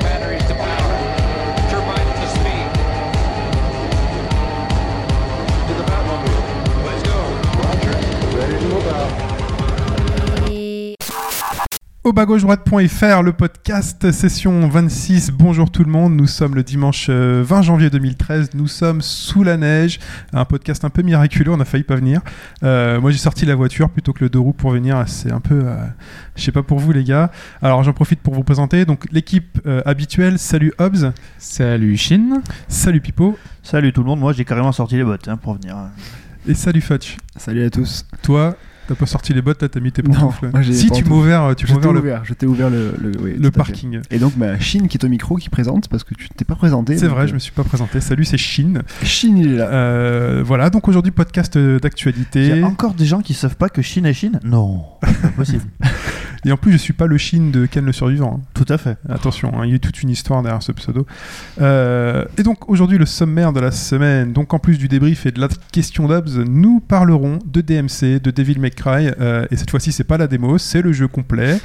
batteries to power. Turbines to speed. To the Batmobile. Let's go. Au bas gauche droite.fr, le podcast session 26. Bonjour tout le monde, nous sommes le dimanche euh, 20 janvier 2013, nous sommes sous la neige, un podcast un peu miraculeux, on a failli pas venir. Euh, moi j'ai sorti la voiture plutôt que le deux roues pour venir, c'est un peu, euh, je sais pas pour vous les gars. Alors j'en profite pour vous présenter, donc l'équipe euh, habituelle, salut Hobbs, Salut Chine. salut Pipo Salut tout le monde, moi j'ai carrément sorti les bottes hein, pour venir. et salut Fetch. Salut à tous. Toi, t'as pas sorti les bottes, là t'as mis tes Non, pantoufles. moi, j'ai si les tu m'as pantoufles. ouvert, euh, tu Je m'as t'ai ouvert le, ouvert, je t'ai ouvert le, le, oui, le tout à fait. parking. Et donc ma Chine qui est au micro, qui présente, parce que tu t'es pas présenté. C'est vrai, je me suis pas présenté. Salut, c'est Chine. suis... Chine il est là. Euh, voilà, donc aujourd'hui podcast euh, Il y d'actualité. a encore des gens qui savent pas que Chine est Chine Non, c'est pas possible. Et en plus, je suis pas le Chine de Ken le survivant. hein. Tout à fait. Attention, hein, il y a toute une histoire derrière ce pseudo. Euh, et donc aujourd'hui, le sommaire de la semaine. Donc en plus du débrief et de la question d'Abs, nous parlerons de DMC, de Devil May Cry. euh, et cette fois-ci, c'est pas la démo, c'est le jeu complet.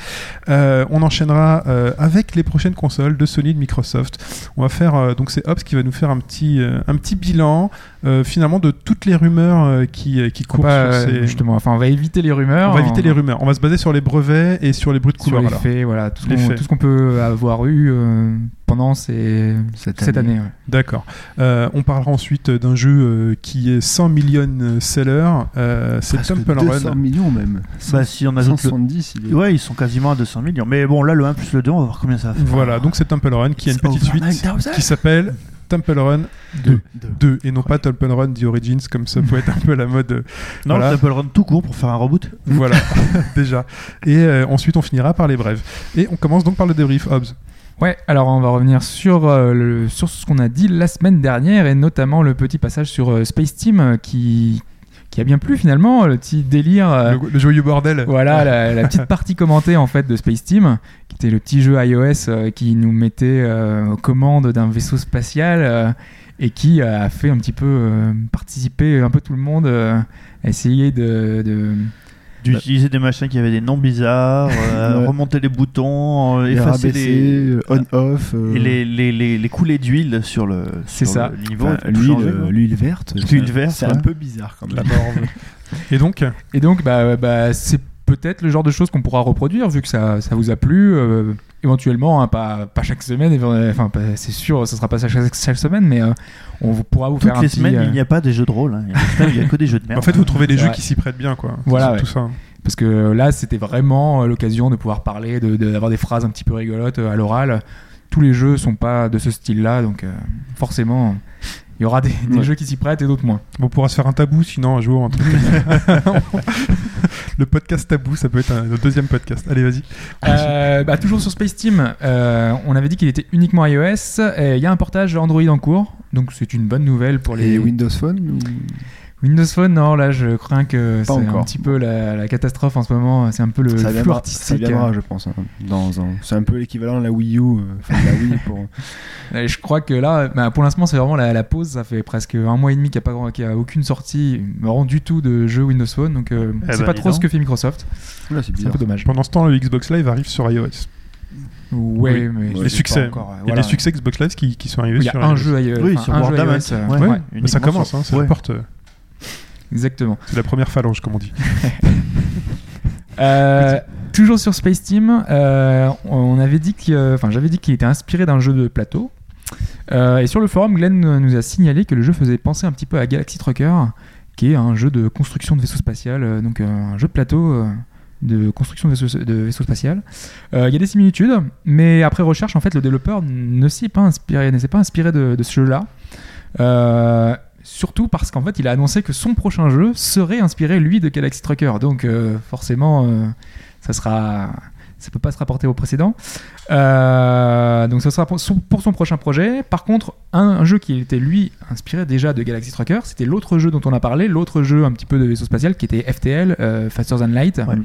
Euh, on enchaînera euh, avec les prochaines consoles de Sony, de Microsoft. On va faire euh, donc c'est Hobbs qui va nous faire un petit euh, un petit bilan euh, finalement de toutes les rumeurs euh, qui qui courent Bah, sur ces Justement, enfin, on va éviter les rumeurs. On va éviter les hein, rumeurs. On va se baser sur les brevets et sur les bruits de Sur couloir. les alors. faits, voilà, tout ce Les qu'on- faits. tout ce qu'on peut avoir eu euh, pendant ces- Cette cette année. ouais. D'accord. Euh, on parlera ensuite d'un jeu euh, qui est 100 million sellers. Euh, c'est Presque Temple 200 Run. millions même. Bah, si on ajoute le... 170, il est... Ouais, ils sont quasiment à 200 millions. Mais bon, là, le 1 plus le 2, on va voir combien ça va faire. Ah. Voilà, donc c'est Temple Run qui a une It's petite over suite qui s'appelle Temple Run Deux. 2 et non pas Temple Run The Origins comme ça peut être un peu la mode. euh, Non, voilà. ça peut le run tout court pour faire un reboot. Voilà, déjà. Et euh, ensuite on finira par les brèves. Et on commence donc par le débrief, Hobbs. Ouais, alors on va revenir sur, euh, le, sur ce qu'on a dit la semaine dernière et notamment le petit passage sur euh, Space Team euh, qui, qui a bien plu finalement, le petit délire. euh, Le, le joyeux bordel. Voilà la, la petite partie commentée en fait de Space Team, qui était le petit jeu iOS euh, qui nous mettait euh, aux commandes d'un vaisseau spatial euh, et qui euh, a fait un petit peu euh, participer un peu tout le monde, euh, à essayer de, de- D'utiliser des machins qui avaient des noms bizarres, euh, Ouais. remonter les boutons, euh, Il est effacer rabaissé, les... euh, on-off. euh, Et les, les, les, les coulées d'huile sur le, C'est sur ça. le niveau. enfin, tout l'huile, changer, euh, quoi. l'huile verte. L'huile c'est- verte, C'est ouais. un peu bizarre quand même. La mort en veut. Et donc, et donc bah, bah, c'est peut-être le genre de choses qu'on pourra reproduire vu que ça, ça vous a plu. euh, éventuellement, hein, pas, pas chaque semaine, éve- euh, enfin pas- c'est sûr, ça sera pas chaque, chaque semaine, mais euh, on vous- pourra vous Toutes faire un les petit, semaines, euh, il n'y a pas des jeux de rôle. hein. Il y a des semaines, il n'y a que des jeux de merde. en fait, vous trouvez les C'est jeux vrai. qui s'y prêtent bien, quoi. Voilà, C'est ouais. Tout ça. hein. Parce que là, c'était vraiment euh, l'occasion de pouvoir parler, d'avoir de, d'avoir des phrases un petit peu rigolotes euh, à l'oral. Tous les jeux sont pas de ce style-là, donc euh, forcément, il y aura des, des Ouais. jeux qui s'y prêtent et d'autres moins. On pourra se faire un tabou sinon un jour. un truc comme ça. le podcast tabou, ça peut être un, le deuxième podcast. Allez, vas-y. Ah, Euh, bah, toujours sur Space Team, euh, on avait dit qu'il était uniquement iOS. et Il y a un portage Android en cours, donc c'est une bonne nouvelle pour les Et Windows Phone ou- Windows Phone. Non, là, je crains que c'est un encore. petit peu la, la catastrophe en ce moment. C'est un peu le ça flou viendra, ça artistique. viendra, je pense. hein, dans un- C'est un peu l'équivalent de la Wii U, euh, enfin de la Wii pour Et je crois que là, bah, pour l'instant, c'est vraiment la, la pause. Ça fait presque un mois et demi qu'il n'y a, pas- qu'il y a aucune sortie, vraiment du tout de jeu Windows Phone. Donc, euh, on Eh sait ben, pas dis trop ce donc. que fait Microsoft. Là, c'est C'est un bizarre. peu dommage. Pendant ce temps, le Xbox Live arrive sur iOS. Ouais, Oui. mais. Les c'est les pas succès. encore, euh, Il y a voilà. des succès Xbox Live qui, qui sont arrivés Il y sur a un iOS. jeu ailleurs. Oui, enfin, sur un jeu Word Damage, iOS, euh, ouais. ouais, Ouais, Mais ça uniquement commence, sur- hein, c'est ouais. la porte, euh, exactement. c'est la première phalange, comme on dit. Euh, toujours sur Space Team, euh, on avait dit que, enfin, j'avais dit qu'il était inspiré d'un jeu de plateau. Euh, et sur le forum, Glenn nous a signalé que le jeu faisait penser un petit peu à Galaxy Trucker, qui est un jeu de construction de vaisseau spatial, euh, donc euh, un jeu de plateau euh, de construction de vaisseau, de vaisseau spatial. Euh, Il y a des similitudes, mais après recherche, en fait, le développeur ne s'y est pas inspiré, ne s'est pas inspiré de, de ce jeu-là. Euh, Surtout parce qu'en fait, il a annoncé que son prochain jeu serait inspiré, lui, de Galaxy Trucker. Donc, euh, forcément, euh, ça sera. Ça peut pas se rapporter au précédent. Euh, donc, ça sera pour son, pour son prochain projet. Par contre, un, un jeu qui était, lui, inspiré déjà de Galaxy Trucker, c'était l'autre jeu dont on a parlé, l'autre jeu un petit peu de vaisseau spatial, qui était FTL, euh, Faster Than Light. Ouais.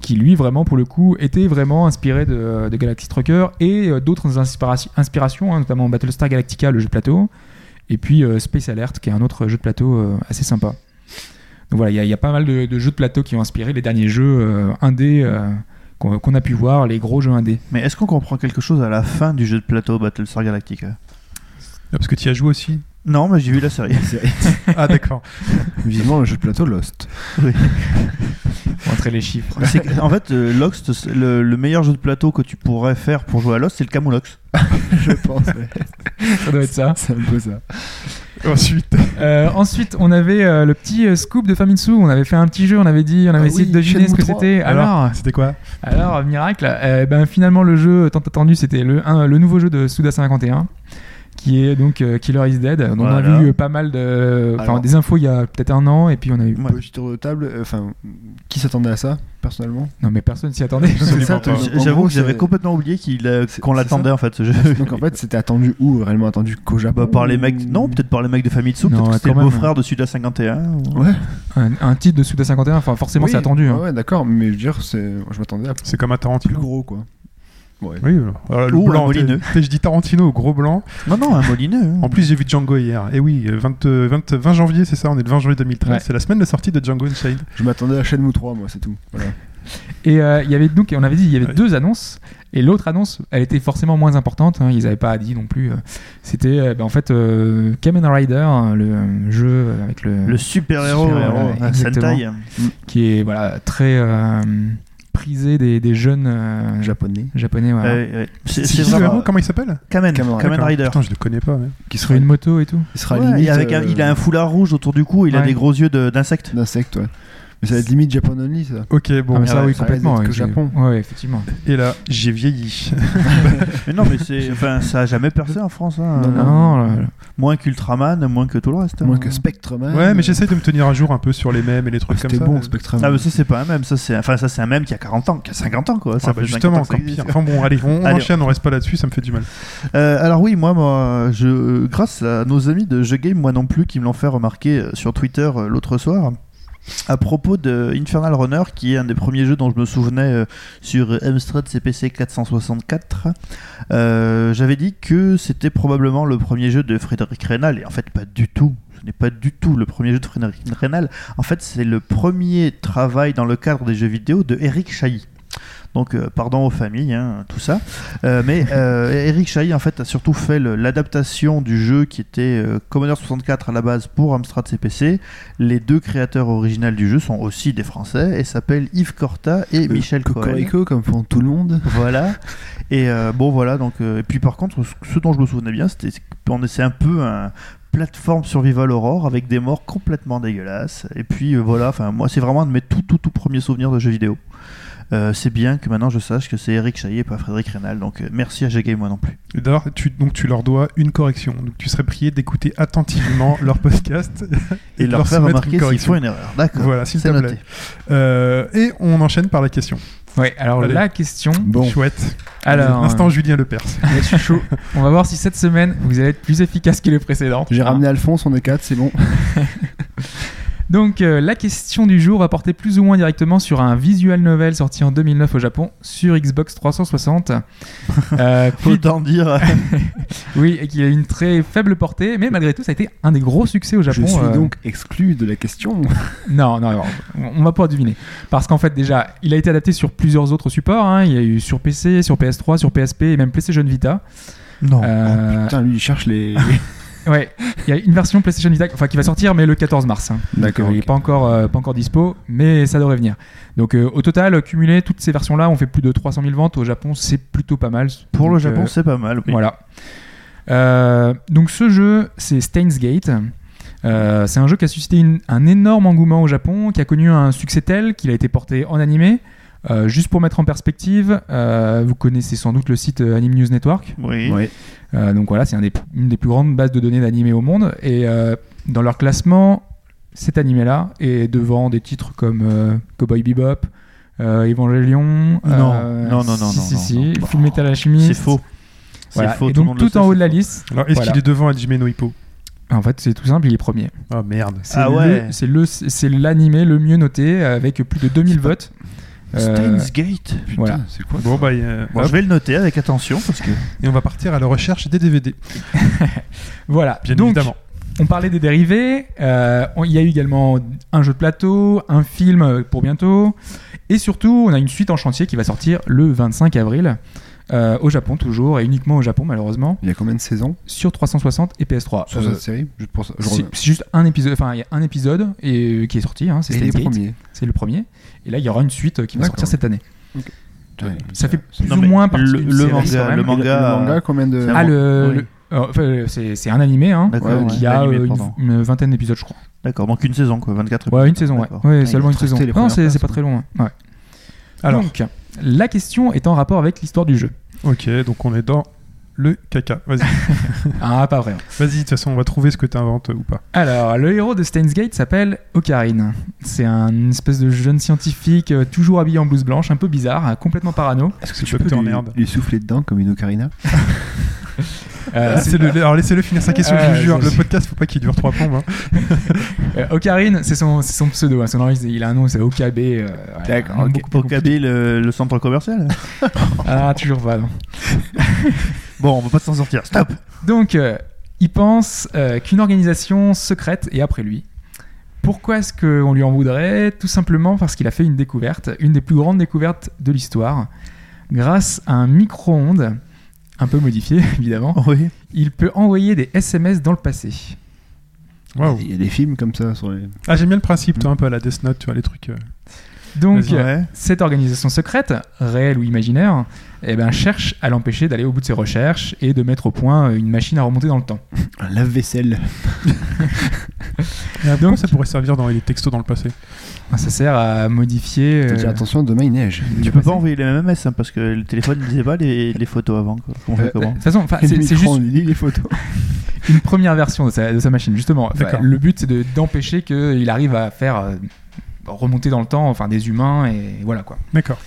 Qui lui, vraiment, pour le coup, était vraiment inspiré de, de Galaxy Trucker et euh, d'autres inspira- inspirations, hein, notamment Battlestar Galactica, le jeu de plateau Et puis euh, Space Alert, qui est un autre jeu de plateau euh, assez sympa. Donc voilà, il y a- il y, a pas mal de, de jeux de plateau qui ont inspiré les derniers jeux euh, indés euh, qu'on qu'on a pu voir, les gros jeux indés. Mais est-ce qu'on comprend quelque chose à la fin du jeu de plateau Battlestar Galactica Parce que tu y as joué aussi. Non, mais j'ai vu la série. Ah, d'accord. Vivement le jeu de plateau Lost. Pour entrer les chiffres. C'est que- en fait, euh, Lost, c'est le, le meilleur jeu de plateau que tu pourrais faire pour jouer à Lost, c'est le Camoulox. je pense. ouais. Ça doit être ça. C'est un peu ça. Ensuite, Euh, ensuite, on avait euh, le petit euh, scoop de Famitsu. On avait fait un petit jeu, on avait dit, on avait Ah essayé oui, de deviner ce Shenmue Ah que 3. c'était. Alors, c'était quoi alors, miracle. euh, ben, finalement, le jeu tant attendu, c'était le, un- le nouveau jeu de Suda 51 qui est donc euh, Killer is Dead. dont On Voilà. a vu euh, pas mal de, enfin Alors. des infos il y a peut-être un an, et puis on a eu. Ouais. Petit tour de table. euh, Enfin, qui s'attendait à ça, personnellement Non, mais personne s'y attendait. Absolument C'est ça, pas. j- En J'avoue gros, que j'avais c'est- complètement oublié qu'il, euh, C'est- qu'on c'est l'attendait en fait ce jeu. Donc en fait, Mm. c'était attendu où Réellement attendu qu'au Japon Bah, par les ou- mecs, non, peut-être par les mecs de Famitsu, Non, peut-être que ouais, c'était le quand même. beau-frère de Suda 51. ou- Ouais. un, un titre de Suda 51, enfin forcément Oui, c'est attendu. hein. Ouais, ouais, d'accord, mais je veux dire, c'est... je m'attendais à C'est comme un plus Tarantino. gros, quoi. Ouais. Oui, voilà, le Ou un blanc. t'es- molineux. t'es- Je dis Tarantino, gros blanc. Non, non, un molineux. hein. En plus, j'ai vu Django hier. Et oui, euh, 20, euh, 20, 20 janvier, c'est ça, on est le 20 janvier 2013. Ouais. C'est la semaine de sortie de Django Unchained. Je m'attendais à Shenmue 3, moi, c'est tout. Voilà. Et euh, il y avait donc, on avait dit, il y avait Ouais. deux annonces. Et l'autre annonce, elle était forcément moins importante. hein, ils n'avaient pas dit non plus. euh, C'était euh, ben, en fait euh, Kamen Rider, hein, le euh, jeu avec le, Le super-héros, Super-héros, ouais, ouais, un exactement. Sentai. qui est voilà très euh, prisé des, des jeunes euh, Japonais. japonais. voilà. Ouais, ouais. C'est C'est c'est vraiment, vraiment comment il s'appelle Kamen, Kamen Kamen D'accord. Rider. Putain, je le connais pas. ouais. Qui Sur une moto et tout. Il sera Ouais, limite. et avec un- euh, il a un foulard rouge autour du cou, il a Ouais. des gros yeux de- d'insectes. D'insectes, ouais. Mais ça va être limite Japan only, ça. Ok, Ah, bon. mais ça, ouais, oui, ça complètement. reste que ouais, j'ai- Japon. Ouais, effectivement. Et là, j'ai vieilli. Mais non, mais c'est, enfin, ça a jamais percé en France. hein. Non, Non, non, là, là. Moins qu'Ultraman, moins que tout le reste. hein. Moins que Spectreman. Ouais, mais j'essaye de me tenir à jour un peu sur les mêmes et les trucs comme C'était ça. euh. bon, Spectreman. Ah, mais ça, c'est pas un même. Ça, c'est, enfin, ça, c'est un même qui a 40 ans, qui a 50 ans, quoi. Ça Ah, fait bah, 50 justement, ans que ça encore pire. existe. Enfin bon, allez, on Allez. enchaîne, on reste pas là-dessus, ça me fait du mal. Euh, alors, oui, moi, moi, je, grâce à nos amis de Jeu Game, moi non plus, qui me l'ont fait remarquer euh, sur Twitter euh, l'autre soir. À propos de Infernal Runner, qui est un des premiers jeux dont je me souvenais euh, sur Amstrad CPC 464, euh, j'avais dit que c'était probablement le premier jeu de Frédéric Reynal, et en fait pas du tout. Ce n'est pas du tout le premier jeu de Frédéric Reynal. En fait, c'est le premier travail dans le cadre des jeux vidéo de Eric Chahi. Donc, euh, pardon aux familles, hein, tout ça. Euh, mais euh, Eric Chahi, en fait, a surtout fait le- l'adaptation du jeu qui était euh, Commodore 64 à la base pour Amstrad CPC. Les deux créateurs originaux du jeu sont aussi des Français et s'appellent Yves Corta et Michel Cohen. Cocorico, comme font tout le monde. Voilà. Et euh, bon, voilà. Donc, euh, et puis par contre, ce- ce dont je me souvenais bien, c'était on c'est un peu un plateforme survival horror avec des morts complètement dégueulasses. Et puis euh, voilà. Enfin, moi, c'est vraiment un de mes tout tout tout premiers souvenirs de jeux vidéo. Euh, c'est bien que maintenant je sache que c'est Eric Chaillet et pas Frédéric Rénal. Donc euh, merci à Jagay moi non plus. Et D'ailleurs, tu, donc tu leur dois une correction. Donc tu serais prié d'écouter attentivement leur podcast Et, de leur faire soumettre remarquer s'ils font une erreur. D'accord. Voilà, s'il C'est te noté. plaît. Euh, et on enchaîne par la question. Ouais, alors Allez. la question. Bon, Chouette. Alors, Instant Julien Lepers. là, je suis chaud. on va voir si cette semaine vous allez être plus efficace que les précédentes. j'ai ramené Alphonse, on est 4, c'est bon. Donc euh, la question du jour va porter plus ou moins directement sur un visual novel sorti en 2009 au Japon sur Xbox 360. Euh, puis- Autant dire. oui, et qui a une très faible portée, mais malgré tout ça a été un des gros succès au Je Japon. suis euh, donc exclu de la question. Non, non, non, on va pas deviner. Parce qu'en fait déjà, il a été adapté sur plusieurs autres supports. hein. Il y a eu sur PC, sur PS3, sur PSP et même PlayStation Vita. non. Euh, Oh, Putain, lui, il cherche les. ouais, il y a une version PlayStation Vita enfin, qui va sortir, mais le 14 mars. hein. D'accord. Il n'est ok. pas, encore, euh, pas encore dispo, mais ça devrait venir. Donc euh, au total, cumulé, toutes ces versions-là, on fait plus de 300 000 ventes. Au Japon, c'est plutôt pas mal. Pour le Donc, Japon, euh, c'est pas mal. oui. Voilà. Euh, donc ce jeu, c'est Steins Gate. Euh, c'est un jeu qui a suscité une- un énorme engouement au Japon, qui a connu un succès tel qu'il a été porté en animé. Euh, juste pour mettre en perspective, euh, vous connaissez sans doute le site euh, Anime News Network. Oui. Ouais. Euh, donc voilà, c'est un des- une des plus grandes bases de données d'animés au monde. Et euh, dans leur classement, cet animé-là est devant des titres comme euh, Cowboy Bebop, euh, Evangelion. Non, euh, non, non, non, si, non, si, non, si, non. Oh, Full Metal Alchemist. C'est faux. C'est Voilà. faux. Et tout le donc monde le tout en sait, haut de c'est la faux. liste. Alors, est-ce Voilà. qu'il est devant Hajime no Hippo En fait, c'est tout simple, il est premier. Oh merde. C'est Ah le- ouais. C'est le, c'est l'animé le mieux noté avec plus de 2000 votes. Euh, Steins Gate. Putain, voilà. c'est quoi Bon, bah, euh, Bon, hop. je vais le noter avec attention parce que et on va partir à la recherche des DVD, voilà. bien Donc, évidemment. On parlait des dérivés. euh, on- Il y a eu également un jeu de plateau, un film euh, pour bientôt. Et surtout, on a une suite en chantier qui va sortir le 25 avril. euh, au Japon toujours, et uniquement au Japon malheureusement, Il y a combien de saisons sur 360 et PS3. sur Euh, cette série Juste pour ça. je c'est reviens. c'est juste un épisode, enfin il y a un épisode et, qui est sorti, hein, c'est Et les Steins Gate, premiers. c'est le premier. Et là il y aura une suite euh, qui va D'accord. sortir cette année. Putain, Ça fait plus Non, ou mais moins partie le- d'une le série, manga- quand même. le Et manga, manga, combien de. c'est Ah, le- Oui. le- euh, enfin, c'est c'est un animé hein, D'accord, qui a animé, euh, une- pardon. une vingtaine d'épisodes je crois. D'accord, donc une saison quoi, 24 Ouais, une saison, ouais. D'accord. Ouais, il est seulement une trusté, saison. les Non, premières c'est c'est pas places. Ah, très loin. ouais. Alors. Donc, la question est en rapport avec l'histoire du jeu. Ok, donc on est dans le caca. Vas-y, Ah, pas vrai. vas-y. De toute façon, on va trouver ce que tu inventes ou pas. Alors, le héros de Steins Gate s'appelle Ocarine. C'est un une espèce de jeune scientifique euh, toujours habillé en blouse blanche, un peu bizarre, euh, complètement parano. Est-ce que Tu peux en lui, lui souffler dedans comme une ocarina Euh, c'est- le, alors laissez-le finir sa question, Ah, je vous jure. je- Le podcast, faut pas qu'il dure trois plombes. hein. euh, Ocarine, c'est son, c'est son pseudo. hein. Son nom, il il a un nom, c'est OKB. euh, voilà, un ok. nom beaucoup plus Ah, Pour caber le, le centre commercial. compliqué. Ah, toujours pas. non. bon, on va pas s'en sortir. Stop. Donc, euh, il pense euh, qu'une organisation secrète est après lui. Pourquoi est-ce qu'on lui en voudrait Tout simplement parce qu'il a fait une découverte, une des plus grandes découvertes de l'histoire. Grâce à un micro-ondes, un peu modifié évidemment, Oui. il peut envoyer des SMS dans le passé. Waouh. Il y a des films comme ça sur les. Ah, j'aime bien le principe, toi, un peu à la Death Note, tu vois, les trucs. euh, Mm. Donc, Vas-y. euh, Ouais. cette organisation secrète, réelle ou imaginaire, eh ben, cherche à l'empêcher d'aller au bout de ses recherches et de mettre au point une machine à remonter dans le temps. Un lave-vaisselle. Pourquoi ça pourrait servir dans les textos dans le passé Ça sert à modifier... T'as dit, euh, attention, demain il neige. Tu peux pas envoyer les MMS hein, parce que le téléphone ne disait pas les, les photos avant. Quoi. On fait Ouais. comment De toute façon, enfin, Et c'est le c'est micro, juste On lit les photos. une première version de sa, de sa machine, justement. Enfin, D'accord. le but, c'est de- d'empêcher qu'il arrive à faire euh, remonter dans le temps enfin, des humains, et voilà quoi. D'accord.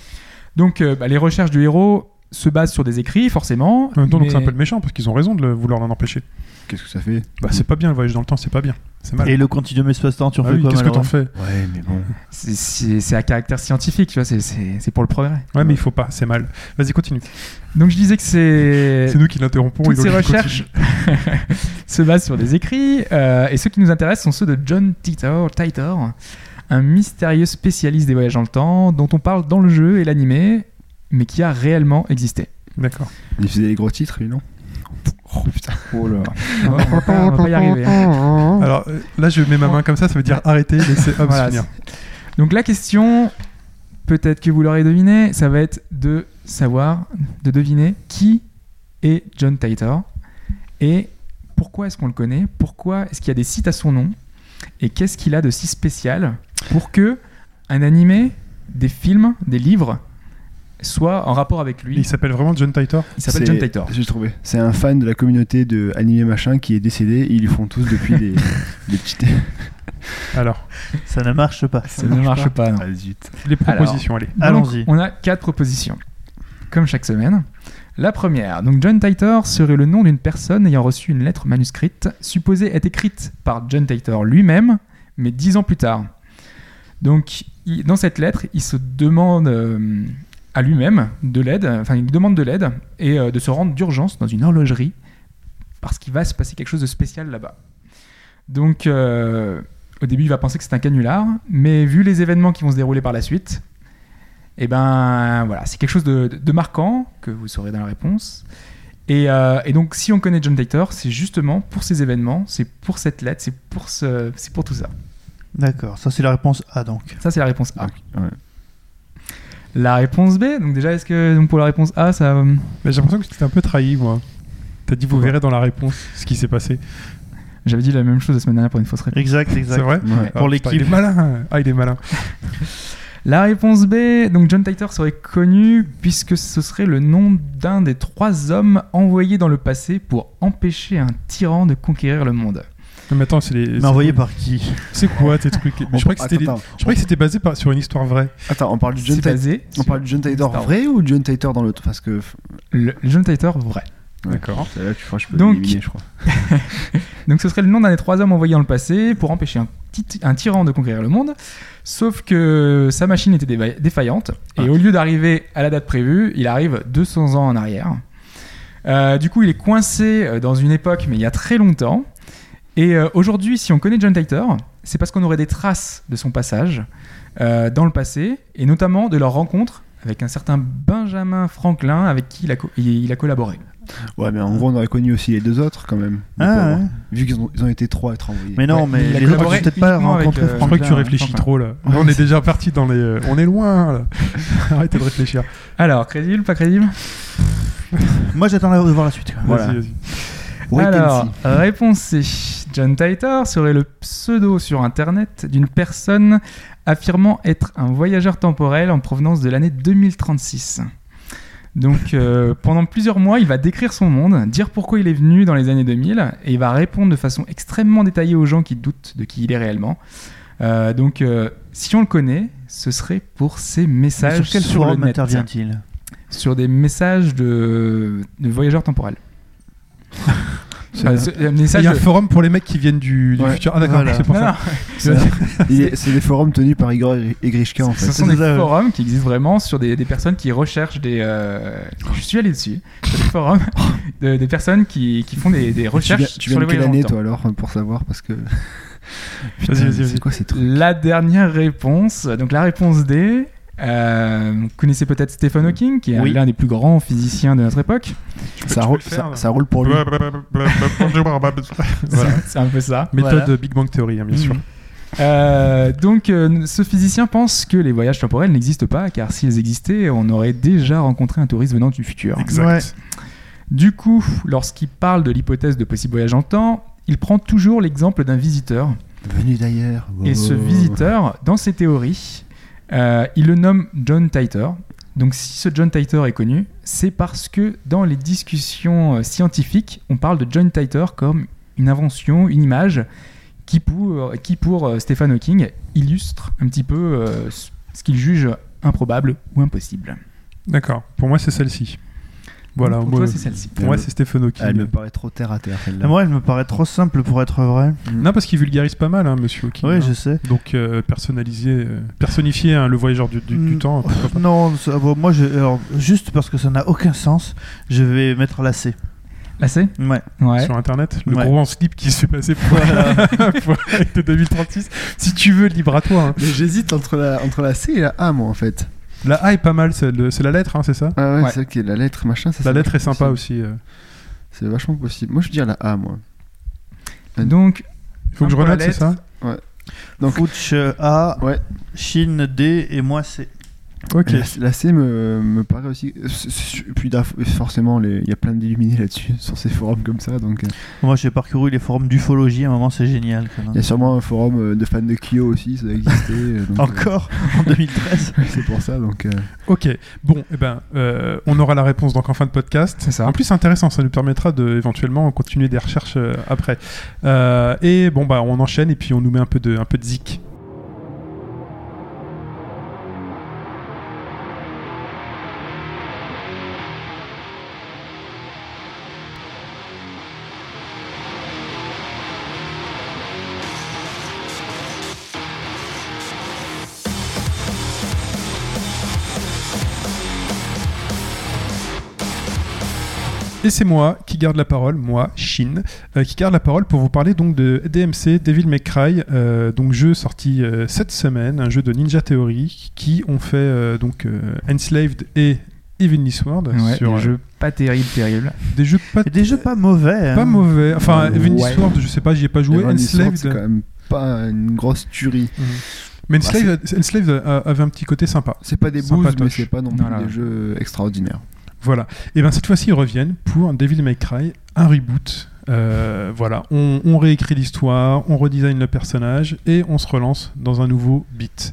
Donc, euh, bah, les recherches du héros se basent sur des écrits, forcément. En même temps, Euh, donc, mais- c'est un peu le méchant parce qu'ils ont raison de le- vouloir l'en empêcher. Qu'est-ce que ça fait Mm. Bah, c'est pas bien le voyage dans le temps, c'est pas bien. C'est mal. Et le continuum espace-temps, tu en Ah fais oui, quoi qu'est-ce que t'en malheureux fais Ouais, mais bon. c'est- c'est c'est à caractère scientifique, tu vois, c'est- c'est c'est pour le progrès. Ouais, mais il faut pas, c'est mal. Vas-y, continue. Donc, je disais que c'est. C'est nous qui l'interrompons. Toutes et ces donc, continue. recherches se basent sur des écrits, euh, et ceux qui nous intéressent sont ceux de John Titor, Titor, un mystérieux spécialiste des voyages dans le temps, dont on parle dans le jeu et l'animé, mais qui a réellement existé. D'accord. Il faisait des gros titres, lui, non Oh putain. on, va pas, on va pas y arriver. hein. Alors euh, là, je mets ma main comme ça, ça veut dire arrêter, laisser Hobbes Oh. Voilà, finir. Donc la question, peut-être que vous l'aurez deviné, ça va être de savoir, de deviner qui est John Titor et pourquoi est-ce qu'on le connaît, pourquoi est-ce qu'il y a des sites à son nom et qu'est-ce qu'il a de si spécial pour que un animé, des films, des livres soient en rapport avec lui. Il s'appelle vraiment John Titor. Il s'appelle C'est- John Titor. J'ai trouvé. C'est un fan de la communauté de animé machin qui est décédé. Ils lui font tous depuis des, des petites. Alors, Ça ne marche pas. Ça ne marche pas. non. Ah zut. les propositions, allez. Donc, Allons-y. On a quatre propositions, comme chaque semaine. La première, donc John Titor serait le nom d'une personne ayant reçu une lettre manuscrite supposée être écrite par John Titor lui-même, mais dix ans plus tard. Donc, il- dans cette lettre, il se demande euh, à lui-même de l'aide, enfin, il demande de l'aide et euh, de se rendre d'urgence dans une horlogerie parce qu'il va se passer quelque chose de spécial là-bas. Donc, euh, au début, il va penser que c'est un canular, mais vu les événements qui vont se dérouler par la suite, et ben voilà, c'est quelque chose de, de- de marquant que vous saurez dans la réponse. Et, euh, et donc, si on connaît John Titor, c'est justement pour ces événements, c'est pour cette lettre, c'est pour, ce, c'est pour tout ça. D'accord, ça c'est la réponse A donc. Ça, c'est la réponse A. Ok, ouais. La réponse B, donc déjà, est-ce que donc pour la réponse A, ça. euh, Mais j'ai l'impression que tu t'es un peu trahi, moi. T'as dit, vous Pourquoi verrez dans la réponse ce qui s'est passé. J'avais dit la même chose la semaine dernière pour une fausse réponse. Exact, C'est exact. vrai Ouais. Pour Ah, putain, l'équipe. Il est malin. Ah, il est malin. La réponse B, donc John Titor serait connu puisque ce serait le nom d'un des trois hommes envoyés dans le passé pour empêcher un tyran de conquérir le monde. Non, Mais attends, c'est les. Mais c'est- envoyé par qui C'est quoi tes trucs Mais Je croyais que c'était des- attends, je croyais que c'était basé par- sur une histoire vraie. attends, on parle du John C'est Titor. basé On sur parle du John Titor Star Wars. vrai ou John Titor dans l'autre Parce que. le le John Titor vrai. Ouais. D'accord. Là, tu crois, je peux Donc- l'éliminer, je crois. Donc ce serait le nom d'un des trois hommes envoyés dans le passé pour empêcher un, petit- un tyran de conquérir le monde. Sauf que sa machine était déva- défaillante et au lieu d'arriver à la date prévue, il arrive 200 ans en arrière. Euh, du coup, il est coincé euh, dans une époque, mais il y a très longtemps. Et euh, aujourd'hui, si on connaît John Titor, c'est parce qu'on aurait des traces de son passage euh, dans le passé, et notamment de leur rencontre avec un certain Benjamin Franklin, avec qui il a, co- il- il a collaboré. Ouais, mais en gros, on aurait connu aussi les deux autres quand même. les Ah, pauvres. ouais. Vu qu'ils ont, ils ont été trois à être envoyés. Mais non, Ouais, mais il a les autres, collaboré j'ai peut-être pas uniquement avec, rencontré euh, Je crois que tu Franklin, réfléchis Franklin. trop là. Là, on est déjà parti dans les. euh, on est loin là. Arrêtez de réfléchir. Alors, crédible, pas crédible Moi, j'attends de voir la suite. Vas-y, Voilà. vas-y. Wait and Alors, see. réponse C. John Titor serait le pseudo sur Internet d'une personne affirmant être un voyageur temporel en provenance de l'année 2036. Donc, euh, pendant plusieurs mois, il va décrire son monde, dire pourquoi il est venu dans les années 2000, et il va répondre de façon extrêmement détaillée aux gens qui doutent de qui il est réellement. Euh, donc, euh, si on le connaît, ce serait pour ses Mais messages Sur quel le forum net, intervient-il sur des messages de, de voyageurs temporels. Enfin, ce- des Il messages y a un de- forum pour les mecs qui viennent du, du Ouais, futur. Ah d'accord, voilà. c'est pour Non, ça. non, C'est- il est- C'est les forums tenus par Igor et et Grishka en Ce fait. sont des C'est ça, ouais. forums qui existent vraiment sur des, des personnes qui recherchent des. euh, Je suis allé dessus. Sur des forums de, des personnes qui, qui font des, des Tu viens, recherches tu viens de sur les quelle voyages dans année le temps. toi alors pour savoir parce que. Putain, Vas-y, vas-y, C'est vas-y. quoi ces trucs La dernière réponse, donc la réponse D. euh, vous connaissez peut-être Stephen Hawking, qui est Oui. l'un des plus grands physiciens de notre époque. ça, peux roule, le faire, ça, là. ça roule pour lui. Voilà. C'est un peu ça. Méthode Voilà. Big Bang Theory, hein, bien sûr. Euh, donc, euh, ce physicien pense que les voyages temporels n'existent pas, car s'ils existaient, on aurait déjà rencontré un touriste venant du futur. Exact. Du coup, lorsqu'il parle de l'hypothèse de possible voyage en temps, il prend toujours l'exemple d'un visiteur. Venu d'ailleurs. Et Mmh. ce visiteur, dans ses théories, euh, il le nomme John Titor. Donc si ce John Titor est connu, c'est parce que dans les discussions euh, scientifiques, on parle de John Titor comme une invention, une image, qui pour, qui pour euh, Stephen Hawking illustre un petit peu euh, ce ce qu'il juge improbable ou impossible. D'accord. Pour moi, c'est celle-ci. Voilà. pour moi, toi, c'est celle-ci. pour moi, c'est Stephen Hawking. Ah, Elle me paraît trop terre à terre celle-là. Moi, elle me paraît trop simple pour être vrai. Non, parce qu'il vulgarise pas mal, hein, Monsieur Hawking. hein. Oui, je sais. Donc euh, personnaliser, euh, personnifier hein, le voyageur du, du- du Mm. temps. pourquoi pas. Non, ça- bon, moi, je- alors, juste parce que ça n'a aucun sens, je vais mettre la C. Là, c'est Ouais. Ouais. sur internet, le Ouais. gros en slip qui s'est passé pour, pour de 2036. Si tu veux, libre à toi. hein. Mais j'hésite entre la, entre la C et la A moi en fait. La A est pas mal, c'est le- c'est la lettre, hein, c'est ça Ah ouais, Ouais. c'est ça qui est la lettre machin. Ça, La c'est lettre est sympa possible. aussi. euh. C'est vachement possible. Moi je veux dire la A moi. Donc, Il faut Un que je pour la renote, c'est ça Donc- Fouch euh, A, Ouais. Chine D et moi C. Ok. La, la C me, me paraît aussi. c'est- c'est- Puis d'un- forcément, les- il y a plein d'illuminés là-dessus, sur ces forums comme ça. Donc, euh, Moi, j'ai parcouru les forums d'ufologie à un moment, c'est génial. quoi. il y a sûrement un forum euh, de fans de Kyo aussi, ça a existé. euh, donc, euh, Encore en 2013 C'est pour ça. Donc, euh, Ok, bon, eh ben, euh, on aura la réponse donc en fin de podcast. C'est ça. En plus, c'est intéressant, ça nous permettra de éventuellement continuer des recherches euh, après. Euh, et bon, bah, on enchaîne et puis on nous met un peu de, un peu de zik. Et c'est moi qui garde la parole, moi, Shin, euh, qui garde la parole pour vous parler donc de DMC, Devil May Cry, euh, donc jeu sorti euh, cette semaine, un jeu de Ninja Theory qui ont fait euh, donc euh, Enslaved et Evenly Sword ouais, sur euh, des jeux pas terrible, terrible. des jeux pas, Et Des jeux pas mauvais. hein. pas mauvais. Enfin, Ouais. Evenly Sword, je sais pas, j'y ai pas joué. Iron Sword, Enslaved. euh, c'est quand même pas une grosse tuerie. Mais Bah, Enslaved, Enslaved a- avait un petit côté sympa. C'est pas des Sympatoche. boosts, mais c'est pas non plus Voilà. des jeux extraordinaires. Voilà. Et bien cette fois-ci, ils reviennent pour Devil May Cry, un reboot. Euh, voilà, on, on réécrit l'histoire, on redesign le personnage et on se relance dans un nouveau beat.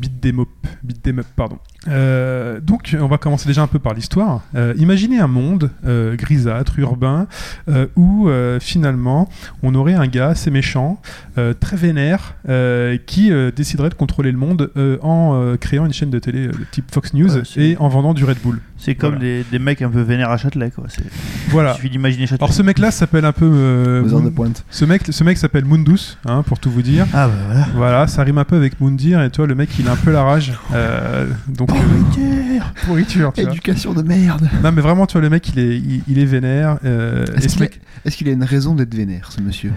Beat them up, beat them up, pardon. Euh, donc, on va commencer déjà un peu par l'histoire. Euh, imaginez un monde euh, grisâtre, urbain, euh, où euh, finalement on aurait un gars assez méchant, euh, très vénère, euh, qui euh, déciderait de contrôler le monde euh, en euh, créant une chaîne de télé euh, de type Fox News Ouais, c'est- et en vendant du Red Bull. C'est comme Voilà. des, des mecs un peu vénères à Châtelet, quoi. C'est- Il Voilà. suffit d'imaginer Châtelet. Alors ce mec-là s'appelle un peu. euh, Aux heures de Moon- pointe. ce mec, ce mec s'appelle Mundus, hein, pour tout vous dire. Ah bah voilà. Voilà, ça rime un peu avec Mundir et toi le mec il a un peu la rage. Euh, donc euh, Putain, pourriture, tu vois. Éducation de merde. Non mais vraiment tu vois le mec il est il, il est vénère. euh, et Est-ce ce qu'il a, mec, est-ce qu'il a une raison d'être vénère, ce monsieur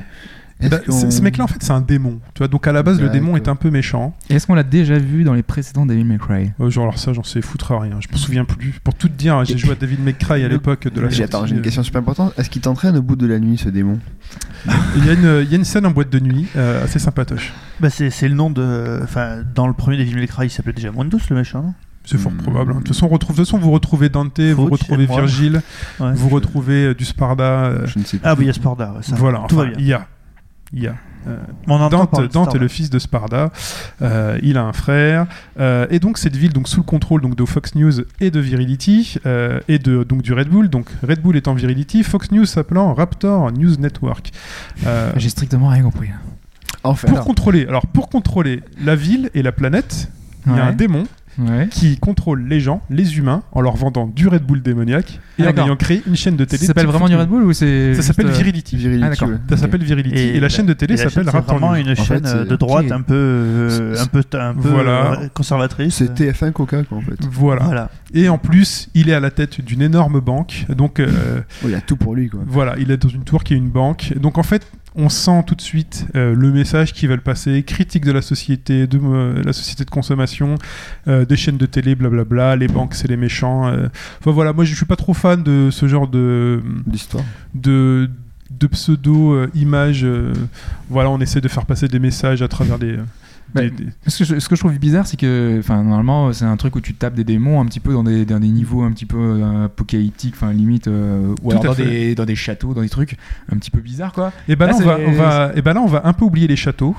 Est-ce bah, qu'on- ce- ce mec-là en fait c'est un démon. Tu vois donc à la base le démon est D'accord. un peu méchant. Et Est-ce qu'on l'a déjà vu dans les précédents David McRae Euh, genre alors ça j'en sais foutre rien. Je me souviens plus. Pour tout te dire hein, j'ai joué à David McCray à l'époque de la. J'ai attends, sortie. j'ai une question super importante. Est-ce qu'il t'entraîne au bout de la nuit, ce démon Il y a une il y a une scène en boîte de nuit euh, assez sympatoche. Bah c'est c'est le nom de. Enfin, dans le premier David Cry, il s'appelait déjà Mundus, le méchant. non C'est fort Hmm. probable. hein. De toute façon, on retrouve, de toute façon, vous retrouvez Dante, vous Fauch, retrouvez et moi. Virgile, Ouais. vous retrouvez euh, du Sparda. euh, Je ne sais plus. Ah bah il y a Sparda, ouais, ça. voilà, tout enfin, va bien. il y a. Il y a. euh, Mais on entend Dante, parler de Dante est Sparda. le fils de Sparda. Euh, il a un frère. Euh, et donc, cette ville, donc, sous le contrôle donc, de Fox News et de Virility, euh, et de, donc, du Red Bull. Donc, Red Bull étant Virility, Fox News s'appelant Raptor News Network. Euh, J'ai strictement rien compris. Enfin, pour alors, contrôler, alors, pour contrôler la ville et la planète, il y a un démon ouais. qui contrôle les gens, les humains, en leur vendant du Red Bull démoniaque et en Ah, d'accord. ayant créé une chaîne de Ça télé. s'appelle type vraiment du Fox Red Bull ou c'est News. Ça juste, s'appelle euh, Virility. Virility, ah, d'accord. ouais. Ça s'appelle Virility. Et, la chaîne de télé et la chaîne, s'appelle c'est Raptor vraiment News. une En chaîne fait, euh, c'est- de droite ok. un peu euh, C'est- un peu un peu Voilà. euh, conservatrice. c'est TF1 Coca, quoi, en fait. Voilà. Voilà. Et en plus, il est à la tête d'une énorme banque. Donc euh, Oh, il a tout pour lui, quoi. voilà, il est dans une tour qui est une banque. Donc en fait, on sent tout de suite euh, le message qu'ils veulent passer critique de la société, de euh, la société de consommation, euh, des chaînes de télé, blablabla. Les banques, c'est les méchants. euh. Enfin voilà, moi je suis pas trop fan de ce genre de. L'histoire. Euh, de, de pseudo-images. euh. voilà, on essaie de faire passer des messages à travers des. euh, Bah, des- des- Ce que, je, ce que je trouve bizarre, c'est que, enfin, normalement, c'est un truc où tu tapes des démons un petit peu dans des, dans des niveaux un petit peu euh, apocalyptiques, enfin, limite, euh, ou Tout alors à dans fait. des, dans des châteaux, dans des trucs un petit peu bizarres, quoi. Et ben là, Là, on va, Ah, c'est- on va, et ben là, on va un peu oublier les châteaux.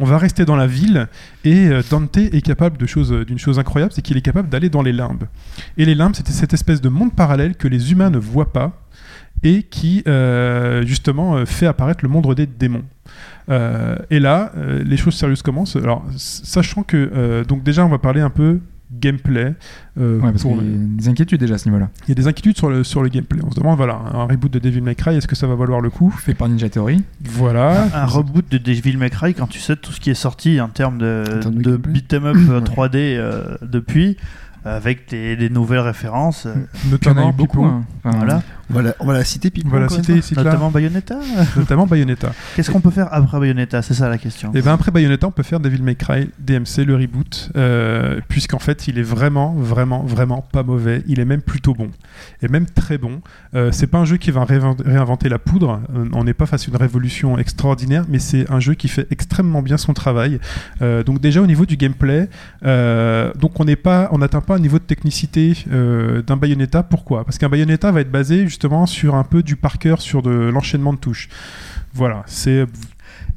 On va rester dans la ville et euh, Dante est capable de choses, euh, d'une chose incroyable, c'est qu'il est capable d'aller dans les limbes. Et les limbes, c'était cette espèce de monde parallèle que les humains ne voient pas et qui euh, justement euh, fait apparaître le monde des démons. Euh, et là, euh, les choses sérieuses commencent. Alors, s- sachant que euh, donc déjà, on va parler un peu gameplay. euh, Ouais, parce pour- qu'il y a des inquiétudes déjà à ce niveau-là. il y a des inquiétudes sur le, sur le gameplay. On se demande, voilà, un reboot de Devil May Cry, est-ce que ça va valoir le coup Fait par Ninja Theory. Voilà. Un reboot de Devil May Cry quand tu sais tout ce qui est sorti en termes de, En termes de de gameplay. beat 'em up euh, 3D euh, depuis avec des, des nouvelles références euh, Il y en a Notamment eu beaucoup. Pipo. hein. Enfin, voilà On va la, on va la citer, Pipo. On va la encore une citer ici, là. notamment Bayonetta Notamment Bayonetta. qu'est-ce qu'on peut faire après Bayonetta c'est ça la question Et bien Eh ben, après Bayonetta, on peut faire Devil May Cry, DMC, le reboot, euh, puisqu'en fait il est vraiment, vraiment, vraiment pas mauvais. Il est même plutôt bon. Et même très bon. Euh, c'est pas un jeu qui va réinvent- réinventer la poudre. Euh, On n'est pas face à une révolution extraordinaire, mais c'est un jeu qui fait extrêmement bien son travail. Euh, donc déjà au niveau du gameplay, euh, donc on n'est pas, on n'atteint pas un niveau de technicité euh, d'un Bayonetta. Pourquoi Parce qu'un Bayonetta va être basé justement sur un peu du par cœur, sur de l'enchaînement de touches. Voilà, c'est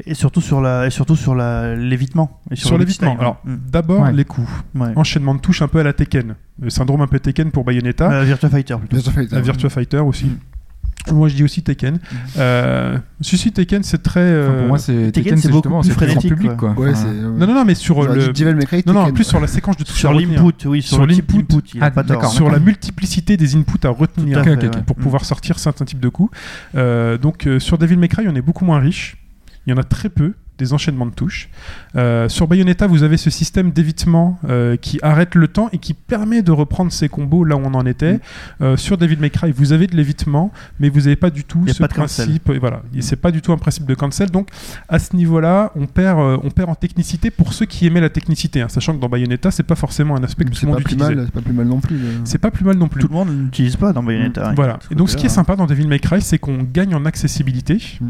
Et surtout sur la, et surtout sur la l'évitement. Et sur le l'évitement. beat'em. Alors, Mm. d'abord Ouais. les coups. Ouais. Enchaînement de touches un peu à la Tekken. Le syndrome un peu Tekken pour Bayonetta. Euh, Virtua Fighter fois. plutôt. Bien sûr, hein. fait, la Virtua Fighter aussi. Moi, je dis aussi Tekken. Euh, si, si, Tekken, c'est très. Enfin, euh, pour moi, c'est Tekken, c'est beaucoup justement, plus c'est très en frénétique, public, quoi. Ouais, Enfin, c'est. euh, Non, non, non, mais sur euh, J'aurais le. dit Devil May Cry, Non, non, en Tekken, plus ouais. sur la séquence de touches. Sur à retenir. l'input, oui, sur, Sur le type l'input. d'input, il a Ah, pas tort. d'accord. Sur la multiplicité des inputs à Tout retenir. à Ok, fait, ok, ok. ouais. pour Mm. pouvoir sortir certains types de coups. Euh, donc euh, sur Devil May Cry, on est beaucoup moins riche. Il y en a très peu des enchaînements de touches. Euh, sur Bayonetta, vous avez ce système d'évitement euh, qui arrête le temps et qui permet de reprendre ses combos là où on en était. Mm. Euh, sur Devil May Cry, vous avez de l'évitement, mais vous n'avez pas du tout Il y a ce pas de cancel. Mm. principe. Et voilà, Et c'est pas du tout un principe de cancel. Donc à ce niveau-là, on perd, euh, on perd en technicité pour ceux qui aimaient la technicité, hein, sachant que dans Bayonetta, c'est pas forcément un aspect que tout C'est le pas monde plus utilisait. mal, c'est pas plus mal non plus. euh. le- C'est pas plus mal non plus. Tout le monde n'utilise pas dans Bayonetta. hein, Voilà. Et donc, ce qui est sympa dans Devil May Cry, c'est qu'on gagne en accessibilité. Mm.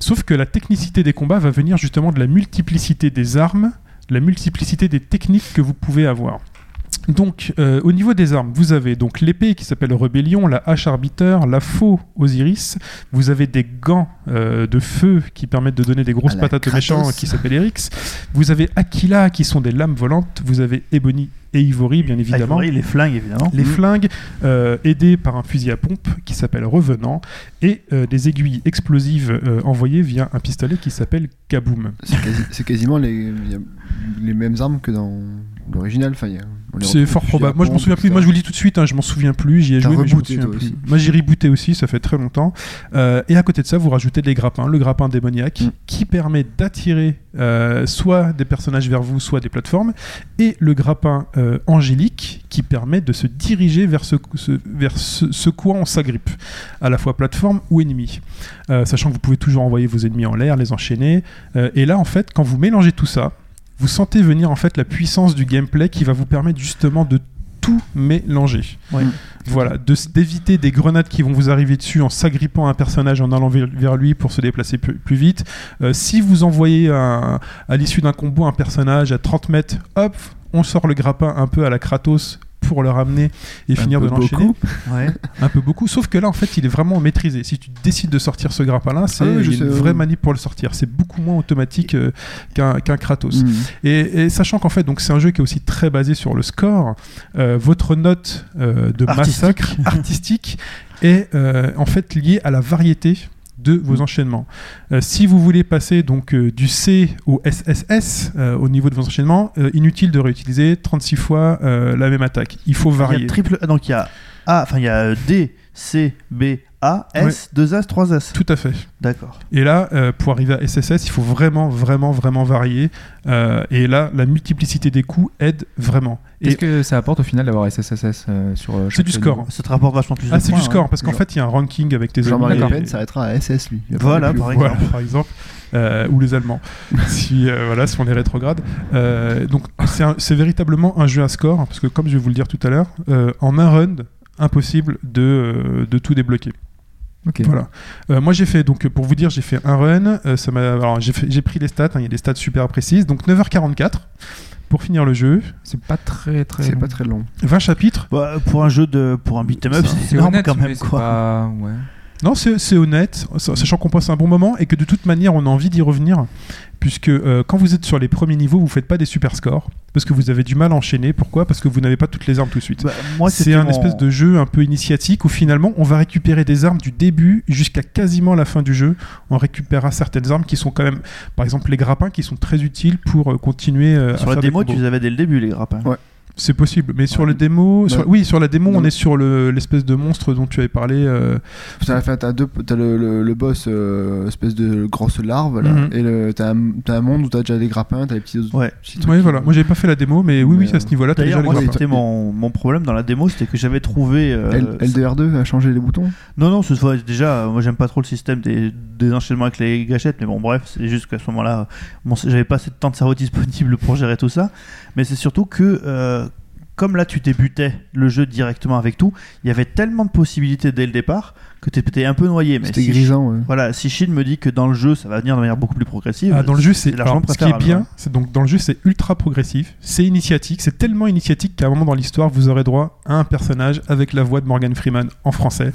Sauf que la technicité des combats va venir justement de la multiplicité des armes, de la multiplicité des techniques que vous pouvez avoir. Donc, euh, au niveau des armes, vous avez donc l'épée qui s'appelle Rébellion, la hache Arbiter, la faux Osiris. Vous avez des gants euh, de feu qui permettent de donner des grosses À Ah, la patates aux méchants Kratos. qui s'appellent Erix. Vous avez Aquila qui sont des lames volantes. Vous avez Ebony et Ivory, Ah, bien évidemment évidemment. Les flingues, évidemment. les Mm. flingues euh, aidées par un fusil à pompe qui s'appelle Revenant et euh, des aiguilles explosives euh, envoyées via un pistolet qui s'appelle Kaboom. C'est quasi- c'est quasiment les, il y a les mêmes armes que dans l'original. Enfin, il y a- on les C'est retrouve fort chez probable. Moi, je Japon, me souviens plus. etc. Moi, je vous le dis tout de suite, hein, je m'en souviens plus. J'y ai T'as joué, mais je me rebooté, souviens toi plus. aussi. Moi, j'ai rebooté aussi, ça fait très longtemps. Euh, et à côté de ça, vous rajoutez les grappins, le grappin démoniaque, Mm. qui permet d'attirer euh, soit des personnages vers vous, soit des plateformes, et le grappin euh, angélique, qui permet de se diriger vers ce, ce- vers ce, ce quoi on s'agrippe, à la fois plateforme ou ennemi. Euh, sachant que vous pouvez toujours envoyer vos ennemis en l'air, les enchaîner. Euh, et là, en fait, quand vous mélangez tout ça, vous sentez venir en fait la puissance du gameplay qui va vous permettre justement de tout mélanger. Ouais. Mm. Voilà, de s- d'éviter des grenades qui vont vous arriver dessus en s'agrippant à un personnage en allant vers- vers lui pour se déplacer plus, plus vite. Euh, si vous envoyez un- à l'issue d'un combo un personnage à 30 mètres, hop, on sort le grappin un peu à la Kratos pour le ramener et Un finir peu de l'enchaîner. beaucoup. Ouais. Un peu beaucoup, sauf que là en fait il est vraiment maîtrisé. Si tu décides de sortir ce grappin là, c'est Ah oui, je il y a une sais, oui. vraie manip pour le sortir. C'est beaucoup moins automatique euh, qu'un qu'un Kratos. Mm. Et, et sachant qu'en fait, donc c'est un jeu qui est aussi très basé sur le score, euh, votre note euh, de Artistique. massacre artistique est euh, en fait liée à la variété de vos enchaînements. Euh, si vous voulez passer donc euh, du C au SSS euh, au niveau de vos enchaînements, euh, inutile de réutiliser 36 fois euh, la même attaque. Il faut Il y a varier. triple. ah, Donc il y a A, enfin il y a D, C, B, A, S, 2 As, 3 As. Tout à fait. D'accord. Et là, euh, pour arriver à SSS, il faut vraiment, vraiment, vraiment varier. Euh, et là, la multiplicité des coups aide vraiment. Et Qu'est-ce que ça apporte au final d'avoir SSSS euh, sur euh, c'est du chaque- score. Ça te rapporte vachement plus Ah, de c'est points, du score, hein. parce qu'en Genre. fait, il y a un ranking avec tes ennemis. Jean-Marie Le D'accord. Pen s'arrêtera à SS, lui. Il va Voilà, pas plus par loin. exemple. Voilà, par exemple. Euh, ou les Allemands, si, euh, voilà, si on est rétrograde. Euh, donc, c'est un- c'est véritablement un jeu à score, parce que comme je vais vous le dire tout à l'heure, euh, en un run, impossible de, euh, de tout débloquer. Ok. Voilà. Euh, moi, j'ai fait, donc, euh, pour vous dire, j'ai fait un run. euh, ça m'a, alors, j'ai fait- j'ai pris les stats, hein, il y a des stats super précises. Donc, 9h44 pour finir le jeu. C'est pas très très. C'est long. pas très long. 20 chapitres. Bah, pour un jeu de. Pour un beat'em up, c'est C'est énorme honnête quand mais même c'est quoi. pas- ouais. Non, c'est c'est honnête, sa- sachant qu'on passe un bon moment et que de toute manière, on a envie d'y revenir. Puisque euh, quand vous êtes sur les premiers niveaux, vous faites pas des super scores. Parce que vous avez du mal à enchaîner. Pourquoi Parce que vous n'avez pas toutes les armes tout de suite. Bah, moi, c'est c'était un mon- espèce de jeu un peu initiatique où finalement on va récupérer des armes du début jusqu'à quasiment la fin du jeu. On récupérera certaines armes qui sont quand même, par exemple les grappins qui sont très utiles pour euh, continuer euh, à Sur la faire des démo, combos. tu les avais dès le début, les grappins. Ouais. C'est possible, mais sur Ouais. le démo, sur- Ouais. oui, sur la démo, Non. on est sur le- l'espèce de monstre dont tu avais parlé. euh, Parce qu'à la fin, t'as deux, t'as le, le, le boss, euh, espèce de grosse larve, là, Mhm. et le, t'as, un, t'as un monde où t'as déjà des grappins, t'as des petits, autres- Ouais. petits trucs. Oui, voilà. Moi, j'avais pas fait la démo, mais oui, Mais, oui, à ce niveau-là, t'as déjà D'ailleurs, les moi, grappins. c'était mon, mon problème dans la démo, c'était que j'avais trouvé. euh, L- LDR2 a changé les boutons. Non, non, ce soit déjà, euh, moi j'aime pas trop le système des, des enchaînements avec les gâchettes, mais bon, bref, c'est juste qu'à ce moment-là, euh, bon, c'est- j'avais pas assez de temps de cerveau disponible pour gérer tout ça. Mais c'est surtout que, euh, comme là tu débutais le jeu directement avec tout, il y avait tellement de possibilités dès le départ que t'étais un peu noyé. Mais C'était si- grisant. ouais. Voilà, si Shin me dit que dans le jeu ça va venir de manière beaucoup plus progressive, Ah, dans le jeu, c'est largement alors, ce qui est préférable, hein. bien, ouais. c'est donc dans le jeu, c'est ultra progressif, c'est initiatique, c'est tellement initiatique qu'à un moment dans l'histoire, vous aurez droit à un personnage avec la voix de Morgan Freeman en français.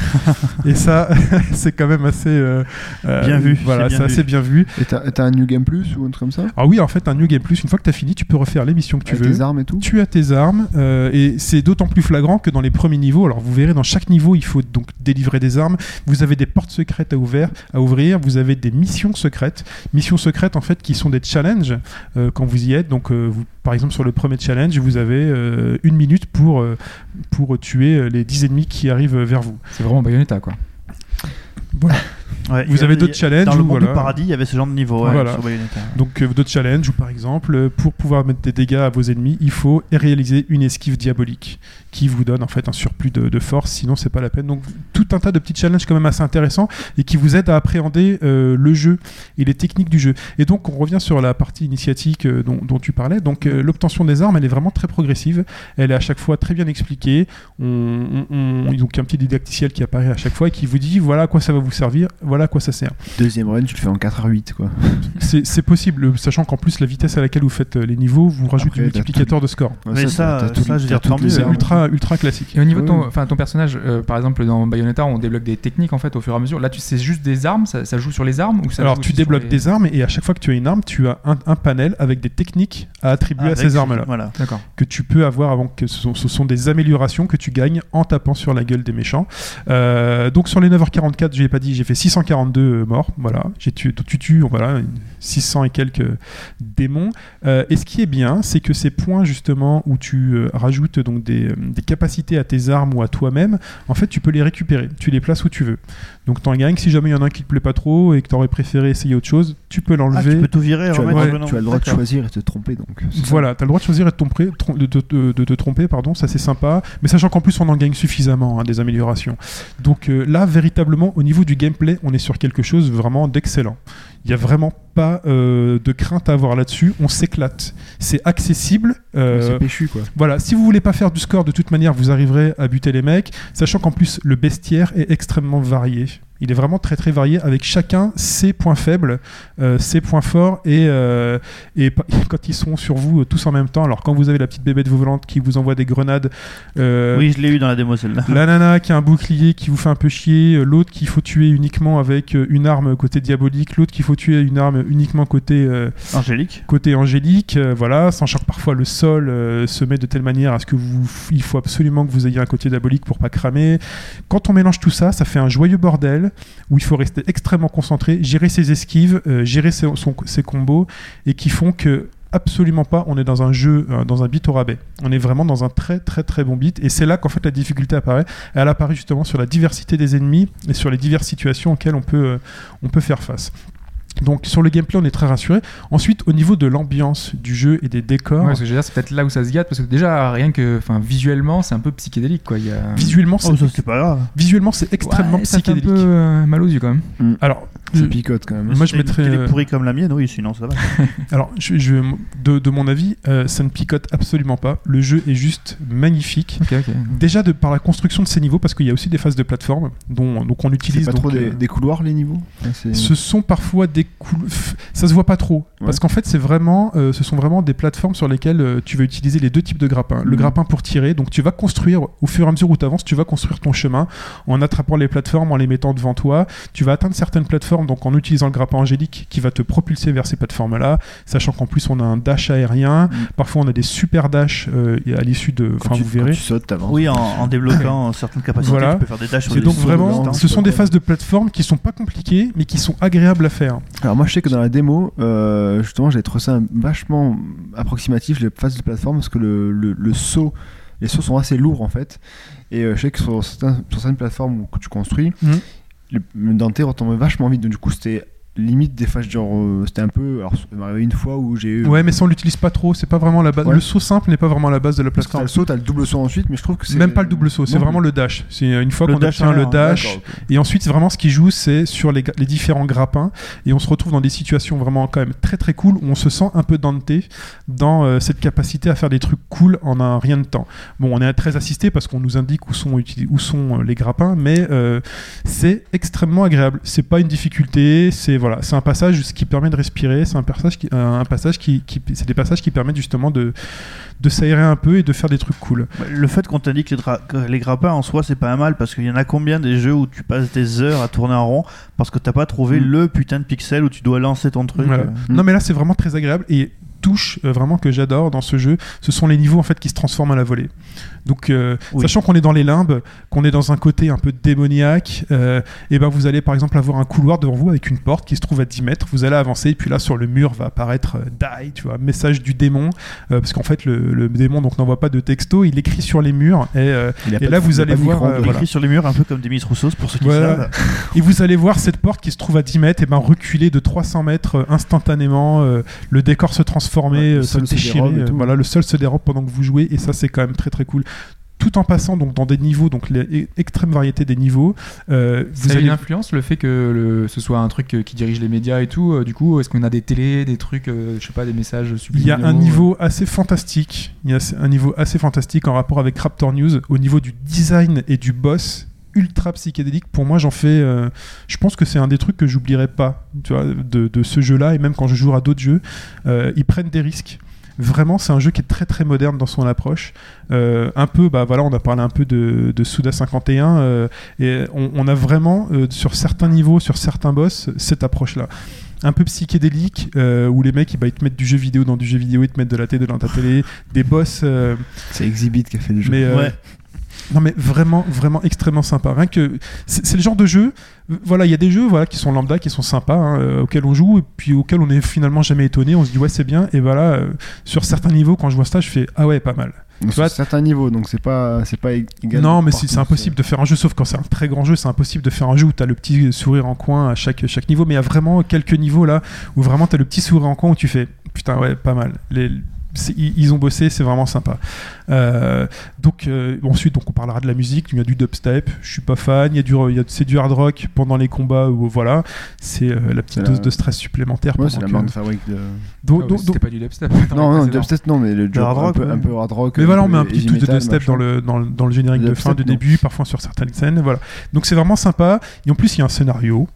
Et ça, c'est quand même assez euh, euh, Bien vu, Voilà, c'est bien c'est vu. assez bien vu. Et t'as, t'as un New Game Plus ou un truc comme ça Ah oui, en fait, un New Game Plus, une fois que t'as fini, tu peux refaire l'émission que tu Avec veux. des armes et tout Tu as tes armes euh, et c'est d'autant plus flagrant que dans les premiers niveaux, alors vous verrez dans chaque niveau il faut donc délivrer des armes, vous avez des portes secrètes à, ouvert, à ouvrir, vous avez des missions secrètes, missions secrètes en fait qui sont des challenges euh, quand vous y êtes, donc euh, vous, par exemple sur le premier challenge vous avez euh, une minute pour, euh, pour tuer euh, les 10 ennemis qui arrivent euh, vers vous. C'est vraiment Bayonetta quoi. hein. Ouais, Vous il avez y avait- d'autres challenges Dans le ou monde voilà. du paradis, il y avait ce genre de niveau ouais, Voilà. sur Bayonetta. Donc euh, d'autres challenges où par exemple euh, pour pouvoir mettre des dégâts à vos ennemis, il faut réaliser une esquive diabolique qui vous donne en fait un surplus de, de force, sinon c'est pas la peine. Donc tout un tas de petits challenges quand même assez intéressants et qui vous aident à appréhender euh, le jeu et les techniques du jeu. Et donc on revient sur la partie initiatique euh, dont, dont tu parlais. Donc euh, l'obtention des armes, elle est vraiment très progressive, elle est à chaque fois très bien expliquée. On, on- on- donc il y a un petit didacticiel qui apparaît à chaque fois et qui vous dit voilà à quoi ça va vous servir, voilà à quoi ça sert. Deuxième run, tu le fais en 4h8, quoi. C'est c'est possible, sachant qu'en plus la vitesse à laquelle vous faites euh, les niveaux vous rajoute Après, du t'as multiplicateur de score. Ouais, Mais ça, t'as- t'as euh, tout- ça, je veux t'as dire, tant toutes les mieux, C'est Ouais, armes. ultra, ultra classique. Et au niveau de ton, Oui. enfin, ton personnage, euh, par exemple dans Bayonetta, on débloque des techniques en fait au fur et à mesure. Là, tu sais juste des armes, ça, ça joue sur les armes ou ça Alors joue tu aussi sur débloques les- des armes et à chaque fois que tu as une arme, tu as un, un panel avec des techniques à attribuer à Ah, Avec- ces armes-là Voilà. D'accord. que tu peux avoir avant que ce sont, ce sont des améliorations que tu gagnes en tapant sur la gueule des méchants. Euh, donc sur les 9h44, je l'ai pas dit, j'ai fait 600 642 morts, voilà. J'ai tué, tu tues, voilà, 600 et quelques démons. Euh, et ce qui est bien, c'est que ces points justement où tu euh, rajoutes donc des, euh, des capacités à tes armes ou à toi-même, en fait, tu peux les récupérer. Tu les places où tu veux. Donc t'en gagnes. Si jamais il y en a un qui te plaît pas trop et que t'aurais préféré essayer autre chose, tu peux Ah, tu l'enlever. peux tout virer. Tu as, remettre ouais, au bon tu as le endroit. droit de D'accord. choisir et de te tromper donc. euh, c'est ça. Voilà, t'as le droit de choisir et de, tromper- trom- de, te- de- de te tromper, pardon, ça c'est sympa, mais sachant qu'en plus on en gagne suffisamment hein, des améliorations. Donc euh, là, véritablement, au niveau du gameplay, on est sur quelque chose vraiment d'excellent. Il n'y a vraiment pas euh, de crainte à avoir là-dessus, on s'éclate. C'est accessible. euh, C'est péchu quoi. voilà, si vous voulez pas faire du score, de toute manière, vous arriverez à buter les mecs, sachant qu'en plus, le bestiaire est extrêmement varié. Il est vraiment très très varié avec chacun ses points faibles, euh, ses points forts et, euh, et pa- quand ils sont sur vous euh, tous en même temps. Alors quand vous avez la petite bébête volante qui vous envoie des grenades, euh, Oui, je l'ai eu dans la démo celle-là. la nana qui a un bouclier qui vous fait un peu chier, euh, l'autre qu'il faut tuer uniquement avec euh, une arme côté diabolique, l'autre qu'il faut tuer une arme uniquement côté euh, Angélique. côté angélique, euh, voilà, sachant que parfois le sol euh, se met de telle manière à ce que vous, il faut absolument que vous ayez un côté diabolique pour pas cramer. Quand on mélange tout ça, ça fait un joyeux bordel où il faut rester extrêmement concentré, gérer ses esquives, euh, gérer ses, son- ses combos et qui font que absolument pas on est dans un jeu euh, dans un beat au rabais on est vraiment dans un très très très bon beat et c'est là qu'en fait la difficulté apparaît elle apparaît justement sur la diversité des ennemis et sur les diverses situations auxquelles on peut euh, on peut faire face donc sur le gameplay on est très rassuré Ensuite, au niveau de l'ambiance du jeu et des décors, Ouais, ce que je veux dire, c'est peut-être là où ça se gâte, parce que déjà, rien que enfin, visuellement, c'est un peu psychédélique. Quoi. Il y a... visuellement, c'est, Oh, ça, c'est pas grave. visuellement, c'est extrêmement Ouais, ça fait psychédélique. un peu euh, mal aux yeux quand même. Alors, Ça je- picote quand même. moi je C'est une mettrais. télé euh, pourrie comme la mienne, oui, sinon ça va. Alors, je, je- de, de mon avis, euh, ça ne picote absolument pas. Le jeu est juste magnifique. Ok, ok. Hmm. Déjà de par la construction de ces niveaux, parce qu'il y a aussi des phases de plateforme, dont donc on C'est utilise. pas donc, trop des, euh, des couloirs les niveaux Enfin, c'est- Ce sont parfois des coul- f- ça se voit pas trop parce Mmh. Ouais. qu'en fait c'est vraiment euh, ce sont vraiment des plateformes sur lesquelles euh, tu vas utiliser les deux types de grappins. Le Mhm. grappin pour tirer, donc tu vas construire au fur et à mesure où tu avances, tu vas construire ton chemin en attrapant les plateformes, en les mettant devant toi. Tu vas atteindre certaines plateformes donc en utilisant le grappin angélique qui va te propulser vers ces plateformes là, sachant qu'en plus on a un dash aérien, parfois on a des super dash euh, à l'issue de quand enfin tu- vous verrez. Quand tu sautes, t'avances. Oui, en, en déveloquant certaines capacités, Voilà. tu peux faire des dashs. sur C'est des donc sauts de vraiment, distance. ce sont des phases de plateforme qui sont pas compliquées, mais qui sont agréables à faire. Alors moi je sais que dans la démo, euh, justement j'ai trouvé ça vachement approximatif les phases de plateforme parce que le, le, le saut, les sauts sont assez lourds en fait. Et euh, je sais que sur, certains- sur certaines plateformes où que tu construis, Mhm. le Dante retombe vachement vite. Donc du coup c'était limite des phases genre euh, c'était un peu... Alors ça m'est arrivé une fois où j'ai eu... Ouais, mais ça on l'utilise pas trop. C'est pas vraiment la base. Ouais. Le saut simple n'est pas vraiment la base de la parce que t'as plateforme. le saut, t'as le double saut ensuite, mais je trouve que c'est... Même pas le double saut. C'est Non, vraiment le dash. C'est une fois Le qu'on dash obtient le arrière, dash. d'accord, ok. Et ensuite, vraiment, ce qui joue, c'est sur les, gra- les différents grappins. Et on se retrouve dans des situations vraiment quand même très très cool où on se sent un peu Dante dans euh, cette capacité à faire des trucs cool en un rien de temps. Bon, on est très assisté parce qu'on nous indique où sont, uti- où sont euh, les grappins, mais euh, c'est extrêmement agréable. C'est pas une difficulté. C'est voilà, c'est un passage ce qui permet de respirer. C'est un passage qui, euh, un un passage qui, qui- c'est des passages qui permettent justement de de s'aérer un peu et de faire des trucs cool. Le fait qu'on t'indique les, dra- que les grappins en soi, c'est pas un mal parce qu'il y en a combien des jeux où tu passes des heures à tourner en rond parce que t'as pas trouvé Mm. le putain de pixel où tu dois lancer ton truc. Voilà. euh. Non mais là c'est vraiment très agréable et touche euh, vraiment que j'adore dans ce jeu, ce sont les niveaux en fait qui se transforment à la volée. Donc euh, Oui. sachant qu'on est dans les limbes, qu'on est dans un côté un peu démoniaque, euh, et ben vous allez par exemple avoir un couloir devant vous avec une porte qui se trouve à 10 mètres, vous allez avancer et puis là sur le mur va apparaître euh, die, tu vois, message du démon, euh, parce qu'en fait le, le démon donc n'envoie pas de texto, il écrit sur les murs et, euh, Il a et pas là de- vous il a allez pas de voir, micro-ondes. euh, Écrit voilà. sur les murs un peu comme des Roussos pour ceux qui Voilà. savent. Et vous allez voir cette porte qui se trouve à 10 mètres, et ben reculer de 300 mètres euh, instantanément, euh, le décor se transformer, Ouais, le euh, se sol se déchirer, dérobe et euh, tout. voilà, le sol se dérobe pendant que vous jouez, et ça c'est quand même très très cool. Tout en passant donc dans des niveaux, donc l'extrême variété des niveaux, euh, vous Vous avez allez une influence, le fait que le- ce soit un truc euh, qui dirige les médias et tout. euh, du coup, est-ce qu'on a des télés, des trucs, euh, je sais pas, des messages Il y a subliminaux un euh, niveau assez fantastique. Il y a un niveau assez fantastique en rapport avec Raptor News au niveau du design et du boss ultra psychédélique. Pour moi, j'en fais. euh, je pense que c'est un des trucs que j'oublierai pas tu vois, de, de ce jeu-là et même quand je jouerai à d'autres jeux, euh, ils prennent des risques. Vraiment, c'est un jeu qui est très très moderne dans son approche. Euh, un peu, bah voilà, on a parlé un peu de, de Suda 51 euh, et on, on a vraiment euh, sur certains niveaux, sur certains boss, cette approche-là un peu psychédélique euh, où les mecs ils, bah, ils te mettent du jeu vidéo dans du jeu vidéo ils te mettent de la télé dans ta télé des boss euh, C'est Exhibit qui a fait le jeu. mais euh, Ouais. Non mais vraiment, vraiment extrêmement sympa. Rien que c'est c'est le genre de jeu. euh, Voilà, il y a des jeux voilà qui sont lambda, qui sont sympas, hein, euh, auxquels on joue et puis auxquels on est finalement jamais étonné. On se dit ouais c'est bien. Et voilà, euh, sur certains niveaux, quand je vois ça, je fais ah ouais pas mal. Donc, vois- sur certains niveaux, donc c'est pas, c'est pas ég- égal. non mais partout, c'est c'est impossible de faire un jeu, sauf quand c'est un très grand jeu, c'est impossible de faire un jeu où t'as le petit sourire en coin à chaque chaque niveau. Mais il y a vraiment quelques niveaux là où vraiment t'as le petit sourire en coin où tu fais putain ouais pas mal. Les, c'est- ils ils ont bossé, c'est vraiment sympa. Euh, donc euh, ensuite, donc on parlera de la musique. Il y a du dubstep, je suis pas fan. Il y a du, il y a- c'est du hard rock pendant les combats ou voilà. C'est euh, la C'est petite la- dose de stress supplémentaire. Ouais, pendant c'est la que- marque de fabrique de. Donc- Ah ouais, donc- C'était donc- pas du dubstep. Non, non, le dubstep, non, mais le genre hard un rock, peu- ouais. un peu hard rock. mais voilà, on met un heavy petit touch de metal, dubstep machin. dans le, dans, le- dans le générique de Dubstep, fin, du non. début, parfois sur certaines scènes. Voilà. Donc c'est vraiment sympa. Et en plus, il y a un scénario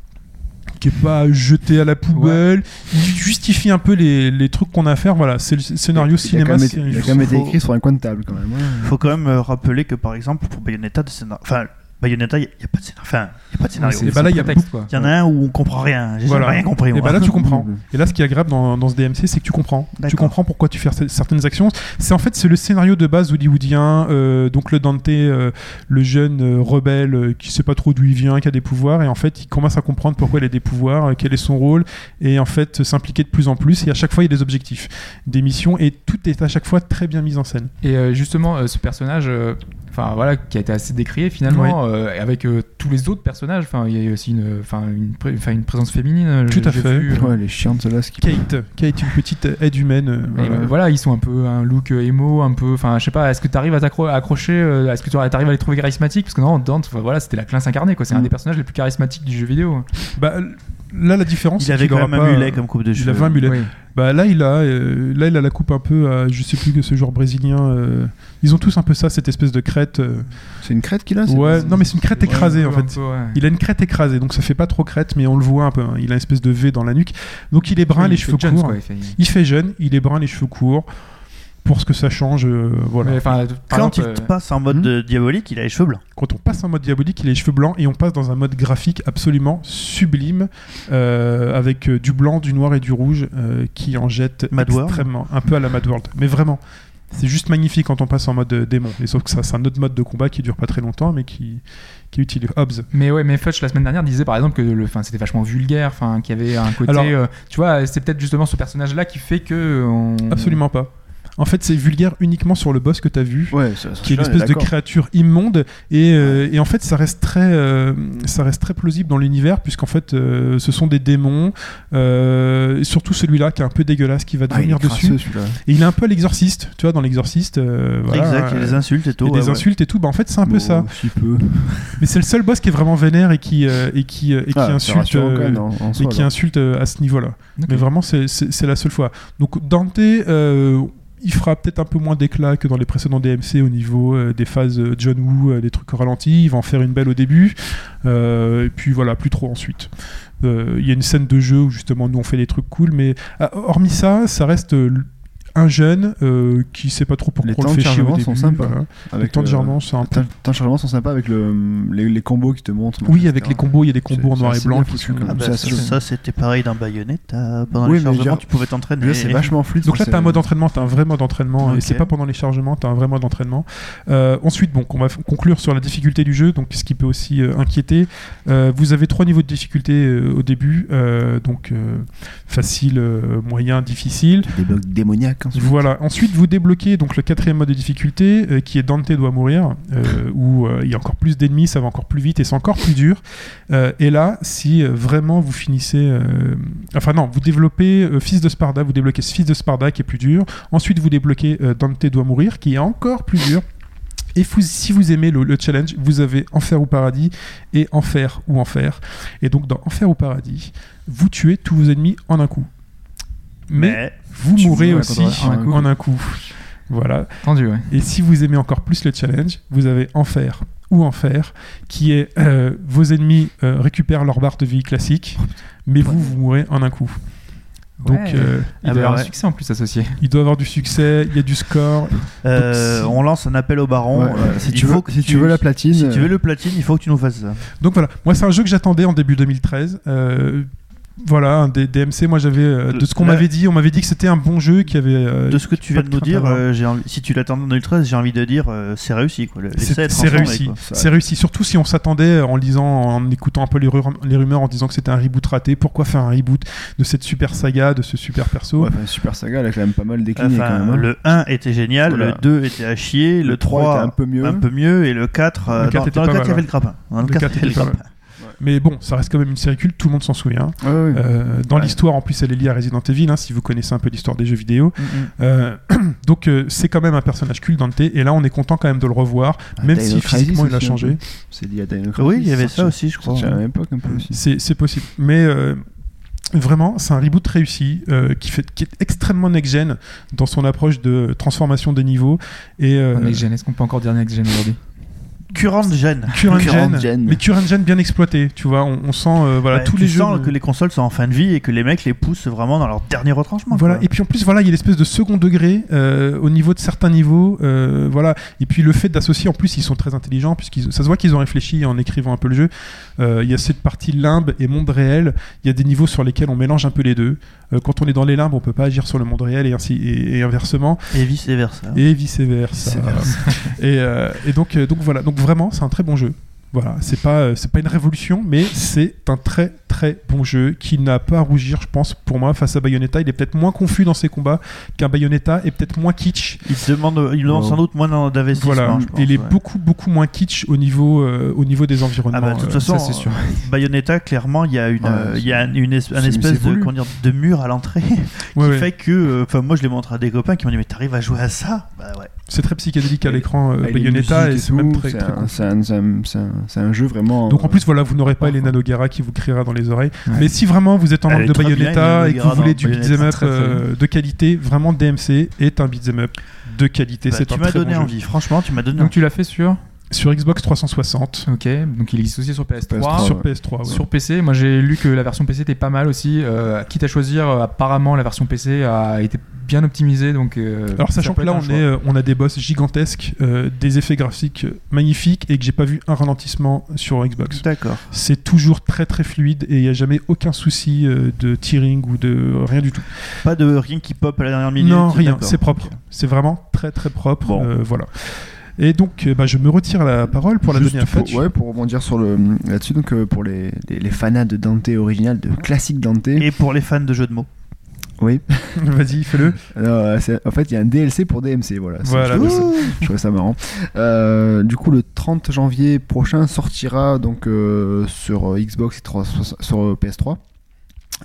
qui est pas jeté à la poubelle. Il justifie un peu les, les trucs qu'on a à faire. Voilà, c'est le scénario Il a quand cinéma. même été- série. Il a quand même été Faut- écrit sur un coin de table quand même. ouais. Mm. Faut quand même euh, rappeler que par exemple pour Bayonetta, de scénar... enfin Bayonetta, il n'y a, y a pas de scénario. Enfin, y a pas de Ah scénario. Et bah là, il y a Il y en a un où on comprend rien. J'ai Voilà. rien compris. Et moi. bah là, tu comprends. Mmh. Et là, ce qui est agréable dans, dans ce DMC, c'est que tu comprends. Tu D'accord. comprends pourquoi tu fais cer- certaines actions. C'est en fait c'est le scénario de base hollywoodien. euh, donc le Dante, euh, le jeune euh, rebelle euh, qui sait pas trop d'où il vient, qui a des pouvoirs, et en fait, il commence à comprendre pourquoi il a des pouvoirs, euh, quel est son rôle, et en fait euh, s'impliquer de plus en plus. Et à chaque fois, il y a des objectifs, des missions, et tout est à chaque fois très bien mis en scène. Et euh, justement, euh, ce personnage, euh, enfin voilà, qui a été assez décrié finalement, euh, avec euh, tous les autres personnages. Enfin, il y a eu aussi une, euh, enfin une, pré- enfin, une présence féminine. euh, Tout j'ai- à j'ai fait. vu, euh, Ouais, les chiens de ceux-là, ce qui. Kate, Kate, une petite aide humaine. euh, Et, euh, voilà. voilà. ils sont un peu un look euh, emo, un peu. Enfin, je sais pas, est-ce que tu arrives à t'accrocher Est-ce que tu arrives à les trouver charismatiques Parce que non, Dante, enfin, voilà, c'était la classe incarnée, quoi. C'est un Mm. des personnages les plus charismatiques du jeu vidéo. Bah, l- là, la différence, Il c'est avait qu'il quand aura même un pas, mulet euh, comme coupe de Il cheveux. avait un mulet. Oui. Bah là il a euh, là il a la coupe un peu à, je sais plus que ce genre brésilien euh, ils ont tous un peu ça cette espèce de crête euh, C'est une crête qu'il a Ah, c'est ouais pas- non mais c'est une crête écrasée Ouais, en un fait peu, ouais. il a une crête écrasée donc ça fait pas trop crête mais on le voit un peu hein. il a une espèce de V dans la nuque donc il est brun Oui, les c'est cheveux Jones, courts quoi, il fait- il fait jeune il est brun les cheveux courts pour ce que ça change euh, voilà Mais, enfin, par Quand exemple, il euh, passe en mode hmm. euh, diabolique, il a les cheveux blancs. quand on passe en mode diabolique, il a les cheveux blancs et on passe dans un mode graphique absolument sublime euh, avec euh, du blanc, du noir et du rouge euh, qui en jette Mad World. extrêmement, un peu à la Mad World, mais vraiment. C'est juste magnifique quand on passe en mode euh, démon. Et sauf que ça, c'est un autre mode de combat qui dure pas très longtemps, mais qui, qui est utile. Hobbs. Mm. Mais ouais, mais Fudge la semaine dernière disait par exemple que le, enfin, c'était vachement vulgaire, enfin, qu'il y avait un côté, Alors- euh, tu vois, c'est peut-être justement ce personnage-là qui fait que euh, on... Absolument pas. En fait, c'est vulgaire uniquement sur le boss que t'as vu. Ouais, ça- ça- qui est une on est espèce de d'accord. créature immonde et, euh, et en fait ça reste très euh, ça reste très plausible dans l'univers puisqu'en fait euh, ce sont des démons euh, et surtout celui-là qui est un peu dégueulasse qui va Ah, il devenir est dessus crasseux celui-là. et il est un peu à l'exorciste tu vois dans l'exorciste euh, voilà, exact, il y a euh, des insultes et il tout. y a ouais, des ouais. insultes et tout bah en fait c'est un peu Bon, ça Si peu. mais c'est le seul boss qui est vraiment vénère et qui euh, et qui euh, et qui Ah, c'est insulte rassurant, quand euh, même, en- en et soi, qui alors. insulte euh, à ce niveau là Ok. mais vraiment, c'est- c'est c'est la seule fois. Donc Dante, euh, il fera peut-être un peu moins d'éclat que dans les précédents DMC au niveau euh, des phases euh, John Woo, euh, des trucs au ralenti. Il va en faire une belle au début, euh, et puis voilà, plus trop ensuite. Euh, Il y a une scène de jeu où justement nous on fait des trucs cool, mais ah, hormis ça, ça reste euh, l- un jeune euh, qui sait pas trop pourquoi Les on temps le fait de chier au chargement début. sont sympas. hein. voilà. Les Avec euh, temps de le- chargement, c'est un Putain, putain, chargement sont sympas avec le, les, les combos qui te montrent. Oui, avec les combos, il y a des C'est- combos en c'est noir et assez blanc bien qui foutu, sont- quand même. Ah bah, C'est assez ça, bien. ça, c'était pareil dans Bayonetta. euh, Pendant Oui, les mais chargements, genre- tu pouvais Là, t'entraîner. c'est vachement fluide. Donc là, c'est- t'as un mode d'entraînement, t'as un vrai mode d'entraînement, et Ok. c'est pas pendant les chargements, t'as un vrai mode d'entraînement. Euh, ensuite, bon, on va f- conclure sur la difficulté du jeu, donc ce qui peut aussi euh, inquiéter. Euh, vous avez trois niveaux de difficulté euh, au début, euh, donc euh, facile, euh, moyen, difficile. Des bugs démoniaques. hein, Voilà. Ensuite, vous débloquez donc le quatrième mode de difficulté, euh, qui est Dante doit mourir, euh, où euh, il y a encore plus d'ennemis, ça va encore plus vite et c'est encore plus dur. Euh, et là, si euh, vraiment vous finissez, euh, enfin non, vous développez euh, Fils de Sparda, vous débloquez ce Fils de Sparda qui est plus dur. Ensuite, vous débloquez euh, Dante doit mourir, qui est encore plus dur. Et vous- si vous aimez le, le challenge, vous avez Enfer ou Paradis et Enfer ou Enfer. Et donc dans Enfer ou Paradis, vous tuez tous vos ennemis en un coup. Mais Mais vous Tu mourrez mourras aussi contre- en un coup. en un coup. Voilà. Tendu, ouais. Et si vous aimez encore plus le challenge, vous avez Enfer ou Enfer, qui est euh, vos ennemis euh, récupèrent leur barre de vie classique, mais vous, vous mourrez en un coup. Donc, Ouais. euh, Il Ah bah doit avoir Oh, ouais. un succès en plus associé. il doit avoir du succès, il y a du score. euh, si- on lance un appel au baron. Ouais, euh, si il tu veux, faut que si tu veux la platine, euh, Si tu veux le platine, il faut que tu nous fasses ça. Donc voilà, moi c'est un jeu que j'attendais en début 2013. euh, Voilà, un des DMC, moi j'avais. euh, De- de ce qu'on là- m'avait dit, on m'avait dit que c'était un bon jeu, qui avait. euh, De ce que tu pas viens de nous crainte à dire, avoir. euh, j'ai envie- si tu l'attendais en 2013, j'ai envie de dire euh, c'est réussi. quoi. Le- l'essai C'est est c'est transformé, réussi. quoi. C'est réussi. Surtout si on s'attendait euh, en lisant, en écoutant un peu les, ru- les rumeurs, en disant que c'était un reboot raté. Pourquoi faire un reboot de cette super saga, de ce super perso Ouais, enfin, Super Saga, là, j'ai quand même pas mal décliné Enfin, quand même. hein. le 1 était génial, Voilà. le 2 était à chier, le, 3, était un peu mieux. un peu mieux, et le 4, euh, Le quatre dans, était dans le pas 4 il y mal, avait le grappin. Dans le Le 4, quatre il y avait était le pas grappin. Mais bon, ça reste quand même une série culte, tout le monde s'en souvient. Ouais, ouais. Euh, dans Ouais. l'histoire, en plus, elle est liée à Resident Evil, hein, si vous connaissez un peu l'histoire des jeux vidéo. Mm, mm. Euh, donc, euh, c'est quand même un personnage culte, Dante, et là, on est content quand même de le revoir, Ah, même Dino si Crisis physiquement il a aussi, un changé. peu. C'est lié à Dino Crisis. Oui, il y avait ça sorti- aussi, je crois. sorti à la même époque un peu aussi. C'est c'est possible. Mais euh, vraiment, c'est un reboot réussi euh, qui, fait, qui est extrêmement next-gen dans son approche de transformation des niveaux. Et, euh, Next Gen, est-ce qu'on peut encore dire Next Gen aujourd'hui Current Gen. current Current gen, gen. mais current gen bien exploité, tu vois. On, on sent euh, voilà, Bah, tous tu les jeux. sens que les consoles sont en fin de vie et que les mecs les poussent vraiment dans leur dernier retranchement. Voilà. quoi. Et puis en plus, voilà, il y a l'espèce de second degré euh, au niveau de certains niveaux. euh, voilà. Et puis le fait d'associer, en plus, ils sont très intelligents, puisqu'ils ça se voit qu'ils ont réfléchi en écrivant un peu le jeu. Euh, il y a cette partie limbe et monde réel. Il y a des niveaux sur lesquels on mélange un peu les deux. Euh, quand on est dans les limbes, on peut pas agir sur le monde réel et, ainsi, et, et inversement. Et vice versa. Et vice versa. Et, euh, et donc, euh, donc voilà. Donc vraiment, c'est un très bon jeu. Voilà, c'est pas euh, c'est pas une révolution, mais c'est un très très bon jeu qui n'a pas à rougir, je pense, pour moi face à Bayonetta. Il est peut-être moins confus dans ses combats qu'un Bayonetta et peut-être moins kitsch. Ils demandent, ils demandent Wow. sans doute moins d'investissement. Voilà, je pense, il est ouais. beaucoup beaucoup moins kitsch au niveau euh, au niveau des environnements. Ah bah, de toute euh, façon, ça, c'est sûr. Bayonetta, clairement, il y a, une, Ouais, euh, il y a un- une es- un c'est- espèce c'est de, voulu. comment dire, de mur à l'entrée qui ouais, ouais. fait que. euh, Enfin, moi, je l'ai montré à des copains qui m'ont dit Mais t'arrives à jouer à ça Bah ouais. C'est très psychédélique à Et- l'écran ah, euh, Avec les Bayonetta musiques et et c'est même tout, très, c'est très un- cool. C'est un- c'est un- c'est un- c'est un jeu vraiment. Donc en euh, plus voilà, vous n'aurez pas Parfois. les Nogara qui vous criera dans les oreilles. Ouais. Mais si vraiment vous êtes en Elle manque est de très bien, Bayonetta les et que Nogara vous voulez dans du Bayonetta, beat'em up très, très euh, de qualité, vraiment DMC est un beat'em up de qualité. Bah, c'est tu un m'as très donné bon jeu. envie, franchement, tu m'as donné Donc envie. tu l'as fait sur Sur Xbox 360, Ok, donc il existe aussi sur PS3. PS3, Ah sur ouais. PS3. ouais. Sur PC, moi j'ai lu que la version PC était pas mal aussi. euh, quitte à choisir, euh, apparemment la version PC a été bien optimisée. Donc, euh, Alors ça sachant peut que là être un on choix. est, euh, on a des boss gigantesques, euh, des effets graphiques euh, magnifiques et que j'ai pas vu un ralentissement sur Xbox. D'accord. C'est toujours très très fluide et il y a jamais aucun souci euh, de tearing ou de rien du tout. Pas de rien qui pop à la dernière minute. Non, rien, d'accord. c'est propre. C'est vraiment très très propre. Bon. euh, voilà. Et donc, euh, bah, je me retire la parole pour la Juste donner à pour- Fatch. ouais, pour rebondir sur le là-dessus, donc euh, pour les, les, les fanas de Dante original, de classique Dante. Et pour les fans de jeux de mots. Oui. Vas-y, fais-le. Alors, c'est- en fait, il y a un DLC pour DMC, voilà. C'est- Voilà. Je trouvais ça, je trouvais ça marrant. Euh, du coup, le 30 janvier prochain sortira donc euh, sur euh, Xbox et 360 sur euh, PS3.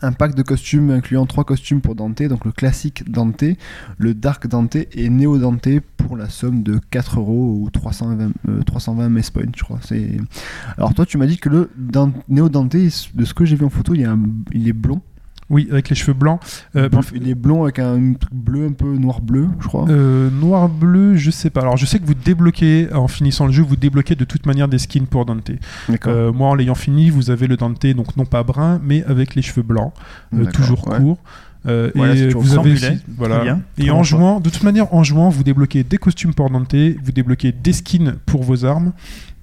Un pack de costumes incluant trois costumes pour Dante, donc le classique Dante, le Dark Dante et Neo Dante pour la somme de 4 euros ou 320, euh, 320 mess points, je crois. C'est... Alors toi, tu m'as dit que le Dan- Neo Dante, de ce que j'ai vu en photo, il, y a un- il est blond. Oui, avec les cheveux blancs. Euh, bah, il est blond avec un truc bleu un peu noir bleu, je crois. euh, noir, bleu, je sais pas. Alors, je sais que vous débloquez, en finissant le jeu, vous débloquez de toute manière des skins pour Dante. D'accord. Euh, moi, en l'ayant fini, vous avez le Dante, donc non pas brun, mais avec les cheveux blancs, euh, D'accord, toujours ouais. courts. Euh, Voilà, c'est et toujours vous sans avez mulet. aussi- voilà. Très bien. Très et bon en choix. jouant, de toute manière, en jouant, vous débloquez des costumes pour Dante, vous débloquez des skins pour vos armes.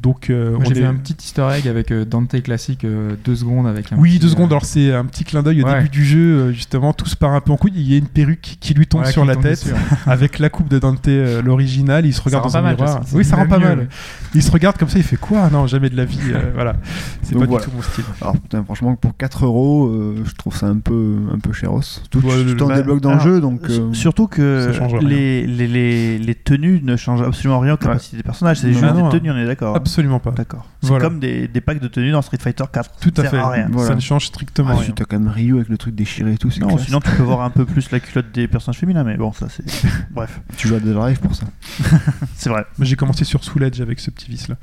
Donc, euh, Moi, on j'ai est- fait un petit easter egg avec euh, Dante classique, euh, deux secondes avec un. Oui, petit, deux secondes. euh, Alors c'est un petit clin d'œil au Ouais. début du jeu, euh, justement, tout se part un peu en couille. Il y a une perruque qui lui tombe voilà, sur qui la tombe tête dessus. avec la coupe de Dante euh, l'original. Il se regarde rend dans un pas mal, miroir. ça, c'est oui, ça rend même pas mieux, mal. ouais. Il se regarde comme ça, il fait quoi Non, jamais de la vie. euh, voilà, c'est Donc pas voilà. du tout mon style. Alors putain, franchement, pour 4 euros, euh, je trouve ça un peu un peu chéros. Tout, Ouais, le- tout Ah, en bah, débloque dans alors, le jeu, donc. S- euh, Surtout que ça change rien. les, les, les, les tenues ne changent absolument rien aux capacités des personnages. C'est Non, juste non, des non. tenues, on est d'accord. hein. Absolument pas. D'accord. Voilà. C'est comme des, des packs de tenues dans Street Fighter 4. Tout à Ça fait. sert rien. Voilà. Ça ne change strictement rien. ensuite, t'as quand même Ryu avec le truc déchiré et tout. c'est Non, classe. sinon tu peux voir un peu plus la culotte des personnages féminins, mais bon, ça c'est. Bref, tu joues à Dead Live pour ça. c'est vrai. Moi, J'ai commencé sur Soul Edge avec ce petit vice là.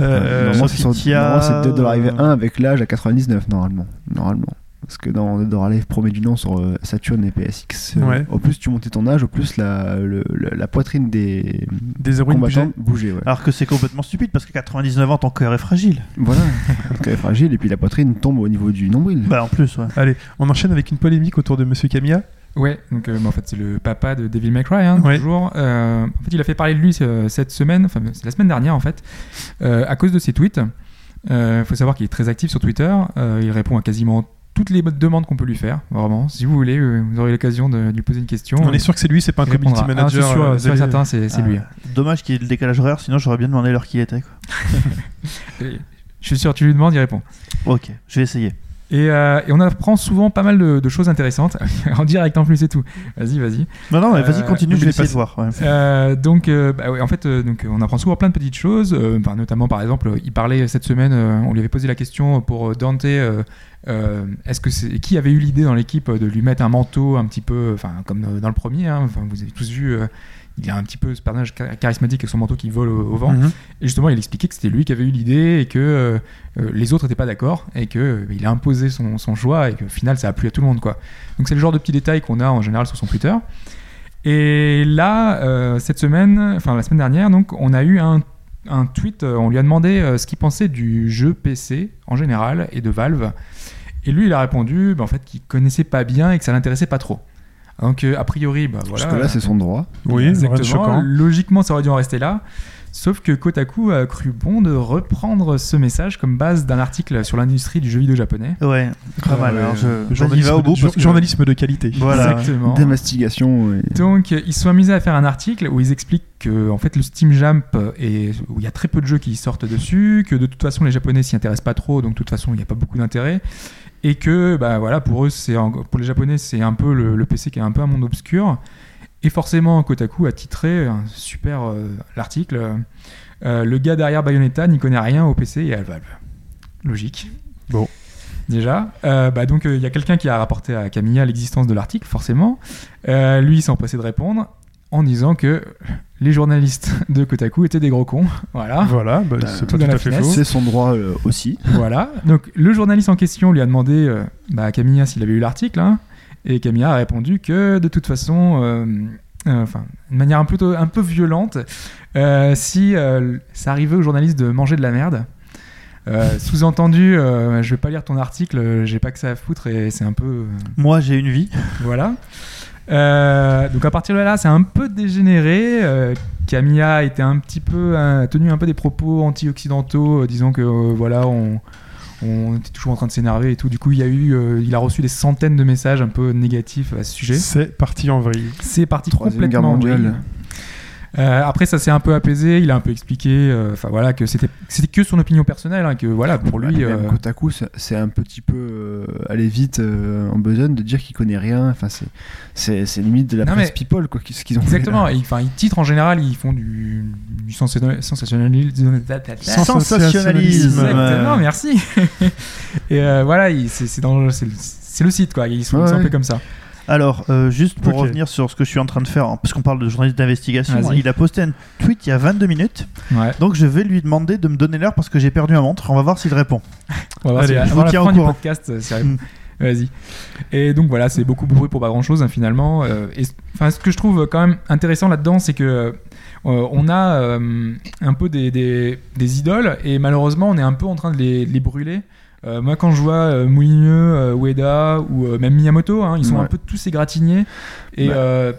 Euh, normalement, c'est Sophie sur- Tia- normalement, c'est Dead or Alive 1 avec l'âge à 99, normalement. Normalement. Parce que dans Dead or Alive, promet du nom sur euh, Saturn et PSX, euh, Ouais. au plus tu montais ton âge, au plus la, le- la, la poitrine des Des héroïnes combattants bougeait. Ah. ouais. Alors que c'est complètement stupide parce qu'à 99 ans ton cœur est fragile. Voilà, Donc, elle est fragile et puis la poitrine tombe au niveau du nombril. Bah en plus, ouais. Allez, on enchaîne avec une polémique autour de Monsieur Camilla. Ouais, donc euh, bah, en fait c'est le papa de Devil May Cry, hein, Ouais. toujours. Euh, en fait, il a fait parler de lui euh, cette semaine, enfin c'est la semaine dernière en fait, euh, à cause de ses tweets. Euh, Il faut savoir qu'il est très actif sur Twitter. euh, il répond à quasiment toutes les demandes qu'on peut lui faire, vraiment. Si vous voulez, euh, vous aurez l'occasion de, de lui poser une question. On est sûr que c'est lui, c'est pas un Oh. Il community répondra. Ah, c'est manager. sûr, euh, c'est sûr et Xavier. certain, c'est c'est Ah, lui. Dommage qu'il y ait le décalage horaire, sinon j'aurais bien demandé l'heure qu'il était. quoi. Je suis sûr, tu lui demandes, il répond. Ok, je vais essayer. Et, euh, et on apprend souvent pas mal de, de choses intéressantes, en direct en plus et tout. Vas-y, vas-y. Non, non, mais vas-y, Euh, continue, je vais essayer de voir. ouais. Euh, donc, euh, bah ouais, en fait, euh, donc, euh, on apprend souvent plein de petites choses. euh, bah, notamment, par exemple, euh, il parlait cette semaine, euh, on lui avait posé la question pour euh, Dante euh, euh, est-ce que c'est qui avait eu l'idée dans l'équipe euh, de lui mettre un manteau un petit peu, euh, enfin, comme dans- dans le premier hein, enfin, Vous avez tous vu, euh, il a un petit peu ce personnage char- charismatique avec son manteau qui vole au, au Mm. vent. Mhm. Et justement, il expliquait que c'était lui qui avait eu l'idée et que euh, euh, les autres n'étaient pas d'accord et que euh, il a imposé son, son choix et que au final, ça a plu à tout le monde. quoi. Donc, c'est le genre de petits détails qu'on a en général sur son Twitter. Et là, euh, cette semaine, enfin la semaine dernière, donc, on a eu un, un tweet. euh, on lui a demandé euh, ce qu'il pensait du jeu PC en général et de Valve. Et lui, il a répondu bah, en fait, qu'il connaissait pas bien et que ça l'intéressait pas trop. Donc, euh, a priori, bah, voilà. Parce que là, c'est son droit. Oui, rien de Exactement. choquant. Logiquement, ça aurait dû en rester là. Sauf que Kotaku a cru bon de reprendre ce message comme base d'un article sur l'industrie du jeu vidéo japonais. Euh, Ouais, pas Ah mal. ouais, alors je- le Vas-y, va au bout. de, parce que- journalisme de qualité. Voilà. Exactement. Démastigation. et- Donc, euh, ils se sont amusés à faire un article où ils expliquent que en fait, le Steam Jump, euh, est, où il y a très peu de jeux qui sortent dessus, que de toute façon, les Japonais s'y intéressent pas trop, donc de toute façon, il n'y a pas beaucoup d'intérêt. Et que bah, voilà, pour, eux, c'est en- pour les Japonais, c'est un peu le, le PC qui est un peu un monde obscur. Et forcément, Kotaku a titré un super euh, l'article euh, euh, Le gars derrière Bayonetta n'y connaît rien au PC et à Valve. Logique. Bon. Déjà. Euh, bah, donc, euh, il y a quelqu'un qui a rapporté à Camilla l'existence de l'article, forcément. Euh, lui, il s'est empressé de répondre en disant que les journalistes de Kotaku étaient des gros cons. Voilà. Voilà, bah, c'est tout pas dans tout la à fait finesse. faux. C'est son droit euh, aussi. voilà. Donc, le journaliste en question lui a demandé euh, bah, à Camilla s'il avait eu l'article. hein. et Camilla a répondu que, de toute façon, euh, euh, enfin, de manière un, plutôt, un peu violente, euh, si euh, ça arrivait aux journalistes de manger de la merde. euh, Sous-entendu, euh, je vais pas lire ton article, euh, j'ai pas que ça à foutre et c'est un peu euh, Moi, j'ai une vie. voilà. Euh, donc à partir de là, c'est un peu dégénéré. Euh, Camilla était un petit peu euh, a tenu un peu des propos anti-occidentaux, euh, disant que euh, voilà, on, on était toujours en train de s'énerver et tout. Du coup, il y a eu, euh, il a reçu des centaines de messages un peu négatifs à ce sujet. C'est parti en vrille. C'est parti Troisième guerre complètement. en mondiale. vrille. Euh, après, ça s'est un peu apaisé. Il a un peu expliqué, euh, enfin voilà, que c'était c'était que son opinion personnelle, hein, que voilà, pour lui. Bah, Même euh, Kotaku, c'est- c'est un petit peu euh, aller vite euh, en besogne de dire qu'il connaît rien. Enfin, c'est- c'est c'est limite de la Non, presse mais- people, quoi, ce qu'ils ont fait. Exactement, Et, enfin, ils titrent en général, ils font du, du sensationnalisme. Sensationnalisme. Exactement, Euh, merci. et euh, voilà, il- c'est c'est dans- c'est le, c'est le site, quoi. Ils sont Ouais, c'est un ouais. peu comme ça. Alors, euh, juste pour Ok. revenir sur ce que je suis en train de faire, hein, parce qu'on parle de journaliste d'investigation, Vas-y. il a posté un tweet il y a 22 minutes, Ouais, donc je vais lui demander de me donner l'heure parce que j'ai perdu ma montre. On va voir s'il répond. on va voir Allez, si- je avant vous la tiens fin au du courant. Mm. podcast, euh, c'est vrai. Vas-y. Et donc voilà, c'est beaucoup bruit pour pas grand chose finalement. Euh, et enfin, ce que je trouve quand même intéressant là-dedans, c'est que euh, on a euh, un peu des, des- des idoles et malheureusement, on est un peu en train de les, de les brûler. Euh, moi, quand je vois euh, Moulineux, euh, Ueda ou euh, même Miyamoto, hein, ils sont Ouais. un peu tous égratignés. Et Bah. euh,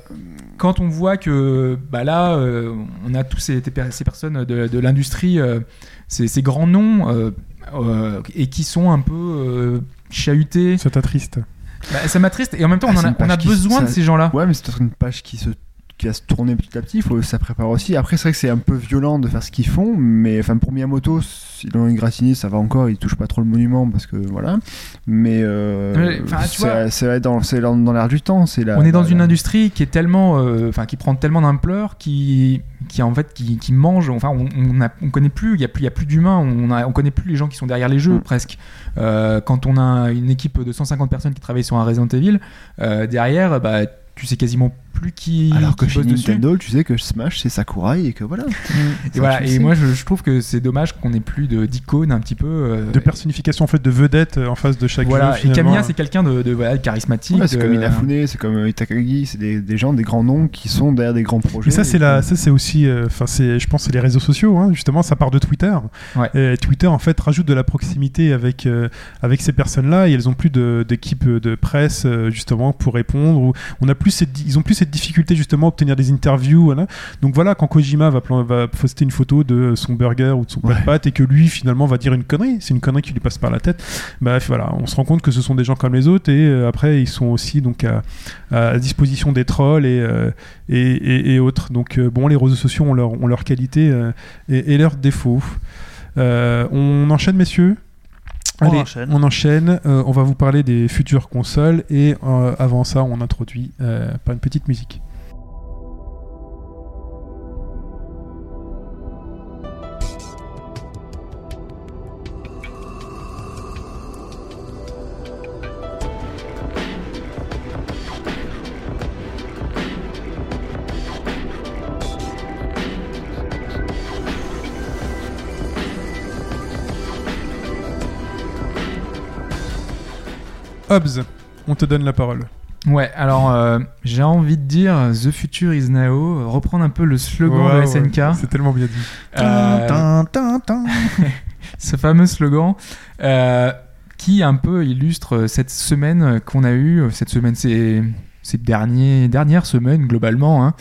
quand on voit que bah là, euh, on a tous ces, ces personnes de, de l'industrie, euh, ces, ces grands noms, euh, euh, et qui sont un peu euh, chahutés Ça t'attriste. bah, ça m'attriste et en même temps, Ah, on, en c'est a, une on a page qui- besoin ça- de ces gens-là. Ouais, mais c'est peut-être une page qui se qui va se tourner petit à petit, il faut ça prépare aussi. Après, c'est vrai que c'est un peu violent de faire ce qu'ils font, mais enfin pour Miyamoto, s'ils l'ont égratigné, ça va encore, il touche pas trop le monument parce que voilà. Mais euh, Mais, enfin, tu c'est- vois- c'est dans, c'est dans, dans l'air du temps. c'est la- on est la- dans une la- industrie qui est tellement, euh, enfin, qui prend tellement d'ampleur, qui, qui en fait, qui, qui mange. Enfin, on, on, a- on connaît plus. Il y a plus, il y a plus d'humains. On, a- on connaît plus les gens qui sont derrière les jeux Mm. presque. Euh, quand on a une équipe de 150 personnes qui travaillent sur un Resident Evil, euh, derrière, bah, tu sais quasiment plus qui. Alors que qui chez bosse dessus. Nintendo, tu sais que Smash c'est Sakurai et que voilà. Et, Ça, voilà, tu et le sais. moi, je, je trouve que c'est dommage qu'on ait plus de- d'icônes un petit peu. euh, De personnification en fait de vedette euh, en face de chaque voilà. jeu. et finalement. hein. Camilla, c'est quelqu'un de, de, voilà, de charismatique. Ouais, c'est de- comme Inafune, c'est comme euh, Itakagi, c'est des, des gens, des grands noms qui sont derrière des grands projets. Et ça, c'est la, ça, c'est aussi, euh, enfin, c'est, je pense, c'est les réseaux sociaux. hein, justement, ça part de Twitter. Ouais. Et Twitter, en fait, rajoute de la proximité avec euh, avec ces personnes-là. Et elles ont plus de- d'équipe de presse, euh, justement, pour répondre. Ou on a plus, cette, di- ils ont plus cette difficulté justement à obtenir des interviews. voilà. Donc voilà, quand Kojima va, plan- va poster une photo de son burger ou de son plat de pâtes et que lui finalement va dire une connerie, c'est une connerie qui lui passe par la tête, bah voilà, on se rend compte que ce sont des gens comme les autres et euh, après ils sont aussi donc à, à disposition des trolls et, euh, et, et- et autres. Donc euh, bon, les réseaux sociaux ont leur, ont leur qualité euh, et, et leurs défauts. Euh, on enchaîne messieurs On Allez, enchaîne. on enchaîne. Euh, on va vous parler des futures consoles et euh, avant ça, on introduit euh, par une petite musique. Hobbs, on te donne la parole. Ouais, alors euh, j'ai envie de dire The Future is Now, reprendre un peu le slogan Ouais, ouais, de SNK. C'est tellement bien dit. Euh, Tin, tin, tin. ce fameux slogan euh, qui un peu illustre euh, cette semaine qu'on a eue, euh, cette semaine, ces, ces derniers, dernières semaines globalement, hein,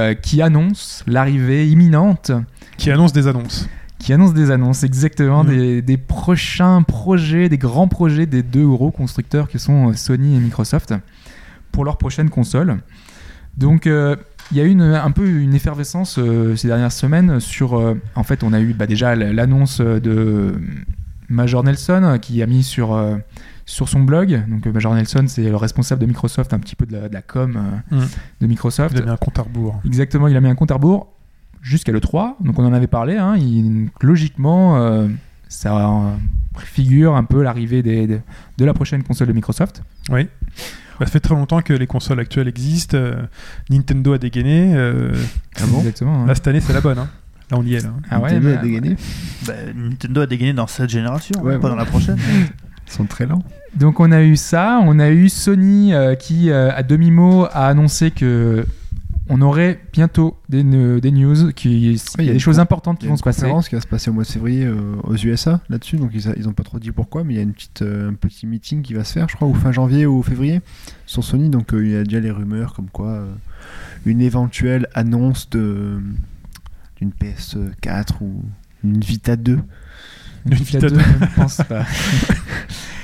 euh, qui annonce l'arrivée imminente, Qui annonce des annonces. qui annonce des annonces exactement, Mhm. des, des prochains projets, des grands projets des deux gros constructeurs que sont euh, Sony et Microsoft pour leur prochaine console. Donc euh, il y a eu une, un peu une effervescence euh, ces dernières semaines sur... euh, en fait, on a eu bah, déjà l- l'annonce de Major Nelson euh, qui a mis sur, euh, sur son blog. Donc euh, Major Nelson, c'est le responsable de Microsoft, un petit peu de la, de la com euh, Mhm. de Microsoft. Vous avez un compte à rebours. Exactement, il a mis un compte à rebours jusqu'à l'E3. Donc on en avait parlé. hein, il- logiquement, euh, ça euh, préfigure un peu l'arrivée des- des- de la prochaine console de Microsoft. Bah, ça fait très longtemps que les consoles actuelles existent. euh, Nintendo a dégainé. euh, Ah Exactement. hein. Là, cette année, c'est la bonne. hein. Là, on y est. Là. Ah ouais, Nintendo mais- a dégainé. Bah, Nintendo a dégainé dans cette génération, Ouais, hein, pas ouais. dans la prochaine. Ils sont très lents. Donc on a eu ça, on a eu Sony euh, qui euh, à demi-mot a annoncé que on aurait bientôt des, ne- des news, qui, il y a des une choses con- importantes Il qui y a vont une se passer. conférence qui va se passer au mois de février euh, aux USA là-dessus, donc ils, a- ils ont pas trop dit pourquoi, mais il y a une petite, euh, un petit meeting qui va se faire, je crois, ou fin janvier ou février sur Sony, donc euh, il y a déjà les rumeurs comme quoi euh, une éventuelle annonce de d'une PS4 ou une Vita 2. Une Vita Vita 2, 2, je ne pense pas.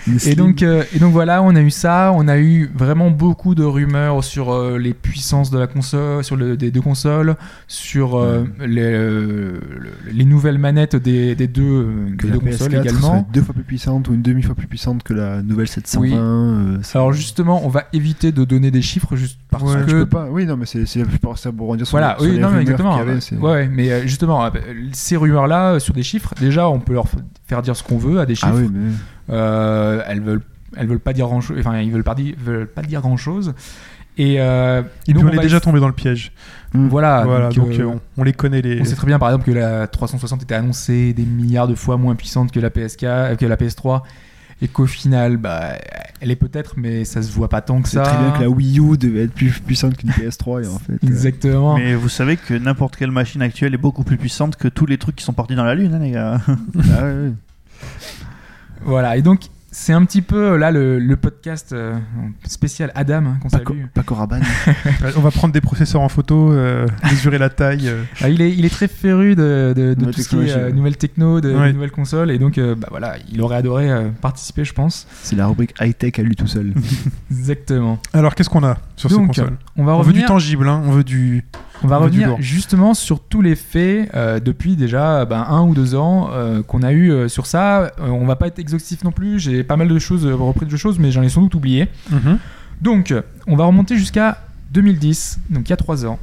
une Et Slim. donc, euh, et donc voilà, on a eu ça, on a eu vraiment beaucoup de rumeurs sur euh, les puissances de la console, sur le- des deux consoles, sur euh, les, euh, le- les nouvelles manettes des, des deux, euh, que des la deux consoles PS4 serait également. deux fois plus puissante ou une demi fois plus puissante que la nouvelle 720. Oui. euh, ça- Alors justement, on va éviter de donner des chiffres juste parce Ouais, je que peux pas. Oui, non, mais c'est c'est pour ça pour dire sur, Voilà, sur oui, les non, mais rumeurs exactement. qu'il y avait, c'est- ouais, ouais, mais euh, justement, euh, ces rumeurs-là, euh, sur des chiffres, déjà, on peut leur f- faire dire ce qu'on veut à des chiffres. Ah oui, mais Euh, elles veulent, elles veulent pas dire grand chose. Enfin, ils veulent pas dire, veulent pas dire grand chose. Et, euh, et Et donc, on, on est va- déjà tombé dans le piège. Voilà, voilà, donc, donc euh, euh, on, on les connaît. Les... on sait très bien, par exemple, que la 360 était annoncée des milliards de fois moins puissante que la PSK, euh, que la PS3, et qu'au final, bah, elle est peut-être, mais ça se voit pas tant que c'est ça. très bien que la Wii U devait être plus puissante qu'une PS3 et en fait. euh, Exactement. Mais vous savez que n'importe quelle machine actuelle est beaucoup plus puissante que tous les trucs qui sont partis dans la Lune, hein, les gars. ah ouais, ouais. Voilà, et donc c'est un petit peu là le, le podcast euh, spécial Adam hein, qu'on Paco, salue. Paco Rabanne. Ouais, On va prendre des processeurs en photo, euh, mesurer la taille. euh. Ah, il, est, il est très féru de, de, de Nouvelle tout ce qui est technologie, euh, ouais. nouvelles techno, de, Ouais. des nouvelles consoles, et donc euh, bah, voilà, il aurait adoré euh, participer, je pense. c'est la rubrique high-tech à lui tout seul. Exactement. Alors, qu'est-ce qu'on a sur ces donc, consoles on va On veut du revenir, tangible, hein, on veut du. on va on veut du revenir lourd. justement sur tous les faits euh, depuis déjà ben, un ou deux ans euh, qu'on a eu euh, sur ça. Euh, on va pas être exhaustif non plus, j'ai pas mal de choses, euh, repris de choses, mais j'en ai sans doute oublié. Donc, on va remonter jusqu'à 2010, donc il y a 3 ans.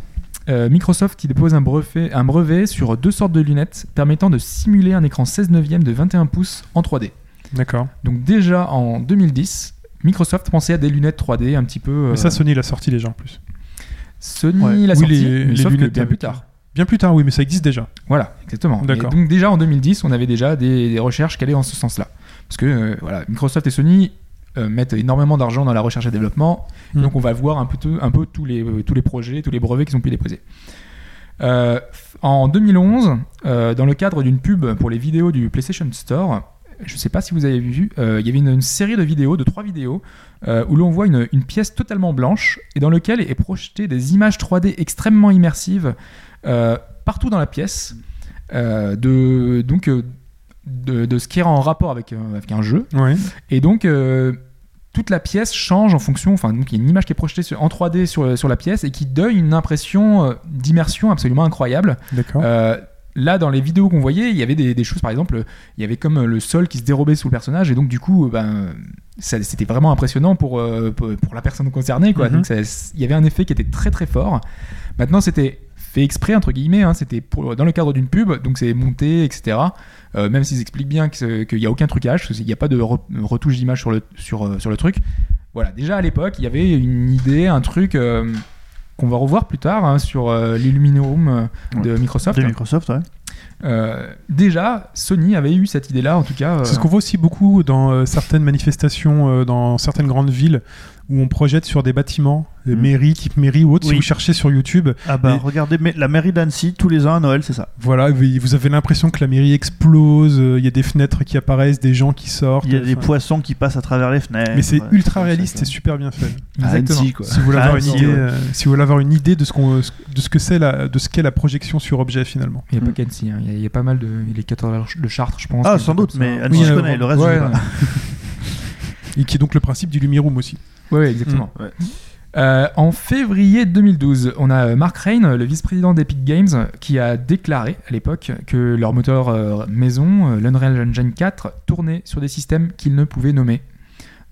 Euh, Microsoft qui dépose un brevet, un brevet sur deux sortes de lunettes permettant de simuler un écran 16 neuvième de 21 pouces en 3D. D'accord. Donc déjà en 2010, Microsoft pensait à des lunettes 3D un petit peu... euh, Mais ça, Sony l'a sorti déjà en plus. Sony Ouais. l'a Oui, sorti, les- mais les sauf que lunettes euh, bien avec- plus tard. Bien plus tard, oui, mais ça existe déjà. Voilà, exactement. Et D'accord. donc déjà en 2010, on avait déjà des, des recherches qui allaient en ce sens-là. Parce que euh, voilà, Microsoft et Sony euh, mettent énormément d'argent dans la recherche et développement. Mm. Donc on va voir un peu, tout- un peu tous, les, euh, tous les projets, tous les brevets qu'ils ont pu déposer. Euh, en 2011, euh, dans le cadre d'une pub pour les vidéos du PlayStation Store, je ne sais pas si vous avez vu, euh, il y avait une, une série de vidéos, de trois vidéos, euh, où l'on voit une, une pièce totalement blanche et dans laquelle est projetée des images 3D extrêmement immersives euh, partout dans la pièce, euh, de, donc, euh, de, de ce qui est en rapport avec, euh, avec un jeu. Ouais. Et donc, euh, toute la pièce change en fonction. Enfin, donc, il y a une image qui est projetée sur- en 3D sur, sur la pièce et qui donne une impression euh, d'immersion absolument incroyable. D'accord. Euh, Là, dans les vidéos qu'on voyait, il y avait des, des choses, par exemple, il y avait comme euh, le sol qui se dérobait sous le personnage, et donc du coup, euh, ben, ça- c'était vraiment impressionnant pour, euh, pour, pour la personne concernée. Quoi. Mhm. Donc, ça- il y avait un effet qui était très très fort. Maintenant, c'était fait exprès, entre guillemets, hein, c'était pour- dans le cadre d'une pub, donc c'est monté, etc. Euh, même s'ils expliquent bien que c'est- qu'il n'y a aucun trucage, qu'il n'y a pas de re- retouche d'image sur le, sur, euh, sur le truc. Voilà, déjà à l'époque, il y avait une idée, un truc euh, qu'on va revoir plus tard hein, sur euh, l'Illuminum euh, de Microsoft. de Microsoft, ouais. Euh, déjà, Sony avait eu cette idée-là, en tout cas. euh, C'est ce qu'on voit aussi beaucoup dans euh, certaines manifestations, euh, dans certaines grandes villes, où on projette sur des bâtiments, des Mhm. mairies, type mairie ou autre. Si Oui. vous cherchez sur YouTube, Ah bah Et- regardez, mais la mairie d'Annecy, tous les ans à Noël, c'est ça. voilà, vous vous avez l'impression que la mairie explose, euh, il y a des fenêtres qui apparaissent, des gens qui sortent. Il y a des enfin, poissons qui passent à travers les fenêtres. Mais c'est Ouais, ultra comme ça, réaliste quoi. et super bien fait. À exactement. Annecy, quoi. Si vous voulez Ah, avoir, une Annecy, idée, ouais. euh, si vous voulez avoir une idée de ce, qu'on, de ce que c'est la, de ce qu'est la projection sur objet finalement. Il n'y a pas qu'Annecy, hein, il y a- il y, a pas mal de. Il est 14 heures de Chartres, je pense. Ah, quelque sans chose doute, comme ça. mais Annecy, je euh, connais, le reste, je ouais, sais pas. Et qui est donc le principe du Lumiroom aussi. ouais, ouais, exactement. Mm, ouais. Euh, en février 2012, on a euh, Mark Rain, le vice-président d'Epic Games, euh, qui a déclaré à l'époque que leur moteur euh, maison, euh, l'Unreal Engine 4, tournait sur des systèmes qu'il ne pouvait nommer.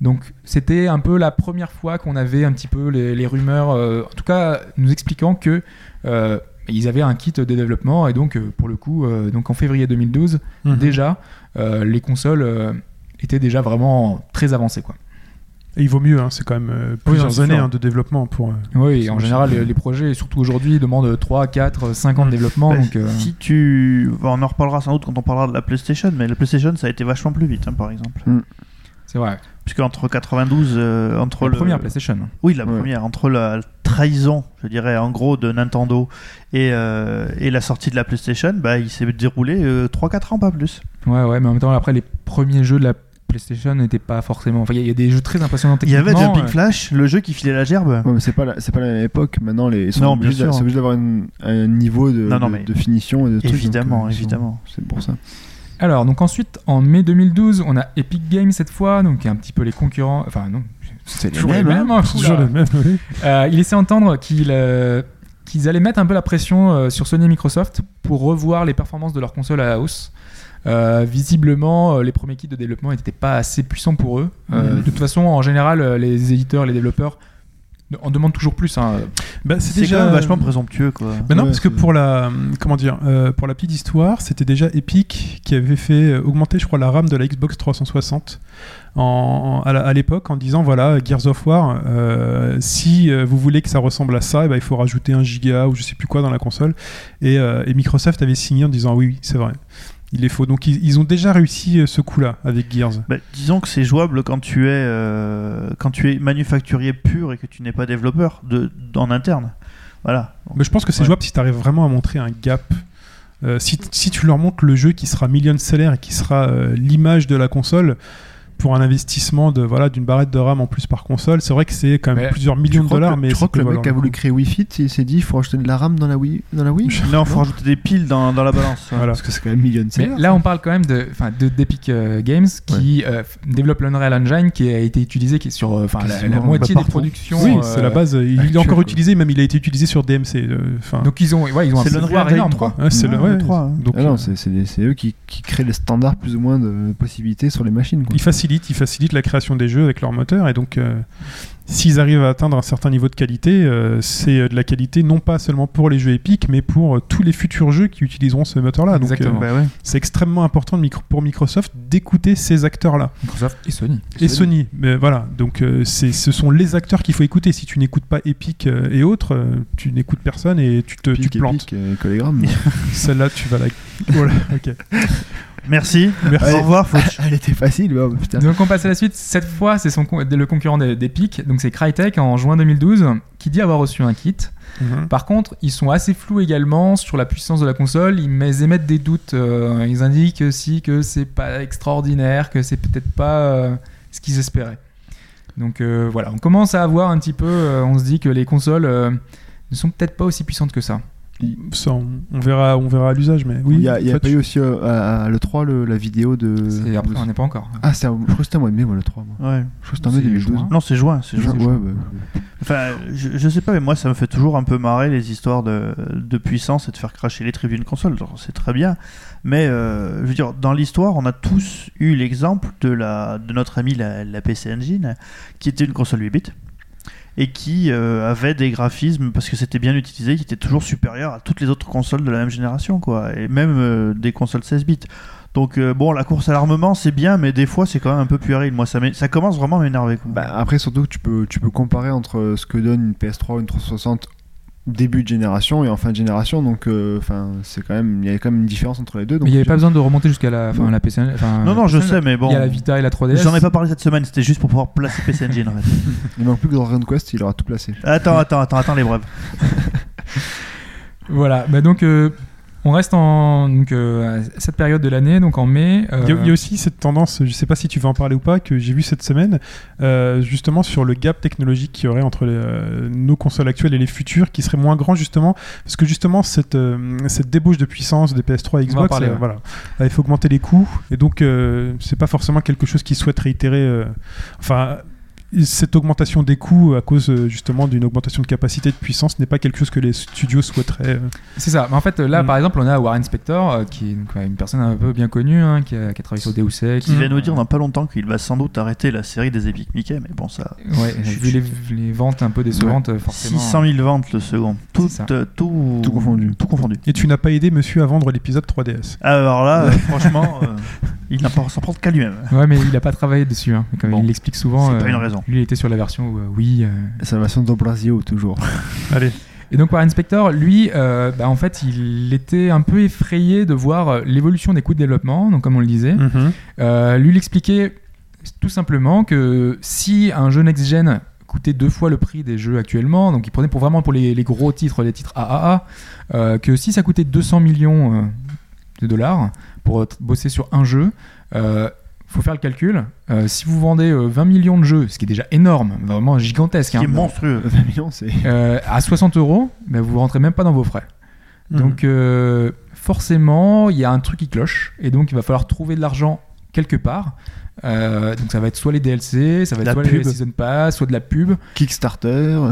Donc c'était un peu la première fois qu'on avait un petit peu les, les rumeurs, euh, en tout cas nous expliquant que euh, ils avaient un kit de développement et donc euh, pour le coup, euh, donc en février 2012 Mm-hmm. Mhm. déjà, euh, les consoles euh, étaient déjà vraiment très avancées quoi. Et il vaut mieux, hein, c'est quand même euh, non, plusieurs c'est années sûr. hein, de développement pour. euh, Oui, Ça en me général, semble. les, les projets, surtout aujourd'hui, demandent 3, 4, 5 ans de développement. Bah, donc, euh, Si tu. enfin, on en reparlera sans doute quand on parlera de la PlayStation, mais la PlayStation ça a été vachement plus vite hein, par exemple. c'est vrai. Puisque entre 92. euh, entre La le... première PlayStation. Oui, la Ouais. première. Entre la trahison, je dirais, en gros, de Nintendo et, euh, et la sortie de la PlayStation, bah, il s'est déroulé 3-4 ans, pas plus. Ouais, ouais, mais en même temps, après, les premiers jeux de la PlayStation n'étaient pas forcément. Enfin, il y, a- il y a des jeux très impressionnants Il y avait techniquement, Jumping euh, Flash, le jeu qui filait la gerbe. Ouais, mais c'est pas la- c'est pas la même époque. Maintenant, les, ils sont Non, obligés bien d'a- sûr. c'est obligé d'avoir une- un niveau de, Non, non, de- mais- de finition et de trucs, donc, évidemment, euh, ils sont- évidemment. C'est pour ça. euh. Alors, donc ensuite, en mai 2012, on a Epic Games cette fois, donc un petit peu les concurrents. Enfin, non. C'est Toujours les mêmes, hein, c'est toujours oula. le même. oui. Euh, il laissait entendre qu'il, euh, qu'ils allaient mettre un peu la pression euh, sur Sony et Microsoft pour revoir les performances de leur console à la hausse. Euh, visiblement, euh, les premiers kits de développement n'étaient pas assez puissants pour eux. Euh, Mhm. De toute façon, en général, euh, les éditeurs, les développeurs de- en demandent toujours plus. hein. Bah, c'est C'est déjà quand même vachement présomptueux, quoi. Bah non, Ouais, parce que c'est- pour la comment dire, euh, pour la petite histoire, c'était déjà Epic qui avait fait euh, augmenter, je crois, la RAM de la Xbox 360 en, en- à la- à l'époque en disant voilà, Gears of War, euh, si euh, vous voulez que ça ressemble à ça, eh ben, il faut rajouter un giga ou je sais plus quoi dans la console. Et, euh, et Microsoft avait signé en disant oui, oui, c'est vrai. Il est faux. Donc ils, ils ont déjà réussi euh, ce coup-là avec Gears. Bah, disons que c'est jouable quand tu es euh, quand tu es manufacturier pur et que tu n'es pas développeur de en interne. Voilà. Donc, Mais je pense que c'est Ouais. jouable si tu arrives vraiment à montrer un gap. Euh, si, si tu leur montres le jeu qui sera million de salaire et qui sera euh, l'image de la console pour un investissement de voilà d'une barrette de RAM en plus par console, c'est vrai que c'est quand même Mais plusieurs Tu millions de crois dollars. que, mais tu crois ça que le peut mec valoir a le voulu coup. créer Wi-Fi, il s'est dit il faut acheter de la RAM dans la Wii, dans la Wii non, faut rajouter des piles dans, dans la balance. Voilà. Parce que c'est quand même million de Mais salaires. là, on parle quand même de, enfin, de- d'Epic euh, Games qui euh, f- développe l'Unreal Engine qui a été utilisé qui est sur euh, enfin, la- la, Quasiment, moitié bah, des partout. productions. Oui, euh, c'est la base. Il est actuel, encore quoi. utilisé, même il a été utilisé sur DMC. euh, Enfin, Donc, ils ont, ouais, ils ont un C'est l'Unreal pouvoir Engine énorme. 3. quoi. ouais, Ah, c'est le, Ouais, ouais, le 3, hein. donc, Ah non, euh, c'est- c'est des- c'est eux qui, qui créent les standards plus ou moins de possibilités sur les machines. Quoi. ils facilitent, ils facilitent la création des jeux avec leur moteur et donc. euh, S'ils arrivent à atteindre un certain niveau de qualité, euh, c'est euh, de la qualité non pas seulement pour les jeux épiques, mais pour euh, tous les futurs jeux qui utiliseront ce moteur-là. Donc, euh, Exactement. Bah ouais. C'est extrêmement important de micro- pour Microsoft d'écouter ces acteurs-là. Microsoft et Sony. Et Sony, mais voilà, donc euh, c'est- ce sont les acteurs qu'il faut écouter. Si tu n'écoutes pas Epic euh, et autres, euh, tu n'écoutes euh, personne et tu te, tu te plantes. Collégramme. Celle-là, tu vas la... Voilà, ok. Merci. Merci. Au revoir, Fouch. Elle était facile, ouais, mais putain. Donc on passe à la suite. Cette fois, c'est son con- le concurrent des- d'Epic, donc c'est Crytek en juin 2012, qui dit avoir reçu un kit. Mm-hmm. Mhm. Par contre, ils sont assez flous également sur la puissance de la console. Ils mais- émettent des doutes. euh, ils indiquent aussi que c'est pas extraordinaire, que c'est peut-être pas euh, ce qu'ils espéraient. Donc euh, voilà, on commence à avoir un petit peu. euh, on se dit que les consoles euh, ne sont peut-être pas aussi puissantes que ça. Ça, on, on verra, on verra à l'usage, mais oui. Il y a, il y a en fait, pas eu aussi euh, à, à l'E3 le- la vidéo de. Euh, C'est- après, de- on n'est pas encore. Ah, c'est un- je crois que c'était un mois de mai, moi, l'E3. Moi. Ouais. Je crois que c'était un mai C'est 2012. juin. Non, c'est juin, c'est juin. Juin, ouais, bah, Enfin, je, je sais pas, mais moi, ça me fait toujours un peu marrer les histoires de, de puissance et de faire cracher les tribunes console. Genre, C'est très bien, mais euh, je veux dire, dans l'histoire, on a tous eu l'exemple de la de notre ami la, la PC Engine, qui était une console 8 bits et qui euh, avait des graphismes parce que c'était bien utilisé, qui était toujours supérieur à toutes les autres consoles de la même génération, quoi, et même euh, des consoles 16 bits. Donc euh, bon, la course à l'armement, c'est bien, mais des fois, c'est quand même un peu puéril. Moi, ça, m'é- ça commence vraiment à m'énerver. quoi. Bah, après, surtout que tu peux, tu peux comparer entre euh, ce que donne une PS3 une 360 début de génération et en fin de génération. Donc, euh, enfin, c'est quand même, il y a quand même une différence entre les deux. Donc, Mais il n'y avait je- pas besoin de remonter jusqu'à la, enfin, Non. la PC. enfin, non, non, je la PC, sais, mais bon. Il y a la Vita et la 3DS. J'en ai pas parlé cette semaine, c'était juste pour pouvoir placer PC Engine en fait. Il manque plus que Dragon Quest, il aura tout placé. Attends, attends, attends, attends les brevs. Voilà, bah donc euh, on reste en donc, euh, à cette période de l'année, donc en mai. euh, Il y, a- il y a aussi cette tendance, je sais pas si tu vas en parler ou pas, que j'ai vu cette semaine, euh, justement sur le gap technologique qu'il y aurait entre les, euh, nos consoles actuelles et les futures, qui serait moins grand justement, parce que justement cette, euh, cette débauche de puissance des PS3 et On va en Xbox, parler, euh, ouais. voilà, Euh, il faut augmenter les coûts, et donc euh, c'est pas forcément quelque chose qui souhaite réitérer. euh, enfin. Cette augmentation des coûts à cause euh, justement d'une augmentation de capacité de puissance n'est pas quelque chose que les studios souhaiteraient. euh. C'est ça. Mais en fait, là, Mm. par exemple, on a Warren Spector, euh, qui est donc, ouais, une personne un peu bien connue, hein, qui, a, qui a travaillé sur Deus Ex. Qui va nous dire dans pas longtemps qu'il va sans doute arrêter la série des Epic Mickey, mais bon, ça. Ouais, vu les, les ventes un peu décevantes, euh, forcément. 600 000 ventes le second. Tout, C'est ça. euh, tout, Tout confondu. Tout confondu. Et tu n'as pas aidé monsieur à vendre l'épisode 3DS. Alors là, euh, franchement, euh, il n'a pas à s'en prendre qu'à lui-même. hein. Ouais, mais il n'a pas travaillé dessus. hein. Mais Comme Bon. il l'explique souvent. euh, C'est pas une raison. Lui, il était sur la version où, euh, oui. euh. Ça va de Blasio, toujours. Allez, Et donc, Warren Spector, lui, euh, bah, en fait, il était un peu effrayé de voir euh, l'évolution des coûts de développement, donc comme on le disait. Mm. Mmh. Euh, lui l'expliquait tout simplement que si un jeu next-gen coûtait deux fois le prix des jeux actuellement, donc il prenait pour vraiment pour les, les gros titres, les titres AAA, euh, que si ça coûtait 200 millions euh, de dollars pour t- bosser sur un jeu, euh, faut faire le calcul. Euh, si vous vendez euh, 20 millions de jeux, ce qui est déjà énorme, vraiment gigantesque, Qui hein, est monstrueux. 20 millions, c'est. euh, à 60 euros, ben, vous rentrez même pas dans vos frais. Mhm. Donc euh, forcément, il y a un truc qui cloche et donc il va falloir trouver de l'argent quelque part. Euh, donc ça va être soit les DLC, ça va être La soit les pub. season pass, soit de la pub. Kickstarter. euh,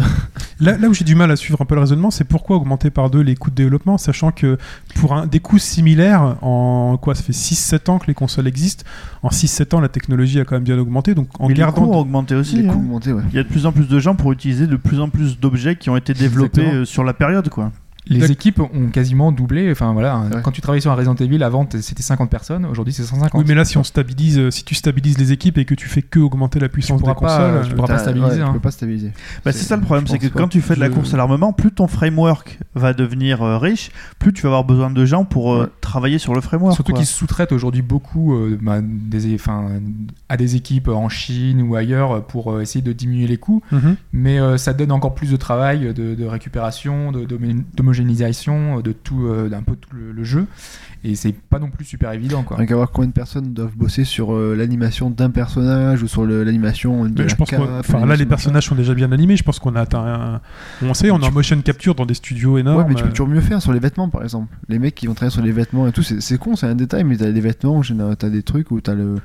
Là, là où j'ai du mal à suivre un peu le raisonnement, c'est pourquoi augmenter par deux les coûts de développement, sachant que pour un, des coûts similaires, en quoi ça fait 6-7 ans que les consoles existent, en 6-7 ans la technologie a quand même bien augmenté, donc en mais les gardant... coûts ont augmenté aussi. les hein. coûts augmentés, ouais. Il y a de plus en plus de gens pour utiliser de plus en plus d'objets qui ont été développés Exactement. euh, sur la période, quoi. Les D'ac- équipes ont quasiment doublé. Enfin voilà, hein. Ouais. quand tu travailles sur un Resident Evil, avant t- c'était 50 personnes, aujourd'hui c'est 150. oui, mais là, si on stabilise, euh, si tu stabilises les équipes et que tu fais que augmenter la puissance pourras des consoles, pas- euh, tu pourras- On va pas T'as- stabiliser, ouais, hein. Tu peux pas stabiliser. Bah, c'est ça le problème, je c'est que pense pas. quand tu fais de la Je- course à l'armement, plus ton framework va devenir euh, riche, plus tu vas avoir besoin de gens pour euh, Ouais. travailler sur le framework. Surtout quoi. qu'ils sous-traitent aujourd'hui beaucoup euh, bah, des, enfin, à des équipes en Chine ou ailleurs pour euh, essayer de diminuer les coûts. Mhm. mais euh, ça donne encore plus de travail, de, de récupération, de- d'homé- d'homogénéisation, de tout, euh, d'un peu tout le, le jeu. Et c'est pas non plus super évident, quoi. Rien qu'à voir combien de personnes doivent bosser sur euh, l'animation d'un personnage ou sur le- l'animation de Mais la je pense que, cape, enfin, là, les l'animation personnages sont déjà bien animés. Je pense qu'on a atteint. Un... On sait, on est en motion capture dans des studios de- énormes. Ouais, mais tu peux euh, toujours mieux faire sur les vêtements, par exemple. Les mecs qui vont travailler sur les vêtements et tout, c'est c'est con, c'est un détail, mais t'as les vêtements, en général, t'as des trucs où t'as le.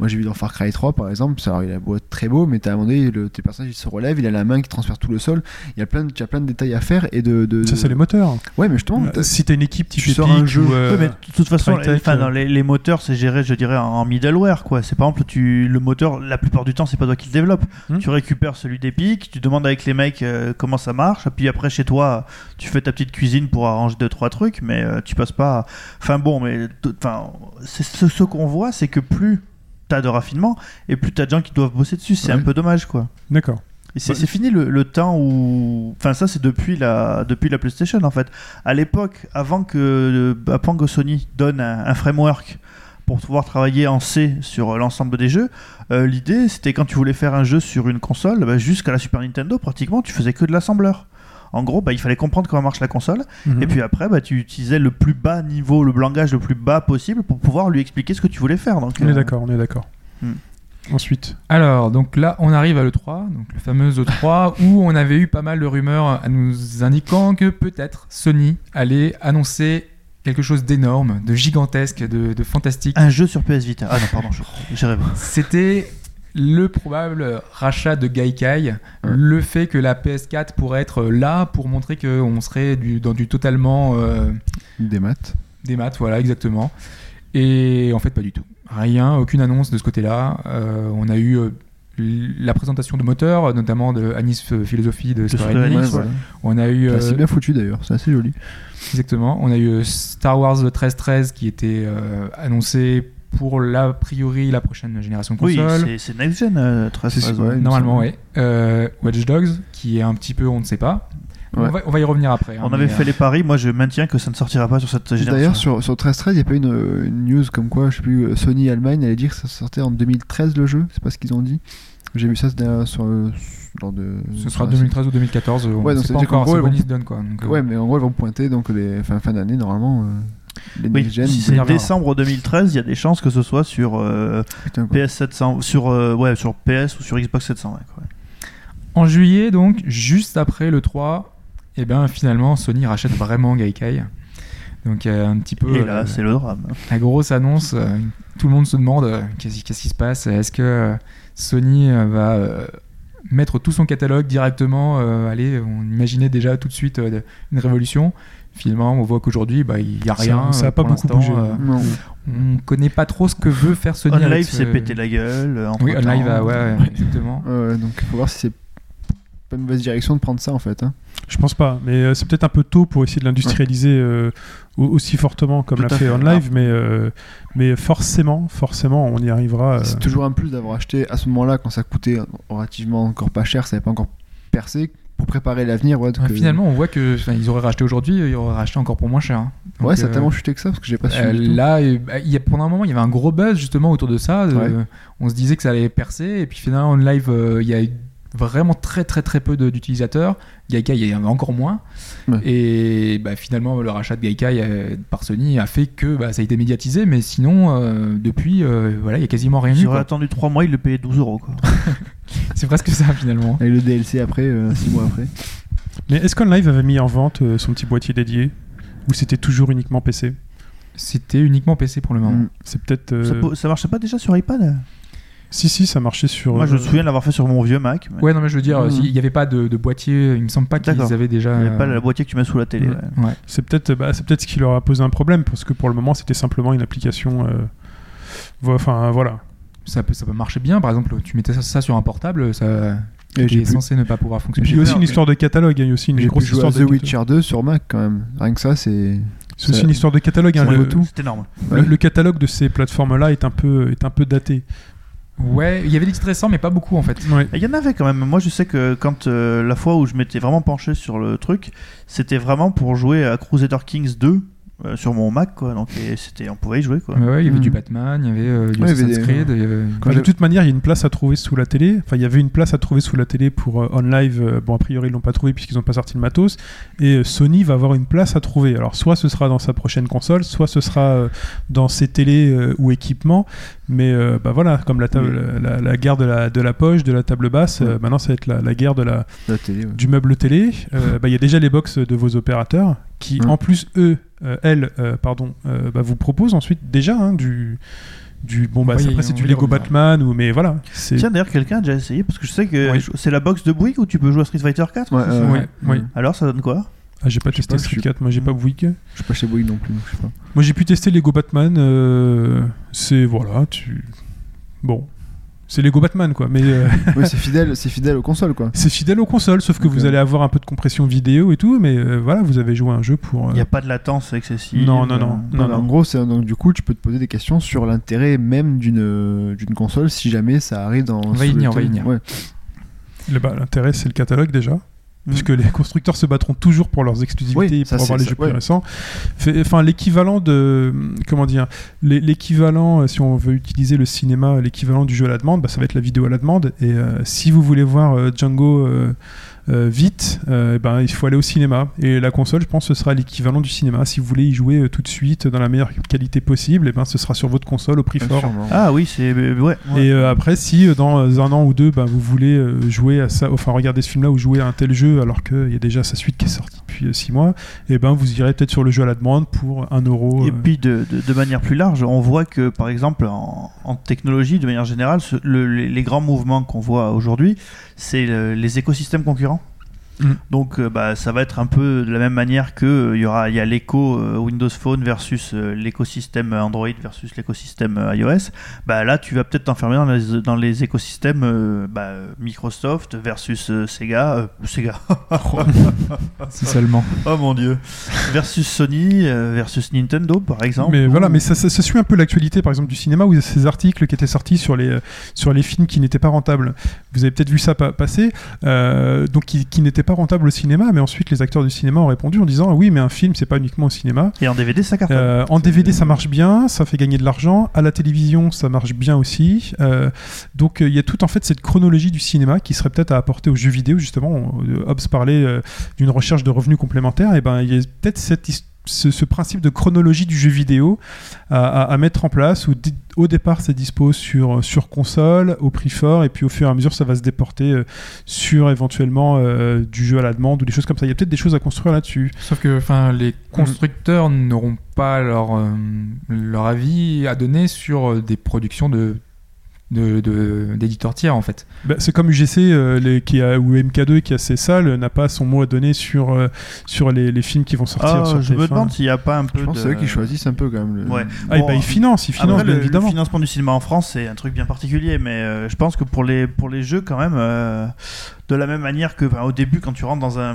Moi, j'ai vu dans Far Cry 3, par exemple, ça, alors, il a beau être très beau, mais t'as à un moment donné, le- tes personnages, ils se relèvent, il a la main qui transfère tout le sol. Il y a plein de, tu as plein de détails à faire et de. de- Ça, c'est les moteurs. Ouais, mais justement, Euh, t'as- Si t'as une équipe type tu sors un Epic jeu. ou, euh, Ouais, mais de toute façon, les, Crytek, enfin, euh, les, les moteurs, c'est géré, je dirais, en, en middleware. quoi. C'est par exemple, tu, le moteur, la plupart du temps, c'est pas toi qui le développe. Hmm. Tu récupères celui d'Epic, tu demandes avec les mecs euh, comment ça marche, et puis après, chez toi, tu fais ta petite cuisine pour arranger deux trois trucs, mais euh, tu passes pas. à- Enfin bon, mais t- enfin, c'est ce, ce qu'on voit, c'est que plus t'as de raffinement et plus t'as de gens qui doivent bosser dessus. C'est un Ouais. peu dommage, quoi. D'accord. Et C'est c'est fini le, le temps où. Enfin, ça, c'est depuis la, depuis la euh, PlayStation, en fait. À l'époque, avant que, avant que Sony donne un, un framework pour pouvoir travailler en C sur euh, l'ensemble des jeux. Euh, L'idée, c'était quand tu voulais faire un jeu sur une console, bah, jusqu'à la Super Nintendo, pratiquement, tu faisais que de l'assembleur. En gros, bah, il fallait comprendre comment marche la console, Mhm. et puis après, bah, tu utilisais le plus bas niveau, le langage le plus bas possible pour pouvoir lui expliquer ce que tu voulais faire. Donc, On euh, est d'accord, on est d'accord. Hmm. Ensuite, Alors, donc là, on arrive à l'E3, donc le fameux E3, où on avait eu pas mal de rumeurs à nous indiquant que peut-être Sony allait annoncer quelque chose d'énorme, de gigantesque, de, de fantastique. Un jeu sur PS Vita. Ah non, pardon, je- j'ai rêvé. C'était le probable rachat de Gaikai, le fait que la PS4 pourrait être là pour montrer qu'on serait du- dans du totalement euh, Des maths. des maths, voilà, exactement. Et en fait, pas du tout. Rien, aucune annonce de ce côté-là. Euh, on a eu euh, l- la présentation de moteurs, notamment de Anis F- Philosophy de Square Square Enix. Enix, Ouais, voilà. On a eu Enfin, euh, C'est bien foutu d'ailleurs, c'est assez joli. exactement. On a eu euh, Star Wars 1313 qui était euh, annoncé pour l'a priori la prochaine génération de Oui, consoles. c'est- c'est Next Gen, euh, très C'est- très- ouais, il me Normalement, semble. oui. Euh, Watch Dogs, qui est un petit peu, on ne sait pas. Ouais. On, va, on va y revenir après. hein, On avait mais, fait les paris, moi je maintiens que ça ne sortira pas sur cette génération. D'ailleurs, sur, sur 13-13, il n'y a pas une, euh, une news comme quoi, je sais plus, euh, Sony Allemagne allait dire que ça sortait en 2013 le jeu, c'est pas ce qu'ils ont dit. J'ai vu ça c'est derrière sur le. lors de- euh, Ce sur sera un 2013 ou 2014. On Ouais, ne donc sait ça veut pas dire qu'en encore. gros, C'est ils vont- Bonnie donne quoi. donc, euh, Ouais, mais en gros, ils vont pointer donc les fin, fin d'année normalement. euh, les Oui, next-gen. si on y c'est reviendra. décembre 2013, il y a des chances que ce soit sur euh, Putain, quoi. PS 700, sur euh, ouais, sur PS ou sur Xbox 700. ouais, quoi. En juillet, donc, juste après le 3, et ben finalement, Sony rachète vraiment Gaikai. Donc, euh, un petit peu Et euh, là, c'est le drame. la grosse annonce. euh, tout le monde se demande euh, qu'est-ce qu'est-ce qui se passe. Est-ce que euh, Sony euh, va euh, mettre tout son catalogue directement euh, Allez, on imaginait déjà tout de suite euh, de- une révolution. Finalement, on voit qu'aujourd'hui, bah, il n'y a Ça- rien. ça a euh, pas pour beaucoup l'instant, bougé. Non. on connaît pas trop ce que veut faire Sony. On avec live ce- s'est pété la gueule. euh, Oui, entre-temps. OnLive, ah, ouais, ouais, exactement. Ouais, donc il faut voir si c'est pas une mauvaise direction de prendre ça en fait. hein. je pense pas, mais euh, c'est peut-être un peu tôt pour essayer de l'industrialiser euh, au- aussi fortement comme Tout l'a à fait fait. en live, mais, euh, mais forcément, forcément, on y arrivera. euh, C'est toujours un plus d'avoir acheté à ce moment-là quand ça coûtait relativement encore pas cher, ça n'avait pas encore percé pour préparer l'avenir. Ouais, donc, Ouais, euh, Finalement, on voit que enfin, ils auraient racheté aujourd'hui, ils auraient racheté encore pour moins cher. hein. Donc, ouais, ça a euh, tellement chuté que ça parce que j'ai pas euh, suivi. du tout. là, euh, bah, il y a, pendant un moment, il y avait un gros buzz justement autour de ça. euh, on se disait que ça allait percer, et puis finalement, en live, euh, il y a eu vraiment très très très peu de- d'utilisateurs. Gaikai, il y en avait encore moins. Ouais. Et bah, finalement, le rachat de Gaikai euh, par Sony a fait que bah, ça a été médiatisé, mais sinon, euh, depuis, euh, voilà, il y a quasiment rien eu. J'aurais quoi. attendu 3 mois, il le payait 12 euros. quoi. C'est presque ça finalement. Avec le DLC après, 6 mois après. Mais est-ce qu'en live avait mis en vente euh, son petit boîtier dédié ou c'était toujours uniquement PC C'était uniquement PC pour le moment. Mm. C'est peut-être. euh, Ça, po- ça marchait pas déjà sur iPad Si si, ça marchait sur. Moi, je me euh, souviens de l'avoir fait sur mon vieux Mac. mais Ouais, non, mais je veux dire, Mhm. s'il n'y avait pas de, de boîtier, il me semble pas qu'ils D'accord. avaient déjà. Il y avait euh, pas la boîtier que tu mets sous la télé. Mm. ouais. Ouais. C'est peut-être bah, c'est peut-être ce qui leur a posé un problème parce que pour le moment c'était simplement une application. euh, vo- Enfin voilà. Ça peut, ça peut marcher bien, par exemple, tu mettais ça, ça sur un portable, ça Et il j'ai est pu- censé ne pas pouvoir Il fonctionner. y a aussi une histoire de catalogue, hein. il y a aussi une j'ai pu grosse jouer à histoire The de Witcher 2 sur Mac quand même. Rien que ça, c'est. C'est aussi une histoire de catalogue. hein, Ouais, le, C'est énorme. le- le catalogue de ces plateformes-là est un peu est un peu daté. Ouais, il y avait des stressants, mais pas beaucoup en fait. Ouais. Il y en avait quand même. Moi, je sais que quand euh, la fois où je m'étais vraiment penché sur le truc, c'était vraiment pour jouer à Crusader Kings 2 euh, sur mon Mac, quoi. Donc, et c'était, on pouvait y jouer, quoi. Ouais, ouais, il y avait Mhm. du Batman, il y avait euh, du Ouais, il y avait Assassin's des- Creed, il y avait- Quand Bah, de j'ai- toute manière, il y a une place à trouver sous la télé. Enfin, il y avait une place à trouver sous la télé pour euh, On Live. Euh, bon, a priori, ils l'ont pas trouvé puisqu'ils n'ont pas sorti le matos. Et euh, Sony va avoir une place à trouver. Alors, soit ce sera dans sa prochaine console, soit ce sera euh, dans ses télés euh, ou équipements. Mais euh, bah voilà, comme la, table, la, la guerre de la, de la poche, de la table basse, euh, Ouais. maintenant ça va être la, la guerre de la, La télé, ouais. du meuble télé, euh, bah, il y a déjà les box de vos opérateurs qui, Mm. en plus, eux, euh, elles, euh, pardon, euh, bah, vous proposent ensuite déjà hein, du. Du, bon, bah, Oui, après, c'est on du va y Lego revenir. Batman, ou, mais voilà. c'est- Tiens, d'ailleurs, quelqu'un a déjà essayé parce que je sais que Oui. je- c'est la box de Bouygues où tu peux jouer à Street Fighter 4. Ouais, euh, Oui, oui. Alors, ça donne quoi Ah, j'ai pas testé pas, Street je suis- 4, moi j'ai pas Bouygues. Je suis pas chez Bouygues non plus, donc je sais pas. Moi j'ai pu tester Lego Batman, euh, c'est. Voilà, tu. Bon. C'est Lego Batman quoi, mais euh, Oui, c'est fidèle, c'est fidèle aux consoles quoi. c'est fidèle aux consoles, sauf que Ok. vous allez avoir un peu de compression vidéo et tout, mais euh, voilà, vous avez joué à un jeu pour. euh, Il n'y a pas de latence excessive. Non, non, euh, non. Non, mais En gros, c'est donc du coup, tu peux te poser des questions sur l'intérêt même d'une euh, d'une console si jamais ça arrive dans. va y sous le venir, on va y thème. venir. Ouais. le- bah, L'intérêt c'est le catalogue déjà. puisque les constructeurs se battront toujours pour leurs exclusivités Mm. Oui, ça, pour avoir c'est- les ça, jeux ouais. plus récents. Fait- Enfin, l'équivalent de comment dire, l'é- l'équivalent euh, si on veut utiliser le cinéma, l'équivalent du jeu à la demande, bah, ça va être la vidéo à la demande. Et euh, si vous voulez voir euh, Django euh, euh, vite, euh, eh ben il faut aller au cinéma. Et la console, je pense, ce sera l'équivalent du cinéma. Si vous voulez y jouer euh, tout de suite dans la meilleure qualité possible, et ben ce sera sur votre console au prix Euh, fort. Sûrement. Ah oui, c'est. euh, Ouais. ouais. Et euh, après, si euh, dans un an ou deux, bah, vous voulez euh, jouer à ça, enfin regarder ce film-là ou jouer à un tel jeu alors qu'il y a déjà sa suite qui est sortie depuis euh, six mois, et ben vous irez peut-être sur le jeu à la demande pour un euro. Et euh, puis de, de- de manière plus large, on voit que par exemple en, en technologie, de manière générale, ce- le- les, les grands mouvements qu'on voit aujourd'hui, c'est le- les écosystèmes concurrents. Mm. Donc euh, bah, ça va être un peu de la même manière que euh, il y aura il y a l'éco euh, Windows Phone versus euh, l'écosystème Android versus l'écosystème euh, iOS. Bah là tu vas peut-être t'enfermer dans les, dans les écosystèmes euh, bah, Microsoft versus euh, Sega, euh, Sega. si seulement. Oh mon dieu. Versus Sony, euh, versus Nintendo par exemple. Mais Ou- voilà, mais ça, ça- ça suit un peu l'actualité, par exemple, du cinéma où il y a ces articles qui étaient sortis sur les, euh, sur les films qui n'étaient pas rentables. Vous avez peut-être vu ça pa- passer, euh, donc qui, qui n'étaient pas rentables au cinéma, mais ensuite les acteurs du cinéma ont répondu en disant Ah oui, mais un film, c'est pas uniquement au cinéma. Et en DVD, ça cartonne. Euh, en DVD, ça marche bien, ça fait gagner de l'argent. À la télévision, ça marche bien aussi. Euh, donc, euh, il y a tout en fait cette chronologie du cinéma qui serait peut-être à apporter aux jeux vidéo. Justement, On- euh, Hobbes parlait euh, d'une recherche de revenus complémentaires. Et ben, il y a peut-être cette his- ce, ce principe de chronologie du jeu vidéo à, à- à mettre en place où dé- au départ c'est dispo sur, euh, sur console au prix fort et puis au fur et à mesure ça va se déporter euh, sur éventuellement euh, du jeu à la demande ou des choses comme ça il y a peut-être des choses à construire là-dessus Sauf que enfin, les Hmm. constructeurs n'auront pas leur, euh, leur avis à donner sur euh, des productions de de- de- d'éditeurs tiers en fait. Bah, c'est comme UGC euh, les- qui a, ou MK2 qui a ses salles n'a pas son mot à donner sur, euh, sur les, les films qui vont sortir. Ah, sur je me TF1. demande s'il n'y a pas un peu Je pense de... que c'est eux qui choisissent un peu quand même. le- Ouais. Ah, et Bon, bah, ils financent, ils Après, financent, bien le, le évidemment. financement du cinéma en France, c'est un truc bien particulier, mais euh, je pense que pour les, pour les jeux, quand même, euh, de la même manière que enfin, au début, quand tu rentres dans un,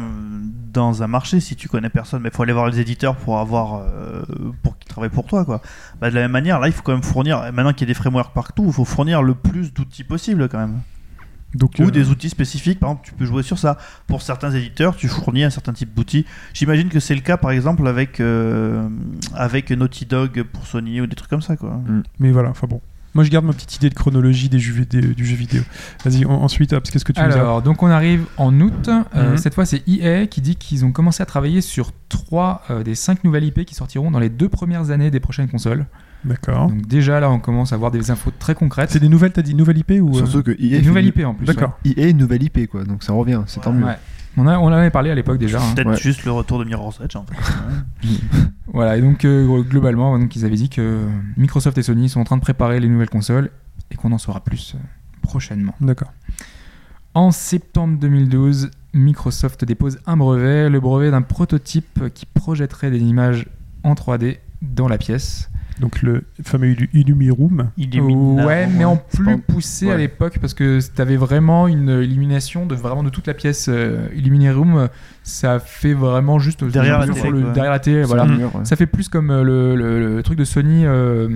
dans un marché, si tu connais personne, mais il faut aller voir les éditeurs pour avoir euh, pour qu'ils travaillent pour toi. Quoi. Bah, de la même manière, là, il faut quand même fournir, maintenant qu'il y a des frameworks partout, il faut fournir le plus d'outils possible quand même. Donc, Ou euh, des outils spécifiques, par exemple, tu peux jouer sur ça. Pour certains éditeurs, tu fournis un certain type d'outils. J'imagine que c'est le cas, par exemple, avec, euh, avec Naughty Dog pour Sony ou des trucs comme ça, quoi. Mais voilà, enfin bon. Moi, je garde ma petite idée de chronologie des jeux vidéo, du jeu vidéo. Vas-y, en- ensuite, parce qu'est-ce que tu nous as Alors, donc on arrive en août. Euh, Mhm. Cette fois, c'est EA qui dit qu'ils ont commencé à travailler sur trois euh, des cinq nouvelles IP qui sortiront dans les deux premières années des prochaines consoles. D'accord. Donc déjà là, on commence à avoir des infos très concrètes. Oh. C'est des nouvelles, t'as dit nouvelles IP ou. euh, Surtout que E EA Des fait nouvelles une- IP en plus. D'accord. EA E une nouvelle IP quoi, donc ça revient, c'est tant ouais. mieux. Ouais. On, a, on en avait parlé à l'époque déjà. hein. Peut-être Ouais. juste le retour de Mirror's Edge, en fait. Voilà, et donc euh, globalement, donc, ils avaient dit que Microsoft et Sony sont en train de préparer les nouvelles consoles et qu'on en saura plus euh, prochainement. D'accord. En septembre 2012, Microsoft dépose un brevet, le brevet d'un prototype qui projetterait des images en 3D dans la pièce. Donc, le fameux Illu- Illumiroom. Il Ouais, mais en C'est plus pas- poussé à ouais. l'époque parce que t'avais vraiment une illumination de vraiment de toute la pièce. euh, Illuminé Room, ça fait vraiment juste Derrière sur la télé, le- quoi. derrière la télé, voilà. Tant mieux, ouais. Ça fait plus comme euh, le, le- le truc de Sony euh,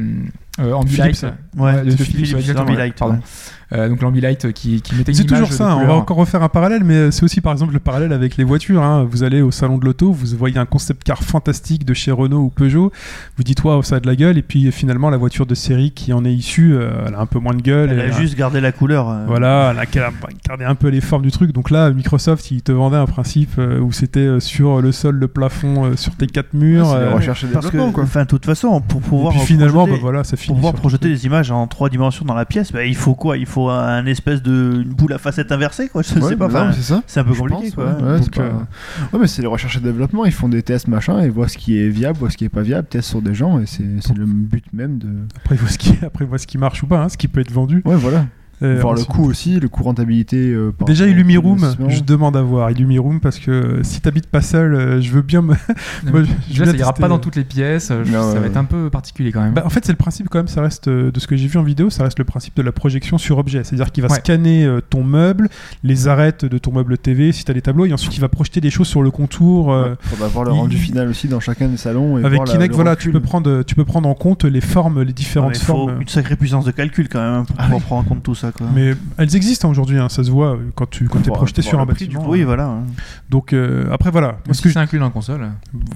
euh, Ambilight. Philips. Ouais, de de Philips, Philips, ouais, exactement, Ambilight, pardon. ouais. Euh, donc l'Ambilight qui, qui mettait une C'est image toujours de ça, hein. on va couleur. encore refaire un parallèle, mais c'est aussi par exemple le parallèle avec les voitures. hein. Vous allez au salon de l'auto, vous voyez un concept car fantastique de chez Renault ou Peugeot, vous dites waouh, ça a de la gueule, et puis finalement la voiture de série qui en est issue, euh, elle a un peu moins de gueule. Elle et, a euh, juste gardé la couleur. euh. Voilà, elle a elle a gardé un peu les formes du truc. Donc là, Microsoft, il te vendait un principe euh, où c'était euh, sur le sol, le plafond, euh, sur tes quatre Ouais, murs. c'est euh, la recherche et Parce que, développement, quoi. enfin, de toute façon, pour et pouvoir puis finalement, projeter, bah voilà, ça pour finit. pouvoir sur- projeter des images en trois dimensions dans la pièce, bah, il faut quoi Il faut un espèce de une boule à facettes inversée, quoi. Je Ouais, sais pas. bah non, enfin, c'est ça. C'est un peu Je compliqué, pense, quoi. ouais. Ouais, c'est Donc, pas- euh, ouais, mais c'est les recherches et développement, ils font des tests machin, ils voient ce qui est viable, voient ce qui est pas viable, testent sur des gens et c'est c'est le but même de. Après, il faut ce qui, après, il faut ce qui marche ou pas, hein, ce qui peut être vendu. Ouais, voilà. Euh, Voir le ensuite- coût aussi, le coût rentabilité. euh, par Déjà rapport au Illumiroom, investissement. je demande à voir Illumiroom parce que euh, si t'habites pas seul, euh, je veux bien me. Non, Moi, je- mais je Déjà, viens ça ira tester. pas dans toutes les pièces. euh, je- Non, ça ouais, va ouais. être un peu particulier quand même. Bah, en fait, c'est le principe quand même. Ça reste euh, de ce que j'ai vu en vidéo, ça reste le principe de la projection sur objet. C'est-à-dire qu'il va Ouais. scanner euh, ton meuble, les arêtes de ton meuble TV, si t'as des tableaux, et ensuite il va projeter des choses sur le contour. euh, Ouais, pour avoir le il- rendu final aussi dans chacun des salons. Et Avec voir la- Kinect, le voilà, tu recul. peux prendre, tu peux prendre en compte les formes, les Non, mais différentes il faut formes. une sacrée puissance de calcul quand même hein, pour pouvoir prendre en compte tout ça. ça quoi. Ah Mais elles existent aujourd'hui, hein, ça se voit euh, quand tu quand es Bon, projeté bon, sur un le prix Ah, du bâtiment. Oui, hein. voilà. hein. Donc euh, après voilà, moi Parce ce que que je, c'est inclus dans la console.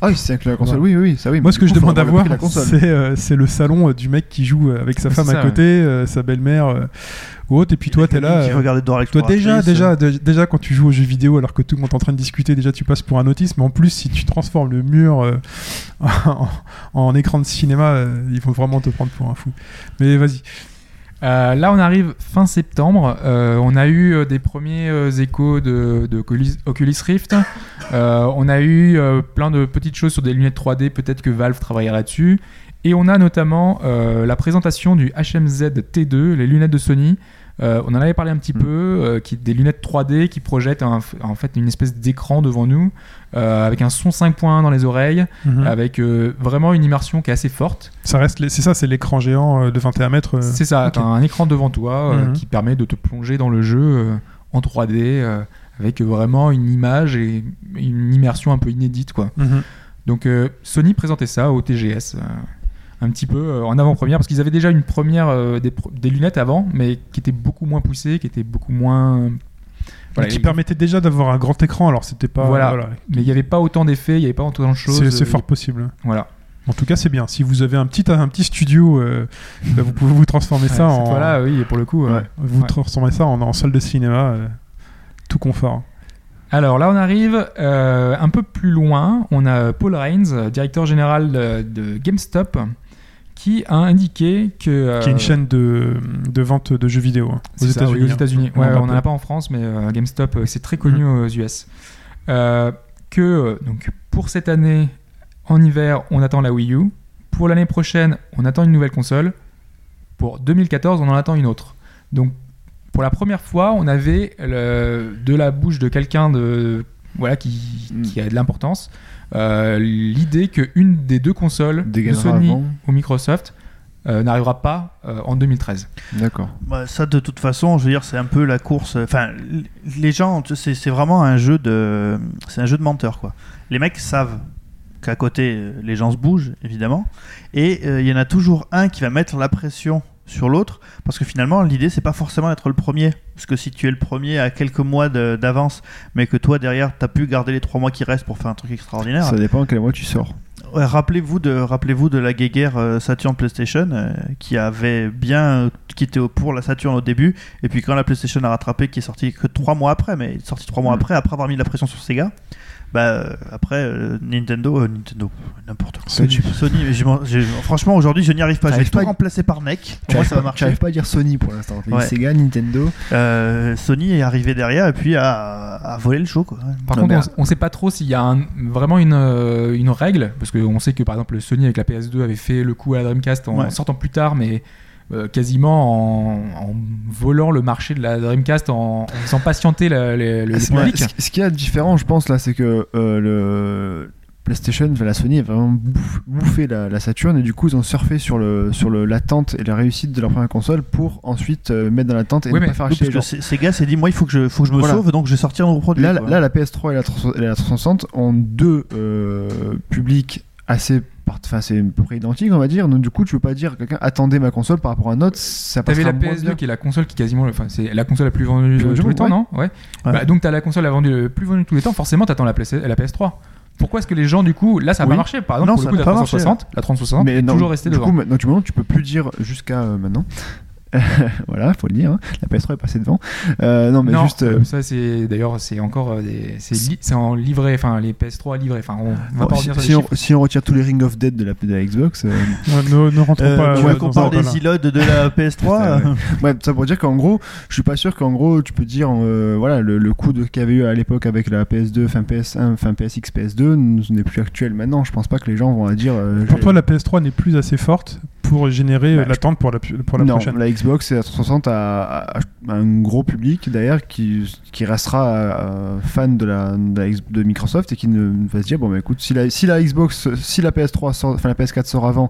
Ah oui, c'est avec la console. Oui, oui, oui, ça oui. moi, ce mais que du je coup, faut demande à avoir le voir, prix de la console. c'est euh, c'est le salon euh, du mec qui joue euh, avec sa Ouais, femme c'est à ça, côté, euh, sa belle-mère euh, ou autre, et puis toi Avec t'es le là. mec qui euh, regardait Dora euh, Toi déjà, l'exploratrice, euh. déjà, dé- déjà quand tu joues aux jeux vidéo alors que tout le monde est en train de discuter, déjà tu passes pour un autiste, mais en plus si tu transformes le mur euh, en, en écran de cinéma, euh, ils vont vraiment te prendre pour un fou. Mais vas-y. Euh, là, on arrive fin septembre. Euh, on a eu euh, des premiers euh, échos de, de Oculus, Oculus Rift. Euh, on a eu euh, plein de petites choses sur des lunettes 3D. Peut-être que Valve travaillera là-dessus. Et on a notamment euh, la présentation du HMZ T2, les lunettes de Sony. Euh, on en avait parlé un petit peu, euh, qui, des lunettes 3D qui projettent un- en fait une espèce d'écran devant nous, euh, avec un son 5.1 dans les oreilles, Mm. avec euh, vraiment une immersion qui est assez forte. Ah. Ça reste, les- c'est ça, c'est l'écran géant euh, de 21 mètres. euh, C'est ça, ok. t'as un écran devant toi euh, Mhm. qui permet de te plonger dans le jeu euh, en 3D euh, avec vraiment une image et une immersion un peu inédite quoi. mhm. Donc euh, Sony présentait ça au TGS euh, un petit peu euh, en avant-première parce qu'ils avaient déjà une première euh, des, pro- des lunettes avant mais qui était beaucoup moins poussée, qui était beaucoup moins voilà, qui il- permettait déjà d'avoir un grand écran, alors c'était pas. Voilà. voilà. mais il n'y avait pas autant d'effets, il n'y avait pas autant de choses. C'est c'est euh, fort possible. Voilà. En tout cas, c'est bien. Si vous avez un petit, un petit studio, euh, bah, vous pouvez vous transformer ça Ouais, cette en. fois-là, oui, pour le coup. euh, Ouais. Vous Ouais. transformez ça en, en salle de cinéma, euh, tout confort. hein. Alors là, on arrive euh, un peu plus loin. On a Paul Raines, euh, directeur général euh, de GameStop, qui a indiqué que. euh, qui est une chaîne de, de vente de jeux vidéo hein, aux c'est ça, États-Unis. oui, hein. États-Unis. Ouais, on n'en a pas en France, mais euh, GameStop, euh, c'est très connu aux US. Euh, que euh, donc, pour cette année, en hiver, on attend la Wii U. Pour l'année prochaine, on attend une nouvelle console. Pour 2014, on en attend une autre. Donc, pour la première fois, on avait le- de la bouche de quelqu'un de voilà qui, Mm. qui a de l'importance euh, l'idée que une des deux consoles de Dégainera Sony avant. ou Microsoft euh, n'arrivera pas euh, en 2013. D'accord. Bah, ça, de toute façon, je veux dire, c'est un peu la course. euh, Enfin, l- les gens, tu sais, c'est c'est vraiment un jeu de, c'est un jeu de menteur quoi. Les mecs savent qu'à côté, euh, les gens se bougent évidemment, et euh, il y en a toujours un qui va mettre la pression sur l'autre parce que finalement l'idée c'est pas forcément d'être le premier parce que si tu es le premier à quelques mois de- d'avance mais que toi derrière t'as pu garder les trois mois qui restent pour faire un truc extraordinaire Ça dépend à quel mois tu sors. Ouais, rappelez-vous de rappelez-vous de la guéguerre euh, Saturn PlayStation euh, qui avait bien euh, qui était au- pour la Saturn au début et puis quand la PlayStation a rattrapé qui est sortie que trois mois après mais il est sorti trois mois Mm. après après avoir mis de la pression sur Sega bah euh, après euh, Nintendo euh, Nintendo n'importe quoi Sony. Sony mais je m'en- je- franchement aujourd'hui je n'y arrive pas je vais T'arrives tout pas- remplacer par NEC Tu pour moi arrives ça va pas, tu marcher arrives pas à dire Sony pour l'instant. Mais Ouais. Sega, Nintendo. Euh, Sony est arrivé derrière et puis a, a volé le show quoi Par Non, mais- contre, on- on ne sait pas trop s'il y a un- vraiment une, euh, une règle, parce qu'on sait que par exemple Sony avec la PS2 avait fait le coup à la Dreamcast en Ouais. sortant plus tard, mais euh, quasiment en, en volant le marché de la Dreamcast, en, en faisant patienter la- les- le, le Ce- public. ce, ce qui est différent, je pense, là, c'est que euh, le PlayStation, enfin, la Sony a vraiment bouff- bouffé la, la Saturn et du coup, ils ont surfé sur le sur le- l'attente et la réussite de leur première console pour ensuite euh, mettre dans l'attente et Oui, ne mais- pas faire Donc, acheter parce les que gens. Se- Sega s'est dit moi il faut que je faut que je me Voilà. sauve donc je vais sortir un nouveau produit Là, quoi. là, la PS3 et la, 300 et la 360 ont deux euh, publics assez par- Enfin, c'est à peu près identique, on va dire. Donc, du coup, tu peux pas dire à quelqu'un attendez ma console par rapport à un autre. Ça T'avais passera la moins bien. PS2 qui est la console qui quasiment, enfin c'est la console la plus vendue Plus de vendue, tous les temps, ouais. non Ouais. Ouais. Bah, donc t'as la console la vendue le plus vendue de tous les temps. Forcément, t'attends la, PS- la PS3. Pourquoi est-ce que les gens du coup là ça a Oui. pas marché Par exemple, Non, pour ça le coup n'a la pas marché. 360, la 360 est non, Hein toujours restée du devant. Coup, maintenant, du moment, tu peux plus dire jusqu'à euh, maintenant. voilà, faut le dire. hein. La PS3 est passée devant. Euh, non, mais non, juste. euh, euh, ça c'est d'ailleurs c'est encore euh, des- c'est li- c'est en livré, enfin les PS3 livrés, enfin on va bon, pas si, revenir sur les si on, chiffres. si on retire tous les Ring of Dead de la, de la Xbox, euh, Ouais, ne, ne rentrons Euh, pas tu euh, veux dans qu'on un parle débat, des ilodes de la PS3 euh, ouais, ça pour dire qu'en gros, je suis pas sûr qu'en gros, tu peux dire, euh, voilà, le, le coup de qu'il y avait eu à l'époque avec la PS2, fin PS1, fin PSX, PS2, n- n'est plus actuel maintenant. Je pense pas que les gens vont à dire. euh, là. Pour je- toi, la PS3 n'est plus assez forte pour générer Bah, euh, l'attente pour la, pu- pour la non, prochaine. la Xbox et la 360 a, a- a un gros public derrière qui, qui restera euh, fan de la, de la X- de Microsoft et qui ne va se dire bon bah écoute si la, si la Xbox si la PS3 sort- enfin la PS4 sort avant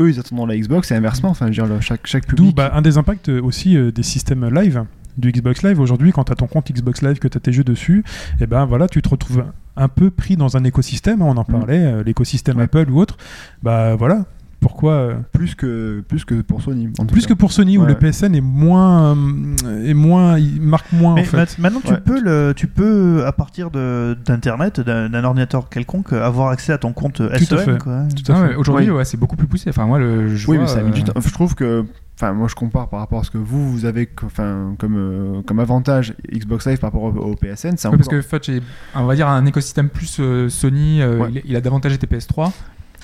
eux ils attendront la Xbox et inversement enfin je veux dire le- chaque chaque D'où public bah, un des impacts euh, aussi euh, des systèmes live, du Xbox Live. Aujourd'hui, quand tu as ton compte Xbox Live, que tu as tes jeux dessus, et ben voilà, tu te retrouves un- un peu pris dans un écosystème, hein, on en parlait, euh, l'écosystème Mm. Ouais. Apple ou autre. Bah voilà, pourquoi. euh, Plus que, plus que pour Sony. en tout plus que cas. pour Sony où Ouais, le ouais. PSN est moins. euh, est moins il marque moins Mais en fait. ma- maintenant, tu Ouais. peux, le, tu peux à partir de- d'internet, d'un d'un ordinateur quelconque, avoir accès à ton compte à fait. SEM. quoi. Tout à Ah fait. ouais, Aujourd'hui, Oui. ouais, c'est beaucoup plus poussé. Enfin, moi, le, je Oui, vois, mais ça a mis du euh, temps. Je trouve que. Enfin, moi je compare par rapport à ce que vous, vous avez co- enfin, comme, euh, comme avantage Xbox Live par rapport au, au PSN. C'est Ouais, parce encore- que Fudge est, on va dire, un écosystème plus euh, Sony. euh, Ouais. il, est- il a davantage été PS3.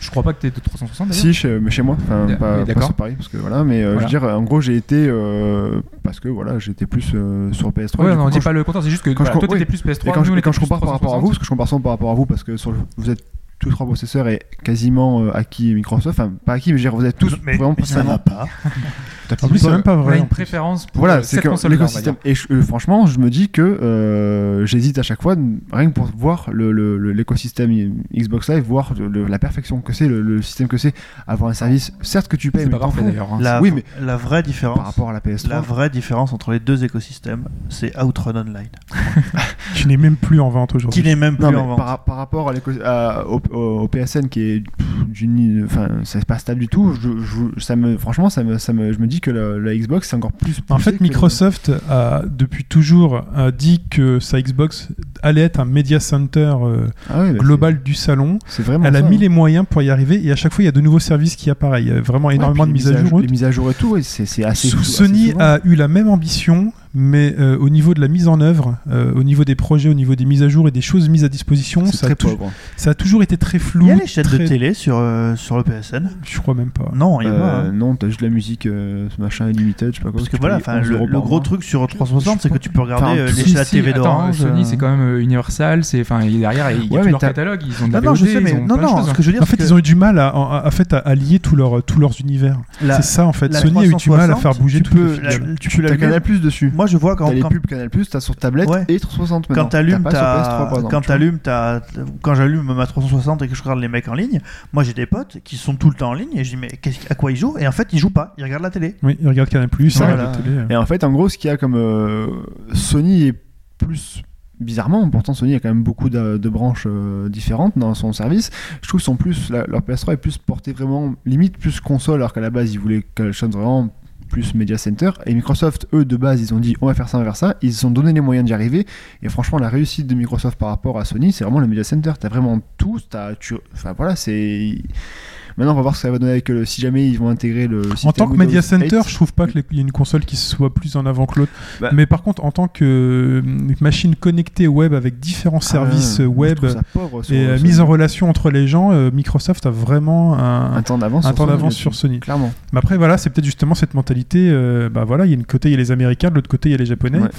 Je crois pas que t'es de 360 d'ailleurs. Si, chez, mais chez moi, enfin, Ah, oui, pas, pas d'accord. sur Paris, parce que voilà, mais euh, Voilà. je veux dire, en gros, j'ai été, euh, parce que voilà, j'étais plus euh, sur PS3. Ouais, du non, coup, on dit quand pas le contraire, c'est juste que quand je voilà, toi com- t'étais oui. plus PS3. Et quand, je, nous, on et quand était je compare plus par rapport à vous, 360. parce que je compare sans par rapport à vous, parce que sur le- vous êtes tous trois processeurs et quasiment euh, acquis Microsoft, enfin pas acquis, mais je veux dire, vous êtes tous vraiment ça principalement- va pas. T'as En plus, c'est pas- même pas On a vrai. une préférence pour euh, Voilà, voilà, c'est cette que console l'écosystème. Et je- euh, franchement, je me dis que euh, j'hésite à chaque fois, rien que pour voir le- le- le- l'écosystème Xbox Live, voir le- le- la perfection que c'est, le, le système que c'est, avoir un service, certes que tu payes, C'est mais pas t'en parfait fous. d'ailleurs. hein. La, Oui, mais- la vraie par différence, rapport à la PS3. la vraie différence entre les deux écosystèmes, c'est Outrun Online. Qui n'est même plus en vente aujourd'hui. Qui n'est même plus Non, mais en vente. par, par rapport à l'éco- à- au, au- au PSN qui est pff, d'une, enfin, c'est pas stable du tout. Je, je- ça me, franchement, ça me, ça me- je me dis que la, la Xbox c'est encore plus. En poussé fait, que- Microsoft a depuis toujours euh, dit que sa Xbox allait être un media center euh, Ah ouais, bah, global du salon. c'est- C'est vraiment. Elle a ça, mis hein. les moyens pour y arriver et à chaque fois il y a de nouveaux services qui apparaissent. Il y a vraiment Ouais, énormément puis de les mises à jour. Les mises à jour et tout, ouais, c'est c'est assez. So- fou- assez Sony euh, souvent. a eu la même ambition, mais euh, au niveau de la mise en œuvre, euh, au niveau des projets, au niveau des mises à jour et des choses mises à disposition, C'est ça a, très tou- pauvre. hein. ça a toujours été très Il flou. y a les chaînes très- de télé sur, euh, sur le PSN Je crois même pas. Non, il y en a pas. Euh, hein. Non, t'as juste de la musique, euh, ce machin, unlimited, je sais pas quoi. Parce que tu voilà, payes enfin, 11 le, euros par le gros mois. truc sur 360, c'est que tu peux Enfin, regarder euh, les Si, chaînes à si, TV attends, d'Orange. euh, Sony, c'est quand même euh, Universal. C'est enfin, il est derrière, il y a Ouais, tout mais leur t'as- catalogue. Ils ont de la euh. Non, non, je VOD, sais, ils mais ont non, plein de non, choses. hein. ce que je veux dire, En fait, c'est ils ont eu du mal à, en- à- en fait, à, à lier tous leurs- tous leurs univers. que la- C'est ça en fait. la Sony a eu du mal à faire 360, bouger tu tous les peux, la- filiales. tu peux T'as l'allumer. Canal Plus dessus. Moi, je vois quand, T'as les quand, pubs Canal Plus, t'as sur tablette Ouais. et 360 maintenant. quand t'allumes, pas sur PS3, t'as- par exemple, quand tu vois. t'allumes, t'as- quand j'allume ma 360 et que je regarde les mecs en ligne, moi j'ai des potes qui sont tout le temps en ligne et je dis mais qu'est-ce- à quoi ils jouent Et en fait, ils jouent pas, ils regardent la télé. Oui, ils regardent Canal Plus, Voilà. télé. Et en fait, en gros, ce qu'il y a comme euh, Sony est plus bizarrement, pourtant Sony a quand même beaucoup de, de branches euh, différentes dans son service. Je trouve son plus la- leur PS3 est plus porté vraiment limite plus console, alors qu'à la base ils voulaient quelque chose de vraiment plus media center. Et Microsoft, eux, de base, ils ont dit on va faire ça, on va faire ça. Ils se sont donné les moyens d'y arriver. Et franchement, la réussite de Microsoft par rapport à Sony, c'est vraiment le media center. T'as vraiment tout. T'as, tu, enfin voilà, c'est. Maintenant, on va voir ce que ça va donner avec le. Si jamais ils vont intégrer le. En système tant que Windows Media Center, 8. je trouve pas qu'il y ait une console qui soit plus en avant que l'autre. Bah. Mais par contre, en tant que euh, machine connectée web avec différents services Ah, euh, moi, je web trouve ça pauvre sur- et euh, sur- mise en relation entre les gens, euh, Microsoft a vraiment un, un temps d'avance. un sur temps Sony, d'avance là-dessus. sur Sony. Clairement. Mais après, voilà, c'est peut-être justement cette mentalité. euh, bah voilà, il y a une côté, il y a les Américains, de l'autre côté, il y a les Japonais. Ouais.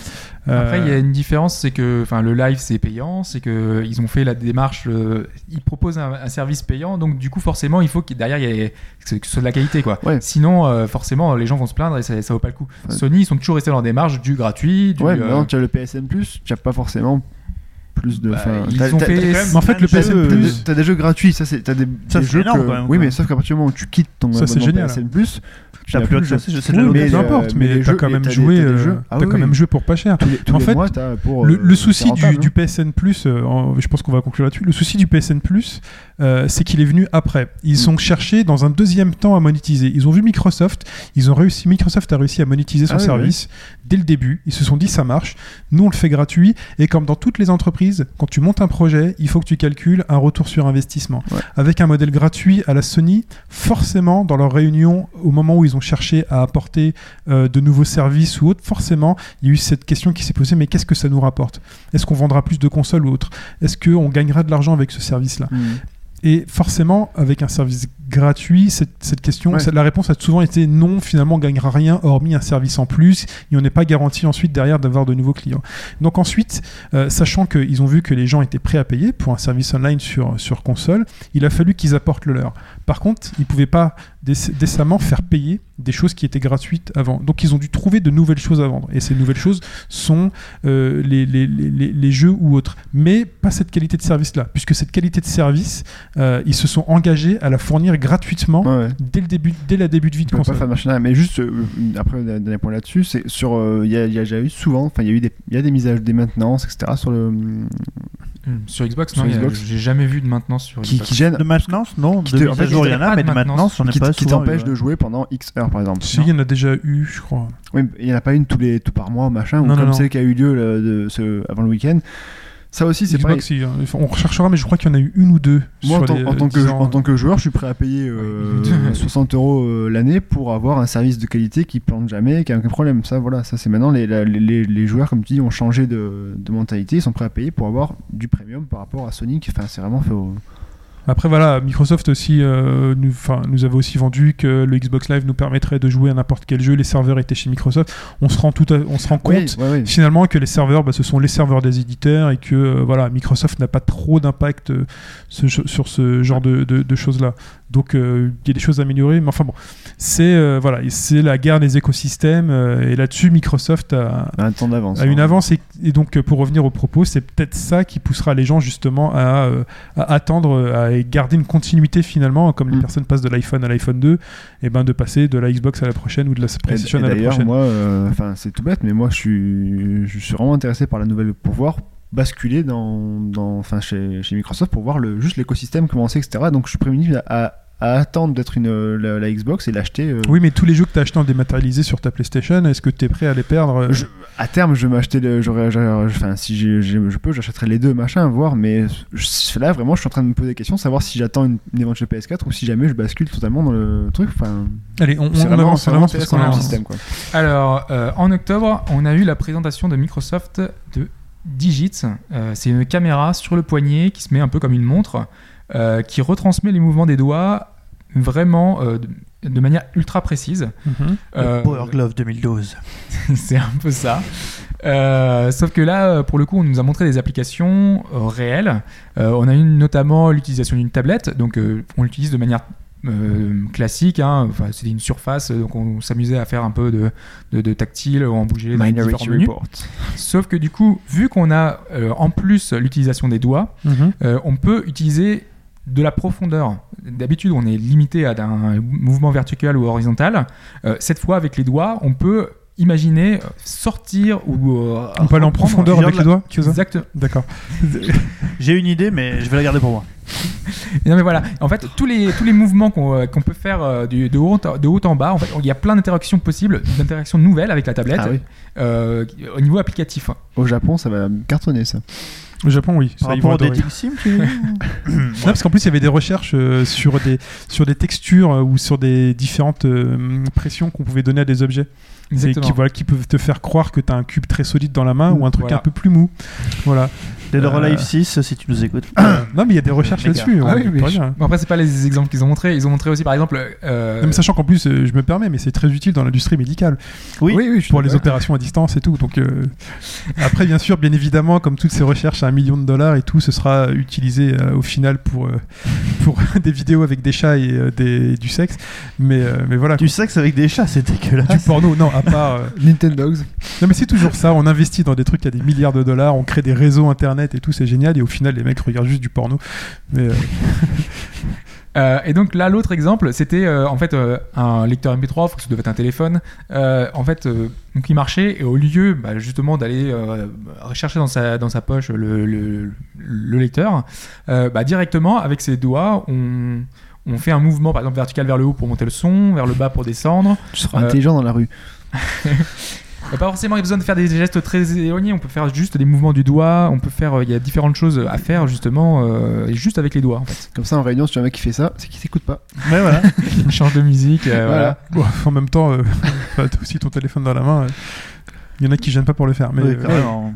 Euh, Après, il y a une différence, c'est que enfin, le live, c'est payant, c'est que ils ont fait la démarche, euh, ils proposent un, un service payant, donc du coup, forcément, il faut que derrière, il y ait, que ce- que ce soit de la qualité. quoi. Ouais. Sinon, euh, forcément, les gens vont se plaindre et ça, ça vaut pas le coup. Ouais. Sony, ils sont toujours restés dans la démarche du gratuit, du... Ouais, mais euh, maintenant, tu as le PSN, tu n'as pas forcément plus de. bah, enfin, ils t'as- ont t'as- fait... t'as- Mais en fait, le plein de t'as- PSN t'as des- Plus, T'as des jeux gratuits, ça c'est. T'as des, Ça, des c'est jeux énorme, que- quand même, Oui, quoi. mais sauf qu'à partir du moment où tu quittes ton Ça, c'est abonnement génial. PSN Plus, T'as plus accès, c'est de oui, la mais loterie. euh, n'importe, mais mais les t'as jeux- quand et même t'as des- joué, t'as des euh, jeux. Ah t'as oui, quand même oui. joué pour pas cher. tous les, tous En les fait, mois, t'as pour, Le, euh, le c'est souci rentable, du, hein. du PSN Plus, euh, en- je pense qu'on va conclure là-dessus, le souci du PSN Plus, euh, c'est qu'il est venu après. Mm. Ils ont cherché dans un deuxième temps à monétiser. Ils ont vu Microsoft, ils ont réussi, Microsoft a réussi à monétiser son Ah oui, service dès le début. Ils se sont dit ça marche, nous on le fait gratuit. Et comme dans toutes les entreprises, quand tu montes un projet, il faut que tu calcules un retour sur investissement. Ouais. Avec un modèle gratuit à la Sony, forcément dans leur réunion, au moment où ils ont cherché à apporter euh, de nouveaux services ou autres, forcément il y a eu cette question qui s'est posée, mais qu'est-ce que ça nous rapporte Est-ce qu'on vendra plus de consoles ou autre Est-ce qu'on gagnera de l'argent avec ce service-là Mm. Et forcément, avec un service gratuit, cette, cette question, Ouais. cette- la réponse a souvent été non, finalement, on gagnera rien, hormis un service en plus, et on n'est pas garanti ensuite derrière d'avoir de nouveaux clients. Donc ensuite, euh, sachant qu'ils ont vu que les gens étaient prêts à payer pour un service online sur, sur console, il a fallu qu'ils apportent le leur. Par contre, ils ne pouvaient pas déce- décemment faire payer des choses qui étaient gratuites avant. Donc ils ont dû trouver de nouvelles choses à vendre. Et ces nouvelles choses sont euh, les, les- les- les- les jeux ou autres. Mais pas cette qualité de service-là, puisque cette qualité de service, euh, ils se sont engagés à la fournir gratuitement Ouais, ouais. dès, le début, dès la début de vie de Tu peux pas console. faire machin mais juste euh, après un dernier point là-dessus c'est sur euh, il y, a- il y a déjà eu souvent enfin il y a eu des il y a des mises à jour des maintenances etc sur le Hmm, Sur Xbox, Sur non, il y a- Xbox. j'ai jamais vu de maintenance sur qui, Xbox. euh, qui gêne, De maintenance, non. Qui De te- en mise fait, à jour, il il y en a, pas mais de de maintenance, on est qui, pas qui souvent, t'empêche ouais. de jouer pendant X heures par exemple. Si, il y en a déjà eu, je crois. Oui, mais il n'y en a pas une tous les tout par mois, machin, Non, ou non, comme non. celle qui a eu lieu le- de- ce- avant le week-end. Ça aussi, c'est pas. Xbox, il y a- hein. enfin, on recherchera, mais je crois qu'il y en a eu une ou deux. Moi, en sur tant, les, en tant euh, que, 10 ans. en tant que joueur, je suis prêt à payer euh, Oui. 60 euros euh, l'année pour avoir un service de qualité qui plante jamais, qui a aucun problème. Ça, voilà, ça c'est maintenant les, la- les- les- les joueurs, comme tu dis, ont changé de, de mentalité. Ils sont prêts à payer pour avoir du premium par rapport à Sonic. Enfin, c'est vraiment fait au- Après, voilà, Microsoft aussi euh, nous, enfin, nous avait aussi vendu que le Xbox Live nous permettrait de jouer à n'importe quel jeu. Les serveurs étaient chez Microsoft. On se rend, tout à- on se rend compte Oui, ouais, ouais. finalement que les serveurs, bah, ce sont les serveurs des éditeurs et que euh, voilà, Microsoft n'a pas trop d'impact euh, ce- sur ce genre de, de- de choses-là. Donc euh, il y a des choses à améliorer, mais enfin bon, c'est euh, voilà, et c'est la guerre des écosystèmes euh, et là-dessus Microsoft a, un temps d'avance. a une hein. avance et, et donc euh, pour revenir au propos, c'est peut-être ça qui poussera les gens justement à, euh, à attendre, euh, à garder une continuité finalement, hein, comme les Mm. personnes passent de l'iPhone à l'iPhone 2, et ben de passer de la Xbox à la prochaine ou de la Et- PlayStation et à la D'ailleurs, prochaine. moi, euh, enfin, c'est tout bête, mais moi, je suis, je suis vraiment intéressé par la nouvelle pour voir basculer dans, dans enfin, chez, chez Microsoft pour voir le, juste l'écosystème commencer, etc. Donc, je suis prévenu à, à- à attendre d'être une euh, la, la Xbox et l'acheter. euh, Oui, mais tous les jeux que tu as achetés en dématérialisé sur ta PlayStation, est-ce que tu es prêt à les perdre euh, Je- À terme, je vais m'acheter le, j'aurais- j'aurais- enfin, si j'ai- j'ai- je peux, j'achèterai les deux, machin, voir. Mais je- là, vraiment, je suis en train de me poser des questions, savoir si j'attends une, une éventuelle PS4 ou si jamais je bascule totalement dans le truc. Enfin, Allez, on, c'est on vraiment, avance, c'est on vraiment avance parce qu'on intéressant le avance. système, quoi. Alors, euh, en octobre, on a eu la présentation de Microsoft de Digit. Euh, c'est une caméra sur le poignet qui se met un peu comme une montre, euh, qui retransmet les mouvements des doigts vraiment euh, de, de manière ultra précise. Mhm, Euh, Le Power Glove 2012. c'est un peu ça. Euh, sauf que là, euh, pour le coup, on nous a montré des applications euh, réelles. Euh, on a eu notamment l'utilisation d'une tablette, donc euh, on l'utilise de manière euh, classique. hein. Enfin, c'était une surface, donc on s'amusait à faire un peu de, de, de tactile, on bougeait dans les différents Minority menus. Report. Sauf que du coup, vu qu'on a euh, en plus l'utilisation des doigts, Mhm. euh, on peut utiliser de la profondeur. D'habitude, on est limité à un mouvement vertical ou horizontal. Euh, cette fois, avec les doigts, on peut imaginer euh, sortir ou. euh, Ah, On peut aller en reprendre- profondeur avec Regarde les doigts, c'est ça Exact. D'accord. J'ai une idée, mais je vais la garder pour moi. Non mais voilà. En fait, tous les tous les mouvements qu'on euh, qu'on peut faire euh, du- de, haut, en- de haut en bas, en fait, il y a plein d'interactions possibles, d'interactions nouvelles avec la tablette Ah oui. euh, au niveau applicatif. Au Japon, ça va cartonner ça. Au Japon, oui. Par ça, ils vont rapport au adorer. dating sim, tu Non, parce qu'en plus, il y avait des recherches euh, sur, des, sur des textures euh, ou sur des différentes euh, pressions qu'on pouvait donner à des objets. C'est- Qui, voilà, qui peuvent te faire croire que tu as un cube très solide dans la main ou un truc Voilà. un peu plus mou. Voilà. Dead or Euh, Alive 6, si tu nous écoutes. non, mais il y a des recherches Méga. là-dessus. Euh, Ah on oui, peut mais pas je- dire. Bon, après, c'est pas les exemples qu'ils ont montrés. Ils ont montré aussi, par exemple, euh, Non, mais sachant qu'en plus, euh, je me permets, mais c'est très utile dans l'industrie médicale. Oui. oui, je suis pour les d'accord. opérations à distance et tout. Donc euh, après, bien sûr, bien évidemment, comme toutes ces recherches à un million de dollars et tout, ce sera utilisé euh, au final pour euh, pour des vidéos avec des chats et euh, des, du sexe. Mais euh, mais voilà. Tu sais que c'est avec des chats, c'est dégueulasse. Du porno, non, à part. euh, Nintendo. Non, mais c'est toujours ça. On investit dans des trucs à des milliards de dollars, on crée des réseaux internet et tout, c'est génial. Et au final, les mecs regardent juste du porno. Mais euh, Euh, et donc là, l'autre exemple, c'était euh, en fait euh, un lecteur MP3, faut que ça devait être un téléphone, euh, en fait, euh, donc il marchait et au lieu bah, justement d'aller euh, rechercher dans sa, dans sa poche le, le, le lecteur, euh, bah, directement avec ses doigts, on, on fait un mouvement par exemple vertical vers le haut pour monter le son, vers le bas pour descendre. Tu seras Euh, intelligent dans la rue. Il n'y a pas forcément besoin de faire des gestes très éloignés, on peut faire juste des mouvements du doigt, on peut faire, euh, il y a différentes choses à faire justement, euh, juste avec les doigts en fait. Comme ça, en réunion, si tu as un mec qui fait ça, c'est qu'il t'écoute pas. Mais voilà. On change de musique, euh, voilà. bon, en même temps, euh, bah, t'as aussi ton téléphone dans la main. euh, Il y en a qui gênent pas pour le faire. Mais Oui, euh, carrément.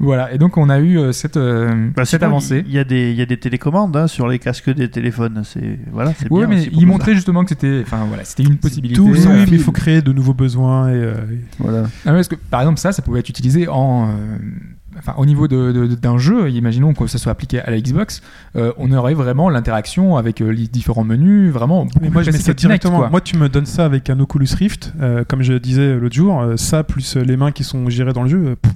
Voilà, et donc on a eu euh, cette, euh, Bah, cette sinon, avancée. Il y, a des- il y a des télécommandes hein, sur les casques des téléphones. C'est voilà, c'est Oui, bien mais aussi pour il ça. montrait justement que c'était, enfin voilà, c'était une possibilité. tout, L'idée, ça, euh, oui, mais il fil. faut créer de nouveaux besoins et, euh, et- Voilà. Ah ouais, parce que par exemple ça, ça pouvait être utilisé en, euh, enfin au niveau de- de- de- d'un jeu. Imaginons que ça soit appliqué à la Xbox, euh, on aurait vraiment l'interaction avec euh, les différents menus, vraiment. beaucoup Mais moi, je plus mets ça facile que Kinect, directement. quoi. Moi, tu me donnes ça avec un Oculus Rift, euh, comme je disais l'autre jour, euh, ça plus euh, les mains qui sont gérées dans le jeu. euh, pff,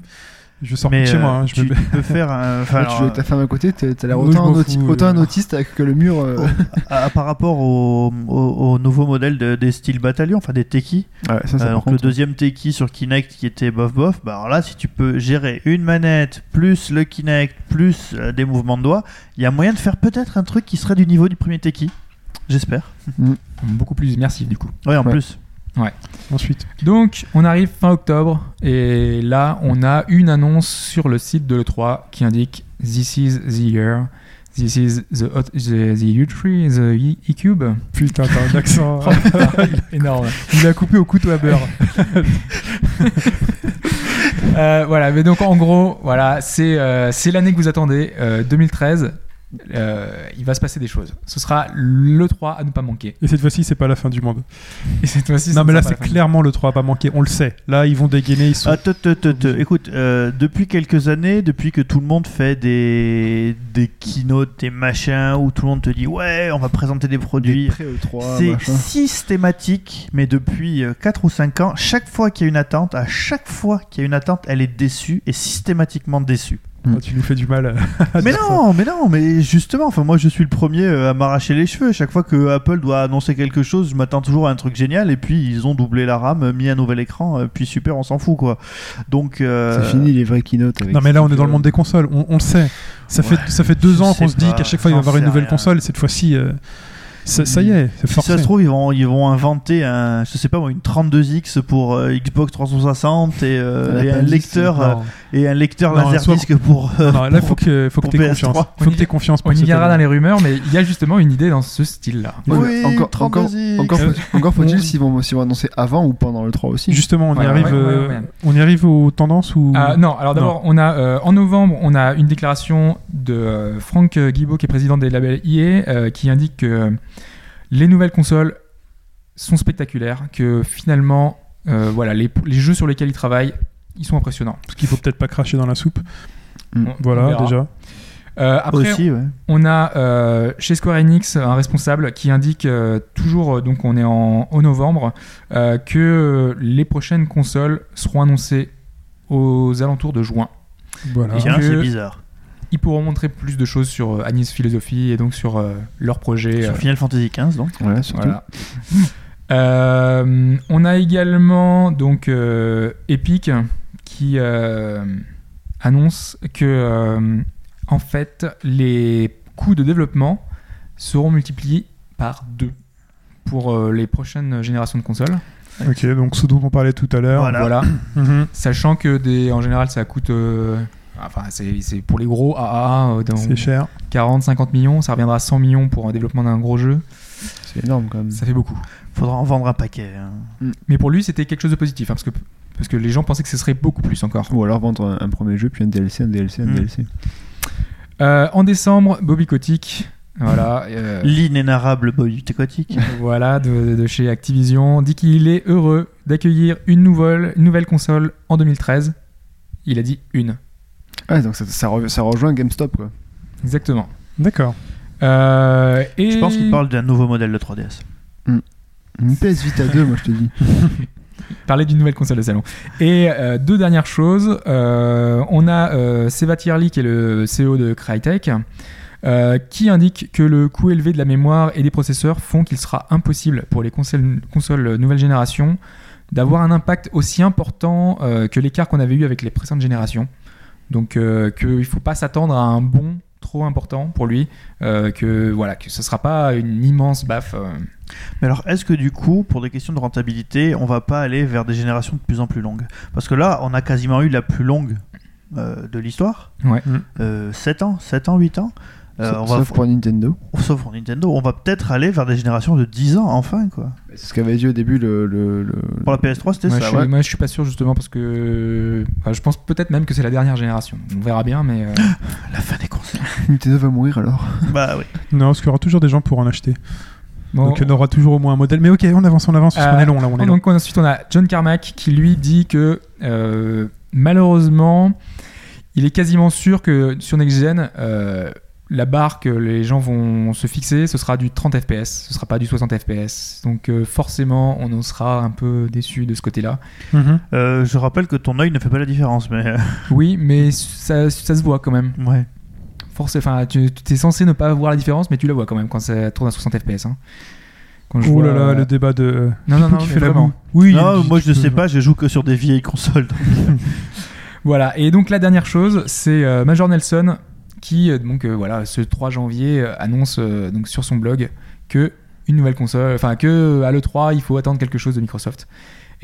Je sors mais plus de chez euh, moi. hein, je tu me- tu peux faire un- enfin, Là, alors, tu joues avec ta femme à côté, t'es- t'as l'air moi, autant, je m'en un auti- fous, autant euh. un autiste que le mur. euh, à- à- par rapport au, au- au nouveau modèle de- des styles bataillons, enfin des Teki, Ouais, ça, ça, Euh, par donc le contre, deuxième Teki sur Kinect qui était bof bof, bah alors là si tu peux gérer une manette plus le Kinect plus euh, des mouvements de doigts, il y a moyen de faire peut-être un truc qui serait du niveau du premier Teki. J'espère. Beaucoup plus immersif du coup. Ouais, en Ouais. plus. Ensuite, Donc, on arrive fin octobre et là, on a une annonce sur le site de l'E3 qui indique This is the year. This is the, hot- the, the U3, the E- E-Cube. putain, t'as un accent. Oh, énorme. Il a coupé au couteau à beurre. Euh, voilà, mais donc en gros, voilà, c'est euh, c'est l'année que vous attendez, euh, 2013. Euh, il va se passer des choses. Ce sera le 3 à ne pas manquer. Et cette fois-ci, c'est pas la fin du monde. Et cette fois-ci, non, ce mais là, sera pas la c'est fin. clairement le 3 à pas manquer. On le sait. Là, ils vont dégainer. Ils sont. Ah, te, te, te, te. Écoute, euh, depuis quelques années, depuis que tout le monde fait des, des keynotes, des machins, où tout le monde te dit ouais, on va présenter des produits. près au 3, C'est machin. systématique, mais depuis 4 ou 5 ans, chaque fois qu'il y a une attente, à chaque fois qu'il y a une attente, elle est déçue et systématiquement déçue. Ah, tu nous fais du mal. mais non, mais non, mais justement, enfin moi je suis le premier euh, à m'arracher les cheveux. Chaque fois que Apple doit annoncer quelque chose, je m'attends toujours à un truc génial et puis ils ont doublé la RAM, mis un nouvel écran, euh, puis super, on s'en fout quoi. Donc euh, C'est fini les vrais keynotes. avec Non, mais là, ces on est dans le trucs-là. monde des consoles. On, on le sait. Ça, Ouais, fait, ça fait deux je ans sais qu'on se dit pas, qu'à chaque fois, il va y j'en avoir une sais nouvelle rien. console. Cette fois-ci, euh, ça, ça y est, c'est Si forcé. ça se trouve, ils vont, ils vont inventer un, je sais pas moi, une 32X pour euh, Xbox 360 et, euh, Un et un appendice, lecteur, euh, non. et un lecteur Non, soit- laserdisc pour. euh, Non, là, pour- faut que, faut que pour t'aies PS3. confiance. On Faut y- que t'aies confiance pour On y cette verra dans année. les rumeurs, mais il y a justement une idée dans ce style-là. Oui, Encore- encore- 32X. Encore faut- encore On- faut-il s'ils vont, s'ils vont annoncer avant ou pendant le 3 aussi. Justement, on y Ouais, arrive. ouais, ouais, euh, ouais. On y arrive aux tendances ou. Ah, non, alors d'abord, on a euh, en novembre, on a une déclaration de euh, Franck euh, Guibault, qui est président des labels EA, euh, qui indique que euh, les nouvelles consoles sont spectaculaires, que finalement, euh, voilà, les, les jeux sur lesquels ils travaillent, ils sont impressionnants. Parce qu'il faut peut-être pas cracher dans la soupe. Mm. On- on Voilà, verra. déjà. Euh, après, aussi, ouais. on a euh, chez Square Enix un responsable qui indique euh, toujours, euh, donc on est en, au novembre, euh, que les prochaines consoles seront annoncées aux alentiens de juin. Voilà. Et- Tiens, que- c'est bizarre. Ils pourront montrer plus de choses sur euh, Anis Philosophie et donc sur euh, leur projet. euh, Sur Final Fantasy XV, donc. Voilà, surtout. voilà. Euh, on a également donc euh, Epic qui euh, annonce que euh, en fait les coûts de développement seront multipliés par deux pour euh, les prochaines générations de consoles. Ok, donc ce dont on parlait tout à l'heure. Voilà. Mhm. Sachant que des, en général ça coûte euh, enfin c'est c'est pour les gros AAA euh, dans C'est cher. 40-50 millions, ça reviendra à 100 millions pour un développement d'un gros jeu. C'est énorme Mm. quand même. Ça fait beaucoup. Faudra en vendre un paquet. hein. Mais pour lui, c'était quelque chose de positif, hein, parce, que, parce que les gens pensaient que ce serait beaucoup plus encore. Ou alors vendre un, un premier jeu, puis un DLC, un DLC, un Mm. DLC. Euh, en décembre, Bobby Kotick, voilà, euh, L'inénarrable boy aquatique. voilà de, de chez Activision, dit qu'il est heureux d'accueillir une nouvelle, une nouvelle console en 2013. Il a dit une, Ouais, donc ça, ça, re- ça rejoint GameStop quoi. exactement. D'accord. Euh, et Je pense qu'il parle d'un nouveau modèle de 3DS. Une PS Vita 2, moi je te dis. Parler d'une nouvelle console de salon. Et euh, deux dernières choses. euh, on a euh, Seva Tierli, qui est le CEO de Crytek, euh, qui indique que le coût élevé de la mémoire et des processeurs font qu'il sera impossible pour les consoles, consoles nouvelle génération d'avoir un impact aussi important euh, que l'écart qu'on avait eu avec les précédentes générations. Donc euh, qu'il ne faut pas s'attendre à un bond trop important pour lui, euh, que voilà que ce ne sera pas une immense baffe. euh. Mais alors, est-ce que du coup, pour des questions de rentabilité, on va pas aller vers des générations de plus en plus longues Parce que là, on a quasiment eu la plus longue euh, de l'histoire. Ouais. Mm. 7 ans, 7 ans, 8 ans. Euh, Sa- on va- Sauf pour Nintendo. sauf pour Nintendo. On va peut-être aller vers des générations de 10 ans, enfin, quoi. C'est ce qu'avait dit au début le. le, le- Pour la PS3, c'était Moi, ça, je suis, ouais. moi, je suis pas sûr justement parce que enfin, je pense peut-être même que c'est la dernière génération. On verra bien, mais euh, La fin des consoles. Nintendo va mourir alors. bah oui. Non, parce qu'il y aura toujours des gens pour en acheter. bon. Donc on aura toujours au moins un modèle. Mais ok, on avance, on avance, parce qu'on Euh, est long là, on est long. Donc ensuite on a John Carmack qui lui dit que euh, malheureusement il est quasiment sûr que sur Next Gen euh, la barre que les gens vont se fixer, ce sera du 30 FPS, ce sera pas du 60 FPS. Donc euh, forcément, on en sera un peu déçu de ce côté-là. Mhm. Euh, je rappelle que ton œil ne fait pas la différence, mais euh, Oui, mais ça, ça se voit quand même. ouais. Forcé, enfin, tu es censé ne pas voir la différence, mais tu la vois quand même quand ça tourne à 60 FPS. hein. Quand je Oh vois- euh, là là, le débat de. euh, Non, non, non, qui mais fait la vraiment. boue. Oui, Non, il- moi je sais pas, je joue que sur des vieilles consoles. donc. Voilà, et donc la dernière chose, c'est euh, Major Nelson qui, euh, donc euh, voilà, ce 3 janvier euh, annonce euh, donc sur son blog que une nouvelle console, enfin que euh, à l'E3, il faut attendre quelque chose de Microsoft.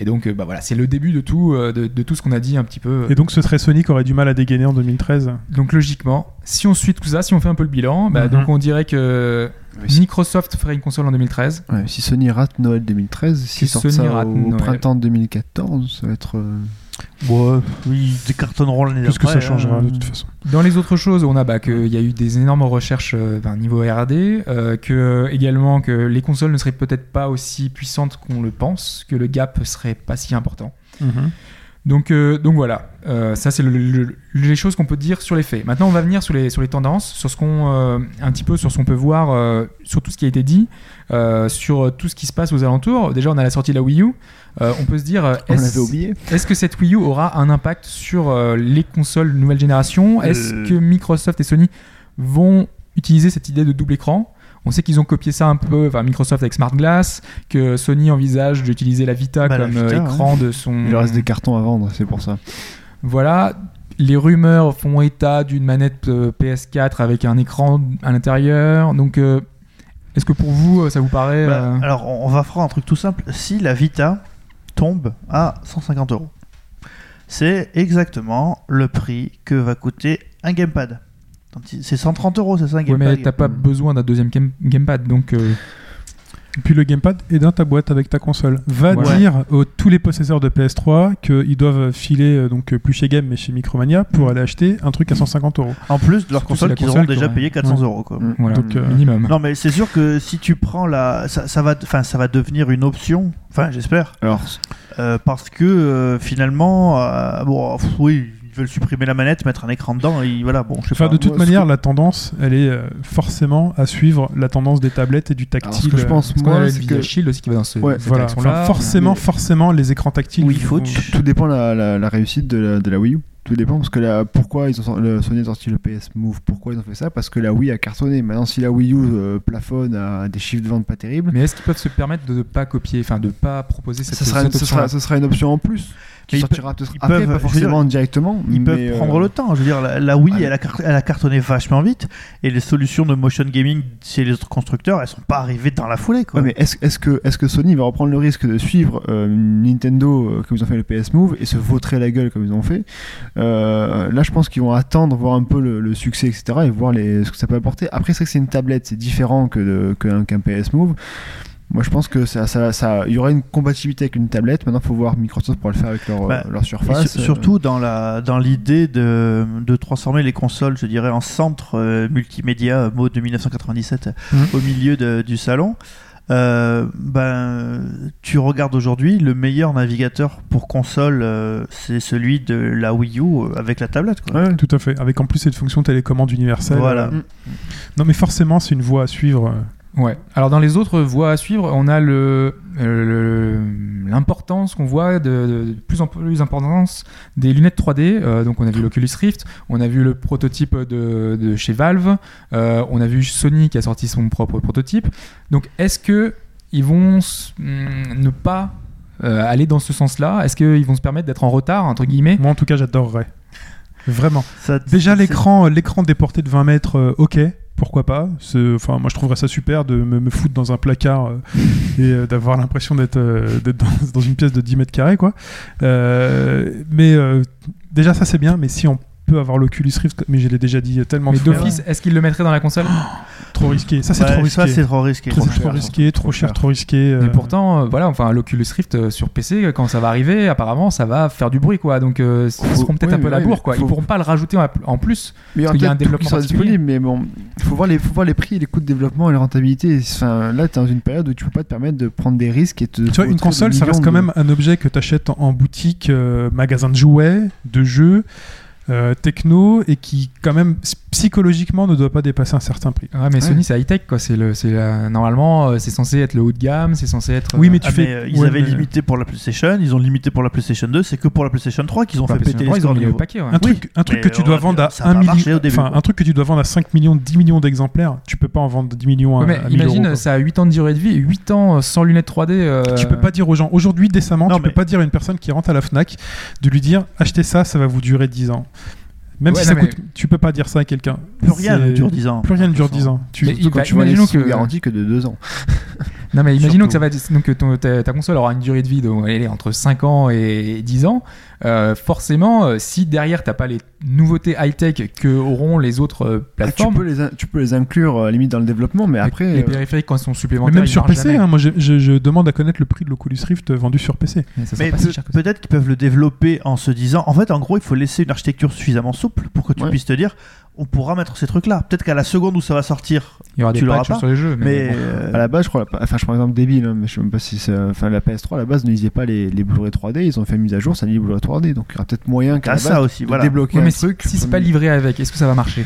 Et donc, euh, bah voilà, c'est le début de tout, euh, de, de tout ce qu'on a dit un petit peu. Et donc ce trait Sony qui aurait du mal à dégainer en 2013. Donc logiquement, si on suit tout ça, si on fait un peu le bilan, bah, Mhm. donc on dirait que Oui, si- Microsoft ferait une console en 2013. Ouais, si Sony rate Noël 2013, Si s'ils sortent Sony ça rate au Noël. printemps 2014, ça va être. euh, Ouais, oui, ils décartonneront l'année Qu'est-ce d'après. que ça hein. changera euh, de toute façon Dans les autres choses, on a bah, qu'il y a eu des énormes recherches euh, ben, niveau RD, euh, que euh, également que les consoles ne seraient peut-être pas aussi puissantes qu'on le pense, que le gap serait pas si important. Mhm. Donc, euh, donc voilà, Euh, ça c'est le- le- les choses qu'on peut dire sur les faits. Maintenant, on va venir sur les, sur les tendances, sur ce qu'on euh, un petit peu sur ce qu'on peut voir, euh, sur tout ce qui a été dit, euh, sur tout ce qui se passe aux alentours. Déjà, on a la sortie de la Wii U. Euh, on peut se dire, euh, On est-ce- l'avait oublié. est-ce que cette Wii U aura un impact sur euh, les consoles nouvelle génération Est-ce Euh. que Microsoft et Sony vont utiliser cette idée de double écran On sait qu'ils ont copié ça un peu, enfin Microsoft avec Smart Glass, que Sony envisage d'utiliser la Vita Bah, la comme euh, Vita, écran de son. Il leur reste des cartons à vendre, c'est pour ça. Voilà. Les rumeurs font état d'une manette euh, PS4 avec un écran à l'intérieur. Donc, euh, est-ce que pour vous, euh, ça vous paraît Bah, euh, Alors on on va faire un truc tout simple. Si la Vita tombe à 150 euros, c'est exactement le prix que va coûter un gamepad. Un petit- C'est 130 euros, c'est ça un Ouais, gamepad mais t'as pas besoin d'un deuxième game- gamepad, donc. euh, Et Puis le gamepad est dans ta boîte avec ta console. Va Ouais. dire aux tous les possesseurs de PS3 qu'ils doivent filer euh, donc euh, plus chez Game mais chez Micromania pour aller acheter un truc à 150 euros. En plus de leur Surtout si la console qu'ils console auront déjà qui payé 400 euros. quoi. Mm. voilà, Donc, euh, minimum. Non mais c'est sûr que si tu prends la, ça, ça va, enfin ça va devenir une option. Enfin j'espère Alors, Euh, parce que euh, finalement, euh, bon pff, oui, ils veulent supprimer la manette, mettre un écran dedans et voilà bon. Je sais Enfin, pas. de toute moi, ce manière, que- la tendance, elle est euh, forcément à suivre la tendance des tablettes et du tactile. alors, ce que je euh, pense, Parce qu'on a moi, le c'est Nvidia que Shield aussi qui va dans ce, Ouais, cette Voilà. direction-là. Enfin, forcément, mais- forcément, les écrans tactiles. Oui, faut- tout dépend la, la, la réussite de la, de la Wii U. Tout dépend parce que la, pourquoi ils ont sor- le, Sony a sorti le PS Move. Pourquoi ils ont fait ça Parce que la Wii a cartonné. Maintenant, si la Wii U euh, plafonne à des chiffres de vente pas terribles, Mais est-ce qu'ils peuvent se permettre de ne pas copier, enfin de ne pas proposer cette, ça sera, une, cette ça sera, option-là ça sera une option en plus. Qui Mais ils sortira peut-être ils après, peuvent- pas je veux forcément directement. Ils peuvent mais, euh, prendre le temps. Je veux dire, la, la Wii, ouais. elle a, car- elle a cartonné vachement vite et les solutions de motion gaming chez les autres constructeurs, elles sont pas arrivées dans la foulée. Quoi. Ouais, mais est-ce est que, est que Sony va reprendre le risque de suivre euh, Nintendo euh, comme ils ont fait le PS Move et se vautrer la gueule comme ils ont fait Euh, Là, je pense qu'ils vont attendre, voir un peu le, le succès, etc. et voir les, ce que ça peut apporter. Après, c'est vrai que c'est une tablette, c'est différent que de- qu'un qu'un PS Move. Moi, je pense que ça, ça, ça- il y aura une compatibilité avec une tablette. Maintenant, il faut voir Microsoft pour le faire avec leur, Bah, leur Et surface. euh, sur- surtout dans la dans l'idée de, de transformer les consoles, je dirais, en centre euh, multimédia, euh, mot de 1997, Mhm. euh, au milieu de- du salon. Euh, ben, tu regardes aujourd'hui, le meilleur navigateur pour console, euh, c'est celui de la Wii U euh, avec la tablette. Quoi. Ouais, tout à fait. Avec en plus cette fonction télécommande universelle. Voilà. Non, mais forcément, c'est une voie à suivre. euh, Ouais. Alors dans les autres voies à suivre, on a le euh, le- l'importance qu'on voit de, de- de plus en plus importance des lunettes 3D. Euh, donc on a vu l'Oculus Rift, on a vu le prototype de, de chez Valve, euh, on a vu Sony qui a sorti son propre prototype. Donc est-ce que ils vont s- mm, ne pas euh, aller dans ce sens-là Est-ce qu'ils vont se permettre d'être en retard entre guillemets Moi, en tout cas, j'adorerais. Vraiment. Ça- Déjà, c'est- l'écran, euh, l'écran déporté de 20 mètres, euh, ok, pourquoi pas. C'est- Enfin, moi, je trouverais ça super de me, me foutre dans un placard euh, et euh, d'avoir l'impression d'être euh, d'être dans, dans une pièce de 10 mètres carrés, quoi. Euh, mais euh, déjà, ça, c'est bien. Mais si on peut avoir l'Oculus Rift, mais je l'ai déjà dit euh, tellement Mais de fois, d'office, est-ce qu'ils le mettraient dans la console Ah. trop risqué. Ça, c'est Ouais, trop ça, risqué. c'est trop risqué. Trop, trop trop cher, risqué, trop cher, cher. trop risqué. euh, Mais pourtant, euh, voilà, enfin, l'Oculus Rift euh, sur PC, euh, quand ça va arriver, apparemment, ça va faire du bruit, quoi. Donc, euh, ils Faut- seront peut-être oui, un peu oui, la oui, bourre, quoi. Ils faut- pourront pas le rajouter en, en plus. Mais Parce qu'il y a un peut-être tout développement qui sera particulier. disponible, mais bon, faut voir les, faut voir les prix, les coûts de développement et la rentabilité. Enfin, là, t'es dans une période où tu peux pas te permettre de prendre des risques et te. Tu vois, une console, ça reste quand même un objet que tu achètes en, en boutique, euh, magasin de jouets, de jeux. euh, techno et qui, quand même, s- psychologiquement, ne doit pas dépasser un certain prix. Ouais, mais Ouais. Sony, c'est high-tech, quoi. C'est le, c'est la- Normalement, euh, c'est censé être le haut de gamme, c'est censé être. Oui, mais Ah, tu fais. mais, euh, ils ouais, avaient mais- limité pour la PlayStation, ils ont limité pour la PlayStation 2, c'est que pour la PlayStation 3 qu'ils ont Enfin, fait péter les PS3, ils ont scores. mis le niveau. paquet, ouais. Un truc, un Mais truc que tu on dois a- vendre ça a à pas 1 million, marché au début, enfin quoi. un truc que tu dois vendre à 5 millions, 10 millions d'exemplaires, tu peux pas en vendre 10 millions à, Ouais, mais à 1000 euros, imagine, quoi. ça a 8 ans de durée de vie et 8 ans sans lunettes 3D. euh, Tu peux pas dire aux gens aujourd'hui décemment, Non, tu mais- peux pas dire à une personne qui rentre à la Fnac de lui dire achetez ça, ça va vous durer 10 ans. Même Ouais, si ça non, coûte, tu peux pas dire ça à quelqu'un. Plus rien hein. C'est- ne dure 10 ans. Plus rien ne dure 10 ans. Tu- Mais il- Surtout quand bah, tu vois les imaginons sous que- garantis que de 2 ans. Non, mais imaginons Surtout. que, ça va être- donc, que ton- ta, ta console aura une durée de vie de, allez, entre 5 ans et 10 ans. Euh, forcément, euh, si derrière, t'as pas les nouveautés high-tech que auront les autres Ah, euh, tu, plateformes, peux les, in- tu peux les inclure euh, à la limite dans le développement, mais après. les euh, périphériques, quand ils sont Mais supplémentaires, même ils sur marchent PC, jamais. hein, moi je, je- je demande à connaître le prix de l'Oculus Rift vendu sur PC. Mais ça sera Mais pas peut- si cher que ça. peut-être qu'ils peuvent le développer en se disant, en fait, en gros, il faut laisser une architecture suffisamment souple pour que tu Ouais. puisses te dire, on pourra mettre ces trucs-là. Peut-être qu'à la seconde où ça va sortir, Il y aura des tu l'auras patchs pas, sur les jeux, mais, mais bon. euh, À la base, je crois, enfin, je prends un exemple débile, hein, mais je sais même pas si c'est. Enfin, la PS3, à la base, ne lisait pas les, les Blu-ray 3D, ils ont fait mise à jour, ça lit les Blu-ray 3D, donc il y aura peut-être moyen qu'à t'as la ça base, aussi. de Voilà. débloquer Ouais, un mais si, truc. si c'est pas livré avec, est-ce que ça va marcher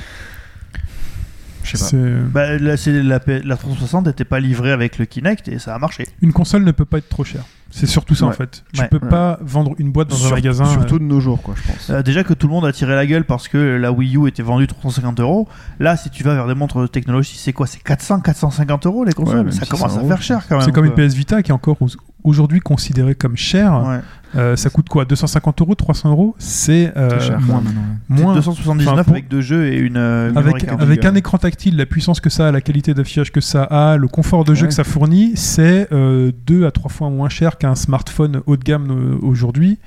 Je sais pas. C'est- euh, Bah, là, c'est la, P- la 360 n'était pas livrée avec le Kinect et ça a marché. Une console ne peut pas être trop chère. C'est surtout ça en Ouais. fait. Tu Ouais. peux Ouais. pas vendre une boîte dans un Sur- magasin. Surtout euh, de nos jours, quoi, je pense. Euh, déjà que tout le monde a tiré la gueule parce que la Wii U était vendue 350 euros. Là, si tu vas vers des montres technologiques, c'est quoi C'est 400, 450 euros les Ouais, consoles. même ça 600 commence à euros, faire cher quand même. C'est comme une quoi. PS Vita qui est encore aux- aujourd'hui considérée comme chère. Ouais. Euh, ça coûte quoi 250 euros 300 euros C'est euh, C'est cher. Moins maintenant. ouais. C'est moins. 279 Enfin, pour- avec deux jeux et une. euh, une Avec, mémoire avec un carte. écran tactile, la puissance que ça a, la qualité d'affichage que ça a, le confort de jeu Ouais. que ça fournit, c'est euh, deux à trois fois moins cher qu'un smartphone haut de gamme euh, aujourd'hui.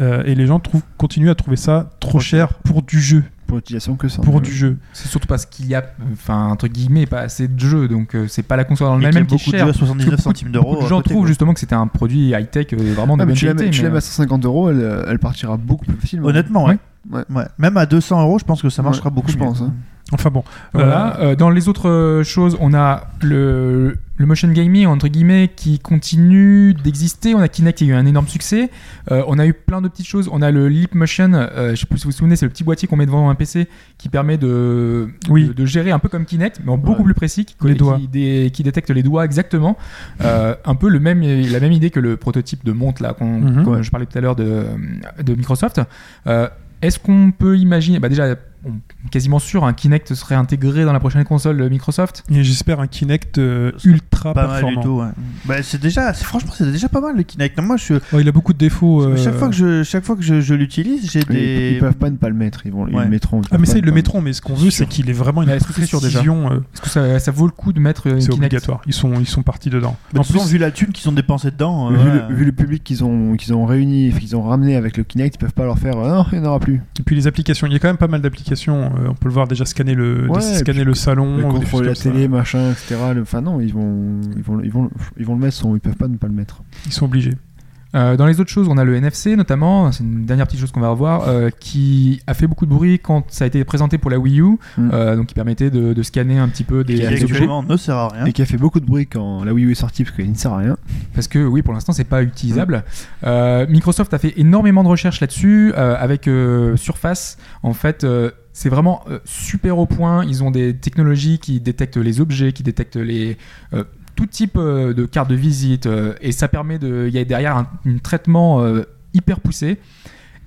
Euh, et les gens trouvent, continuent à trouver ça trop cher pour du jeu. Pour l'utilisation que ça. Pour Ouais. du jeu. C'est surtout parce qu'il y a, enfin, entre guillemets, pas assez de jeux, donc euh, c'est pas la console en Et qu'il y a elle-même qui est beaucoup de chère. jeux à 79 Parce que centimes d'euros. beaucoup de à gens côté, trouvent quoi. justement que c'était un produit high-tech euh, vraiment Ouais, de Ah, mais bonne tu la mets qualité. tu la mais, euh, mets à 150 euros, elle, elle partira beaucoup plus facilement. Honnêtement, ouais. Ouais. Ouais. Même à 200 euros, je pense que ça marchera Ouais, beaucoup. je mieux. pense, hein. Enfin bon. Voilà. Euh, dans les autres euh, choses, on a le, le motion gaming entre guillemets qui continue d'exister. On a Kinect qui a eu un énorme succès. Euh, on a eu plein de petites choses. On a le Leap Motion. euh, je sais plus si vous vous souvenez, c'est le petit boîtier qu'on met devant un PC qui permet de, Oui. de, de gérer un peu comme Kinect, mais en beaucoup Ouais. plus précis, qui, Les qui doigts. dé- qui détecte les doigts exactement. Euh, un peu le même, la même idée que le prototype de montre là qu'on, Mhm. qu'on- je parlais tout à l'heure de, de Microsoft. Euh, est-ce qu'on peut imaginer, bah déjà, on est quasiment sûr, un Kinect serait intégré dans la prochaine console de Microsoft Et j'espère un Kinect euh, Ce serait ultra Pas mal du performant. tout. ouais. Bah, c'est déjà, c'est- franchement, c'est déjà pas mal le Kinect. Moi, je, Oh, il a beaucoup de défauts. euh, chaque fois que je, chaque fois que je, je l'utilise, j'ai Ils- des. Ils peuvent pas ne pas le mettre, ils, vont, ils Ouais. le mettront. Ah mais ça pas ils ne le pas mettront mais ce qu'on veut c'est qu'il ait vraiment une Ouais, c'est très sûr, déjà. précision euh, Est-ce que ça, ça vaut le coup de mettre une c'est Kinect obligatoire ils sont ils sont partis dedans Mais en de toute façon, plus bah, vu la thune qu'ils ont dépensée dedans. euh, Vu, voilà. le, vu le public qu'ils ont, qu'ils ont réuni, qu'ils ont ramené avec le Kinect, ils peuvent pas leur faire euh, non, il n'y en aura plus. et puis les applications il y a quand même pas mal d'applications euh, on peut le voir déjà scanner le Ouais, dé- et scanner puis- le salon ou Ils des choses contrôler la comme ça. télé, machin, etc. Le- Enfin, non, ils vont, ils, vont, ils, vont, ils vont le mettre, sans- ils peuvent pas ne pas le mettre. ils sont obligés Euh, dans les autres choses, on a le NFC notamment, c'est une dernière petite chose qu'on va revoir, euh, qui a fait beaucoup de bruit quand ça a été présenté pour la Wii U, Mhm. Mm. euh, donc qui permettait de, de scanner un petit peu des, qui des objets. actuellement ne sert à Hein rien. Et qui a fait beaucoup de bruit quand la Wii U est sortie, parce qu'il ne sert à rien. Parce que oui, pour l'instant, c'est pas utilisable. Euh, Microsoft a fait énormément de recherches là-dessus euh, avec euh, Surface. En fait, euh, c'est vraiment euh, super au point. Ils ont des technologies qui détectent les objets, qui détectent les euh, tout type euh, de carte de visite, euh, et ça permet de. Il y a derrière un, un traitement euh, hyper poussé.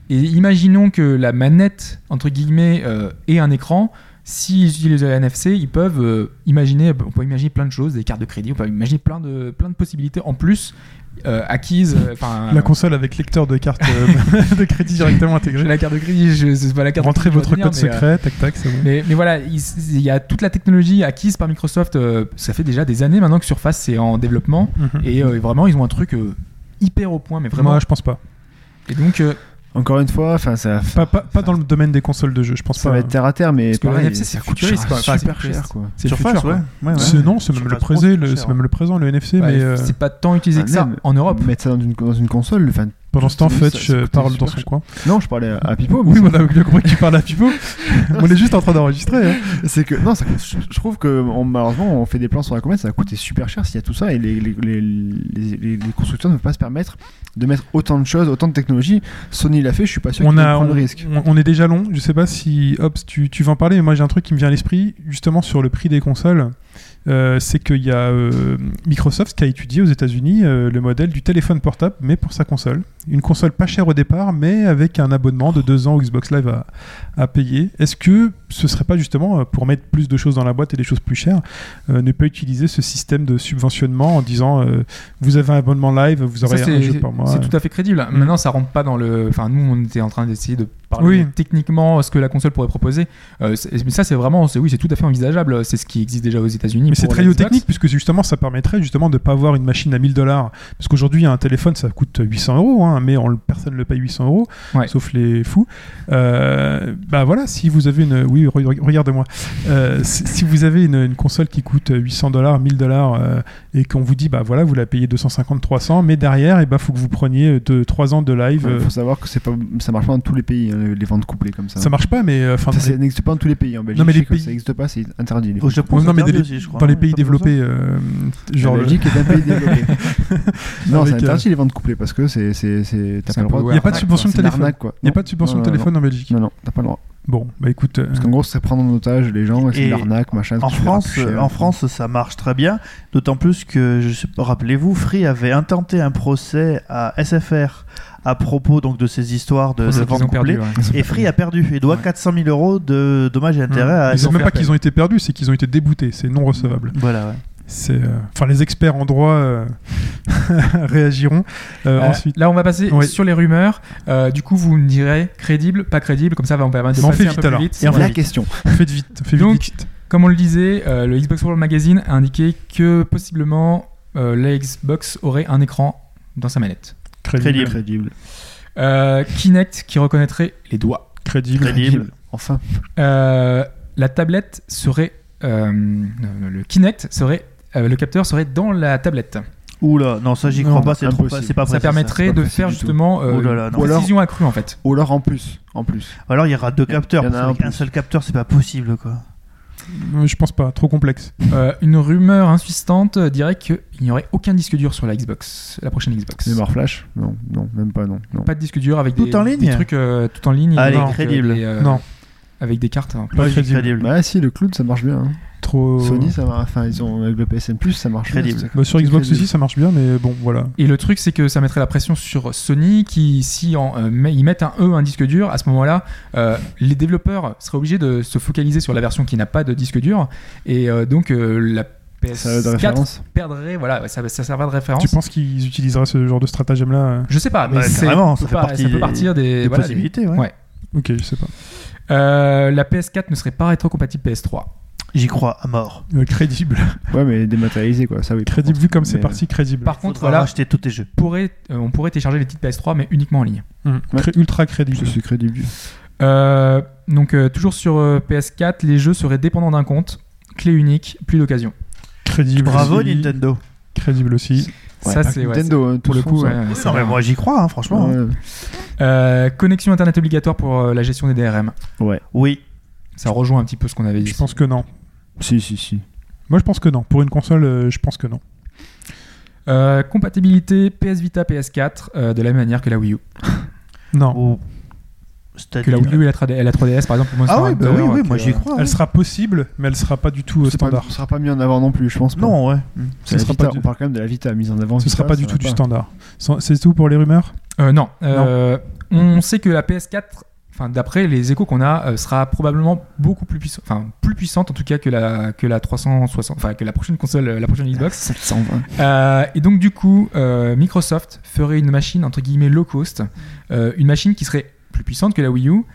Et imaginons que la manette entre guillemets euh, ait un écran. S'ils utilisent le NFC, ils peuvent euh, imaginer, on peut imaginer plein de choses, des cartes de crédit, on peut imaginer plein de, plein de possibilités en plus euh, acquises. euh, Enfin, la console avec lecteur de carte euh, de crédit directement j'ai intégré la carte de crédit, je, c'est pas la carte. de rentrez crédit votre ordinaire, code mais, euh, secret tac tac c'est bon mais, mais voilà, il, il y a toute la technologie acquise par Microsoft. euh, ça fait déjà des années maintenant que Surface c'est en développement Mhm. et euh, vraiment ils ont un truc euh, hyper au point, mais vraiment. moi je pense pas Et donc euh, Encore une fois, enfin, ça, pas, pas, pas dans le euh, domaine des consoles de jeu je pense ça pas va être terre à terre, mais Parce que le pareil, NFC, c'est ça coûte futuriste, quoi. Enfin, c'est super futuriste. cher, quoi. c'est le Surface, futur, quoi. ouais. ouais, ouais. C'est- non c'est même le Surface présent Pro, le- c'est c'est cher, même le présent le NFC Bah, mais euh, c'est pas tant utilisé que ça Ah, mais- en Europe. Mettre ça dans une, dans une console, enfin, Pendant ce temps, C'était- Fetch ça- euh, c'était parle super dans son chouette. coin. Non, je parlais à- à Pipo. mais Oui, voilà, le compris que tu parles à Pipo. on est juste en train d'enregistrer. hein. c'est que non, ça- je je trouve que on- malheureusement on fait des plans sur la comète, ça va coûter super cher s'il y a tout ça et les, les, les- les- les- les constructeurs ne peuvent pas se permettre de mettre autant de choses, autant de technologies. Sony l'a fait, je suis pas sûr On, qu'ils a, prennent on, le risque. on- on est déjà long. Je sais pas si Hobbs, tu, tu vas en parler, mais moi j'ai un truc qui me vient à l'esprit, justement sur le prix des consoles. Euh, c'est qu'il y a euh, Microsoft qui a étudié aux États-Unis euh, le modèle du téléphone portable, mais pour sa console. Une console pas chère au départ, mais avec un abonnement de deux ans au Xbox Live à, à payer. Est-ce que ce serait pas justement euh, pour mettre plus de choses dans la boîte et des choses plus chères, euh, ne pas utiliser ce système de subventionnement en disant euh, vous avez un abonnement live, vous Ça, aurez un c'est jeu par mois. c'est tout à fait crédible. Mm. Maintenant, ça rentre pas dans le. Enfin, nous, on était en train d'essayer de parler Oui. de techniquement ce que la console pourrait proposer. Euh, c'est- mais ça, c'est vraiment. c'est- Oui, c'est tout à fait envisageable. C'est ce qui existe déjà aux États-Unis. Mais c'est pour très la haut Xbox. technique puisque justement ça permettrait justement de pas avoir une machine à 1000 dollars parce qu'aujourd'hui un téléphone ça coûte 800 euros hein, mais on, le- personne ne le paye 800 euros Ouais. sauf les fous Euh, bah voilà si vous avez une oui re- re- regarde-moi Euh, si si vous avez une, une console qui coûte 800 dollars 1000 dollars euh, et qu'on vous dit bah voilà vous la payez 250 300 mais derrière et bah faut que vous preniez 2 3 ans de live Il euh, faut savoir que c'est pas, ça marche pas dans tous les pays hein, les ventes couplées comme ça. ça marche pas mais euh, enfin Ça, dans les- ça n'existe pas dans tous les pays en Belgique. Non, mais je les sais que pays- ça n'existe pas, c'est interdit. Au Japon, Non, c'est mais interdit des- aussi, je crois, dans les hein, pays pas pour ça. développés euh, genre la Belgique est un pays développé. non, Avec, euh, c'est interdit les ventes couplées parce que c'est c'est c'est t'as pas C'est un le peu droit. il n'y a pas de Ouais, subvention de C'est une téléphone arnaque quoi. il n'y a pas de subvention Non, de non, téléphone en Belgique Non non, t'as pas le droit. Bon, bah écoute, euh, Parce qu'en gros, c'est prendre en otage les gens, c'est Et de l'arnaque, machin. En tu verras France, euh, plus cher. en France, ça marche très bien. D'autant plus que, je sais pas, rappelez-vous, Free avait intenté un procès à SFR à propos donc de ces histoires de, Pour euh, de ceux qui ventes Oh, ont perdu, hein. couplées. ouais. Et Free a perdu et doit Ouais. 400 000 euros de dommages et intérêts à Mmh. ils ont ont même fait pas appel. qu'ils ont été perdus, c'est qu'ils ont été déboutés, c'est non recevable. Voilà, ouais. C'est, euh, enfin, les experts en droit euh, réagiront. Euh, Euh, ensuite, Là, on va passer Oui. sur les rumeurs. Euh, du coup, vous me direz crédible, pas crédible. Comme ça, va on va permettre de Mais on passer fait un peu vite, plus alors. vite. Et en Ouais. fait, la question. faites vite, faites vite, Donc, vite, vite. Comme on le disait, euh, le Xbox World Magazine a indiqué que possiblement euh, la Xbox aurait un écran dans sa manette. crédible, Crédible. Euh, Kinect qui reconnaîtrait les doigts. crédible, Crédible. Enfin, Euh, la tablette serait. euh, euh, le Kinect serait. euh, le capteur serait dans la tablette. Oula, non, ça j'y Non, crois pas, c'est trop impossible. pas- c'est pas ça précis, permettrait c'est pas de facile faire du tout. justement euh, Oh là là, une non. Ou alors- précision accrue en fait. ou alors en plus, en plus. Alors il y aura deux capteurs, Il y en a parce un qu'avec plus. un seul capteur, c'est pas possible quoi. Euh, Je pense pas, trop complexe. Euh, une rumeur insistante dirait qu'il n'y aurait aucun disque dur sur la Xbox, la prochaine Xbox. Les morts flash Non, non, même pas, non. non. Pas de disque dur avec Tout des, en ligne des trucs euh, tout en ligne. Allez, avec, euh, crédible. des, euh, Non. Avec des cartes. hein. Pas Moi, je dis crédible. crédible. Bah si, le cloud ça marche bien. hein. Trop. euh, Sony ça marche. Enfin, ils ont avec le PSN Plus ça marche Crédible. bien. c'est ça. Bah, sur Xbox Crédible. aussi, ça marche bien, mais bon, voilà. Et le truc, c'est que ça mettrait la pression sur Sony qui, si en, euh, met- ils mettent un E, un disque dur, à ce moment-là, euh, les développeurs seraient obligés de se focaliser sur la version qui n'a pas de disque dur. Et euh, donc, euh, la Ça va de PS4 référence. perdrait, voilà, ouais, ça, ça servira de référence. Tu penses qu'ils utiliseraient ce genre de stratagème-là euh Je sais pas, mais Bah, c'est- carrément, ça peut fait pas- partie ça peut des- partir des, Des voilà, des- possibilités, ouais. Ouais. Ok, je sais pas. Euh, la PS4 ne serait pas rétrocompatible PS3. J'y crois à mort. Euh, crédible, Ouais, mais dématérialisé quoi, ça oui. par crédible. contre. Vu comme c'est Mais- parti, crédible. Par Faudra contre, voilà, acheter tous tes jeux. pourrait- euh, on pourrait télécharger les titres PS3, mais uniquement en ligne. Hum, Ouais. cré- ultra Je crédible. suis crédible. Euh, donc, euh, toujours sur euh, PS4, les jeux seraient dépendants d'un compte, clé unique, plus d'occasion. Crédible. Bravo aussi. Nintendo. Crédible aussi. ça, par c'est ouais, Nintendo hein, c'est- pour tous le font coup. ça. ouais, ouais, ça Non, mais va. moi j'y crois, hein, franchement. hein. Ouais. Euh, connexion internet obligatoire pour euh, la gestion des DRM. Oui. Ça rejoint un petit peu ce qu'on avait dit. Je pense que non. Si, si, si. Moi, je pense que non. Pour une console, euh, je pense que non. Euh, compatibilité PS Vita, PS4, euh, de la même manière que la Wii U. Non. Ou- Que la C'est-à-dire- Wii U et la 3D et la 3DS, par exemple, pour Monster Ah oui, bah Hunter, oui, oui, que, moi j'y euh, crois. Elle oui. sera possible, mais elle sera pas du tout au C'est pas- standard. Ce sera pas mis en avant non plus, je pense. pas. Non, ouais. C'est la sera Vita, pas du- On parle quand même de la Vita mise en avant. Ce Vita, sera pas ça du va tout du standard. Sans- C'est tout pour les rumeurs Euh, non. Euh, On sait que la PS4, enfin, d'après les échos qu'on a, euh, sera probablement beaucoup plus puissante, enfin plus puissante en tout cas que la que la 360, enfin que la prochaine console, euh, la prochaine Xbox. 720. Euh, et donc du coup, euh, Microsoft ferait une machine entre guillemets low cost, euh, une machine qui serait plus puissante que la Wii U,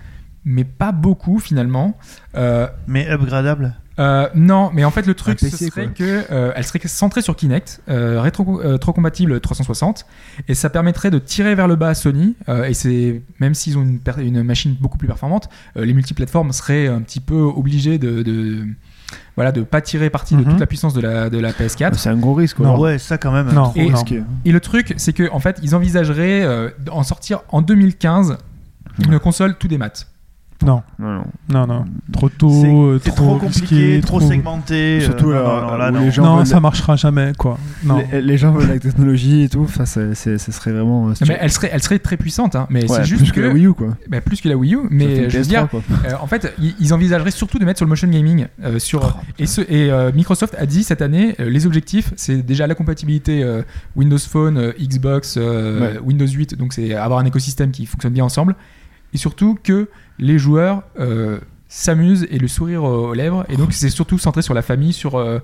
mais pas beaucoup finalement. Euh, Mais upgradable. euh, non, mais en fait le truc Un PC, ce serait quoi. que euh, elle serait centrée sur Kinect, euh, rétro, euh, trop compatible 360, et ça permettrait de tirer vers le bas Sony. euh, et c'est même s'ils ont une, per- une machine beaucoup plus performante, euh, les multiplateformes seraient un petit peu obligées de, de voilà, de pas tirer parti de Mhm. toute la puissance de la, de la PS4. Bah, C'est un gros risque. Non. alors. Ouais, ça quand même. Non. trop Et- risqué. Et le truc, c'est que en fait, ils envisageraient euh, d'en sortir en 2015 une console tout des maths. Non, Non, non. non, non. Trop C'est tôt, euh, c'est trop, compliqué, risqué, trop, segmenté. euh, Surtout non, là, non, non, là, où non. les gens Non, veulent- ça marchera jamais, quoi. Non. Les, les gens veulent la technologie et tout. Enfin, c'est- c'est- ce serait vraiment. euh, Mais elle serait, elle serait très puissante, hein, mais Ouais, c'est juste plus que, la Wii U quoi. bah, plus que la Wii U. Ça fait Mais une je veux PS3, dire, quoi. Euh, en fait, i- ils envisageraient surtout de mettre sur le motion gaming. euh, Oh, sur, et ce- et, euh, Microsoft a dit cette année, euh, les objectifs, c'est déjà la compatibilité euh, Windows Phone, euh, Xbox, euh, Ouais. Windows 8, donc c'est avoir un écosystème qui fonctionne bien ensemble. Et surtout que les joueurs euh, s'amusent et le sourire aux aux lèvres. Et Oh. donc c'est surtout centré sur la famille, sur, euh,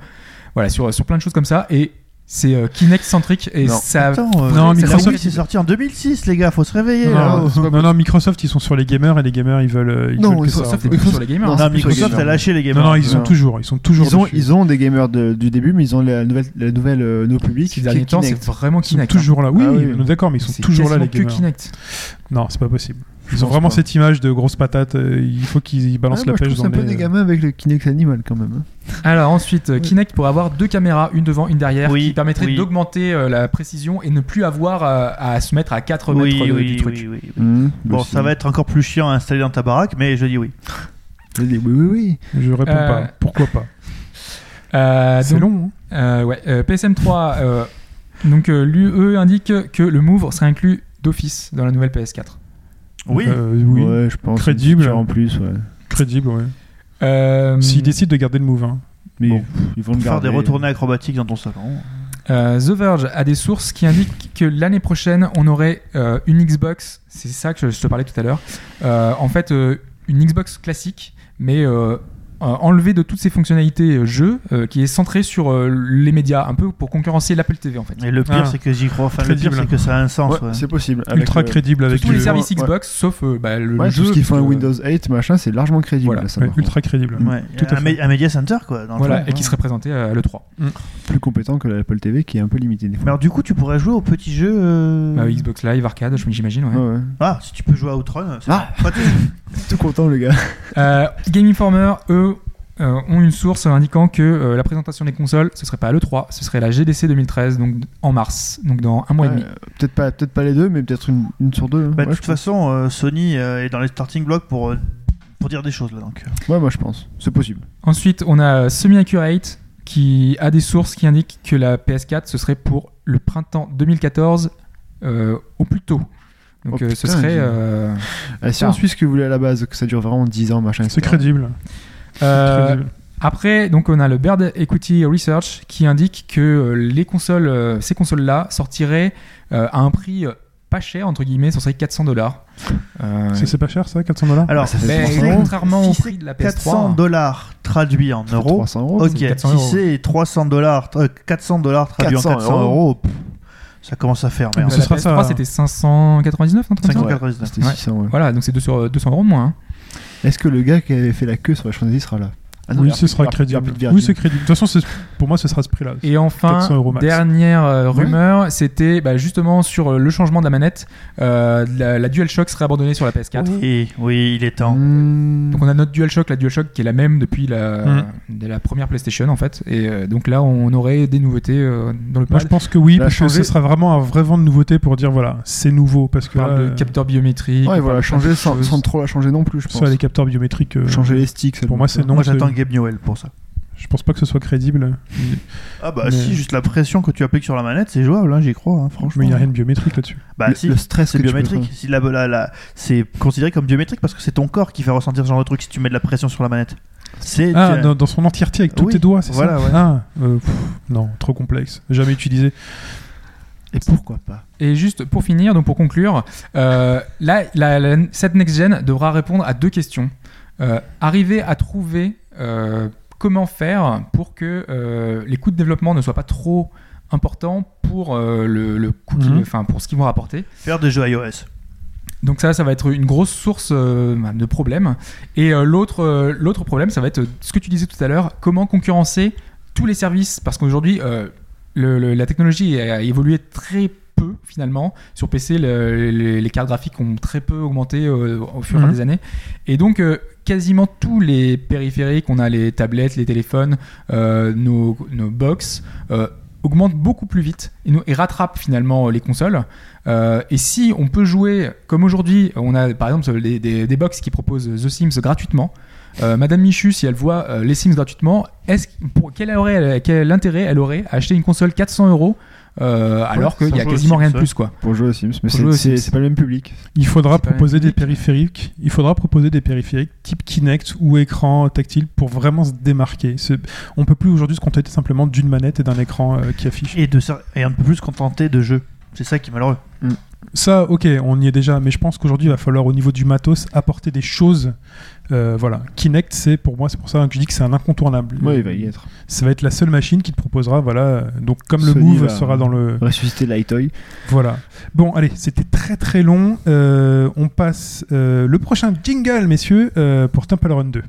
voilà, sur, sur plein de choses comme ça. Et c'est euh, Kinect-centrique et Non. ça... Attends, euh, Non, la Microsoft- Wii, c'est sorti en 2006, les gars, faut se réveiller. hein. là. Non, non, non, Microsoft, ils sont sur les gamers et les gamers, ils veulent. euh, Ils Non, veulent que Microsoft ça- est plutôt sur les gamers. Non, hein. Non, c'est plutôt Microsoft a gamer. lâché les gamers. Non, non, ils sont Non. toujours, ils sont toujours. Ils ont, dessus. ils ont des gamers de- du début, mais ils ont la nouvelle, la nouvelle euh, no public. Ces derniers qui est temps, c'est Kinect. vraiment Ils sont Kinect. hein. toujours là. Oui, Ah oui. on est d'accord, mais ils sont C'est toujours là les quasiment gamers. que Kinect. Non, c'est pas possible. Je Ils ont pense vraiment pas. cette image de grosse patate. euh, Il faut qu'ils balancent Ouais, la moi, je pêche trouve dans ça un peu les- des gamins avec le Kinect Animal quand même. hein. Alors ensuite, euh, Kinect pourrait avoir deux caméras, une devant, une derrière, Oui, qui permettrait oui. d'augmenter euh, la précision et ne plus avoir euh, à se mettre à 4 mètres Oui, de- oui, du truc. oui, oui. Bah, Bon, c'est- ça va être encore plus chiant à installer dans ta baraque, mais je dis oui. Je dis, Oui, oui, oui. Je réponds Euh, pas. Pourquoi pas Euh, C'est donc, long. hein. euh, ouais, euh, PSM3, euh, donc euh, l'UE indique que le Move serait inclus d'office dans la nouvelle PS4. Oui. Euh, oui. Ouais, je pense. Crédible. Genre En plus, ouais. Crédible, ouais. Euh, S'ils décident de garder le move, hein. Mais Bon. pff, ils vont le Faire garder. des retournées acrobatiques dans ton salon. euh, The Verge a des sources qui indiquent que l'année prochaine, on aurait euh, une Xbox, c'est ça que je, je te parlais tout à l'heure, Euh, en fait euh, une Xbox classique, mais euh, euh, enlevée de toutes ses fonctionnalités euh, jeux, euh, qui est centrée sur euh, les médias, un peu pour concurrencer l'AppleTV TV en fait. Et le pire, Ah. c'est que j'y crois. Enfin, le pire, Crédible. c'est que ça a un sens. Ouais, ouais. c'est possible. Avec, ultra euh, crédible avec Tous le- les services ouais. Xbox, sauf euh, bah, le Ouais, jeu. tout ce qu'ils font à parce que- Windows 8, machin, c'est largement crédible. Voilà. ça, Ouais, par contre. ultra crédible. Ouais. Tout à un, fait. mé- un media center, quoi. dans le Voilà, fond, et qui ouais. serait présenté à l'E3. Plus compétent que l'Apple TV qui est un peu limité des Mais fois. alors, du coup, tu pourrais jouer au petit jeu. euh, Bah, Xbox Live, Arcade, je- j'imagine, ouais. Mm. Ouais, ouais. Ah, si tu peux jouer à Outrun. c'est Ah. pas- Tout content, le gars. Euh, Game Informer, eux, euh, ont une source indiquant que euh, la présentation des consoles, ce serait pas à l'E3, ce serait la GDC 2013, donc en mars, donc dans un mois et demi. Ouais, Peut-être pas, peut pas les deux, mais peut-être une, une sur deux. hein. Bah, ouais, de je toute façon, euh, Sony euh, est dans les starting blocks pour, euh, pour dire des choses là donc. pense. Ouais, moi, je pense. C'est possible. Ensuite, on a euh, Semi-Accurate qui a des sources qui indiquent que la PS4 ce serait pour le printemps 2014 euh, au plus tôt. Donc Oh euh, ce putain, serait. dis- euh, Ah, si Ah. on suit ce que vous voulez à la base, que ça dure vraiment 10 ans, machin. C'est etc. crédible. euh, Crédible. après, donc on a le Baird Equity Research qui indique que euh, les consoles, euh, ces consoles-là sortiraient euh, à un prix euh, pas cher entre guillemets, ce serait 400 dollars. Euh, Ça, C'est pas cher, ça, 400 dollars Alors, Ah, ça fait si Mais 300 c'est- euros. contrairement si au c'est prix de la PS3, 400 dollars traduit en Ça fait euros. 300 Oh, euros. Ok, c'est 400 si euros. c'est 300 dollars, euh, 400 dollars traduit 400 en 400 euros. euros, pff, ça commence à faire merde. Ce euh, la sera PS3 ça. c'était 599, un truc comme ça 599. Ah, C'était Ouais. 600, ouais. Voilà, donc c'est 200, 200 euros de moins. hein. Est-ce que le gars qui avait fait la queue sur la chaîne sera là Ah non, il oui, y a ce plus- il sera y a plus de crédible. Virgin. Oui, c'est crédible. De toute façon, c'est- pour moi, ce sera ce prix-là. Et enfin, 400 euros max. dernière euh, Ouais. rumeur, c'était bah, justement sur euh, le changement de la manette. Euh, la, la DualShock serait abandonnée sur la PS4. Oui, oui, il est temps. Mmh. Donc on a notre DualShock, la DualShock qui est la même depuis la, Mm. de la première PlayStation en fait. Et euh, donc là, on aurait des nouveautés euh, dans le Moi, pad. je pense que oui, Il a parce que changé. ce sera vraiment un vrai vent de nouveauté pour dire voilà, c'est nouveau. Parce On que là, parle de euh, capteurs biométriques. on Ouais, parle voilà, de plein changer de sans, choses. sans trop la changer non plus, je pense. ça, les capteurs biométriques. euh, Changer les sticks. Pour moi, c'est non. Moi, c'est- j'attends Gabe Newell pour ça. Je pense pas que ce soit crédible. Ah bah Mais- si, juste la pression que tu appliques sur la manette, c'est jouable, hein, j'y crois, hein, franchement. Mais il n'y a rien de biométrique là-dessus. Bah le, si, le stress c'est que tu peux biométrique. Si la, la- la- c'est considéré comme biométrique parce que c'est ton corps qui fait ressentir ce genre de truc si tu mets de la pression sur la manette. C'est Ah, tu- dans, dans son entièreté avec tous Oui, tes doigts, c'est voilà, ça ouais. Ah, euh, pff, non, trop complexe. Jamais utilisé. et pourquoi pas Et juste pour finir, donc pour conclure, euh, là, la- la- cette next-gen devra répondre à deux questions. Euh, arriver à trouver euh, comment faire pour que euh, les coûts de développement ne soient pas trop importants pour euh, le, le coût qu'ils- Mhm. enfin, pour ce qu'ils vont rapporter. Faire des jeux iOS. Donc ça, ça va être une grosse source euh, de problèmes. Et euh, l'autre, euh, l'autre problème, ça va être euh, ce que tu disais tout à l'heure, comment concurrencer tous les services, parce qu'aujourd'hui, euh, le- le- la technologie a évolué très peu finalement. Sur PC, le- les, les cartes graphiques ont très peu augmenté euh, au fur et à mesure Mhm. des années. Et donc, euh, quasiment tous les périphériques, on a les tablettes, les téléphones, euh, nos, nos box, euh, augmentent beaucoup plus vite et, nous, et rattrapent finalement les consoles. Euh, et si on peut jouer, comme aujourd'hui, on a par exemple des, des, des box qui proposent The Sims gratuitement. Euh, Madame Michu, si elle voit euh, les Sims gratuitement, est-ce que- pour, quel, aurait, elle- quel intérêt elle aurait à acheter une console 400 euros euh, alors ça qu'il n'y a joue aux quasiment Sims, rien de ouais. plus quoi pour jouer aux Sims, mais Pour c'est- jouer aux c'est Sims. c'est pas le même public. Il faudra C'est pas proposer des unique. périphériques. Il faudra proposer des périphériques type Kinect ou écran tactile pour vraiment se démarquer. C'est- On peut plus aujourd'hui se contenter simplement d'une manette et d'un écran euh, qui affiche. Et, de, ça- et un peu plus contenté de jeux. C'est ça qui est malheureux. Ça, ok, on y est déjà, mais je pense qu'aujourd'hui, il va falloir au niveau du matos apporter des choses. Euh, voilà, Kinect, c'est pour moi, c'est pour ça que je dis que c'est un incontournable. Ouais, il va y être. Ça va être la seule machine qui te proposera, voilà. Donc comme le Sony Move va- sera dans le, Ressusciter Lightoy. voilà. Bon, allez, c'était très très long. Euh, on passe euh, le prochain jingle, messieurs, euh, pour Temple Run 2.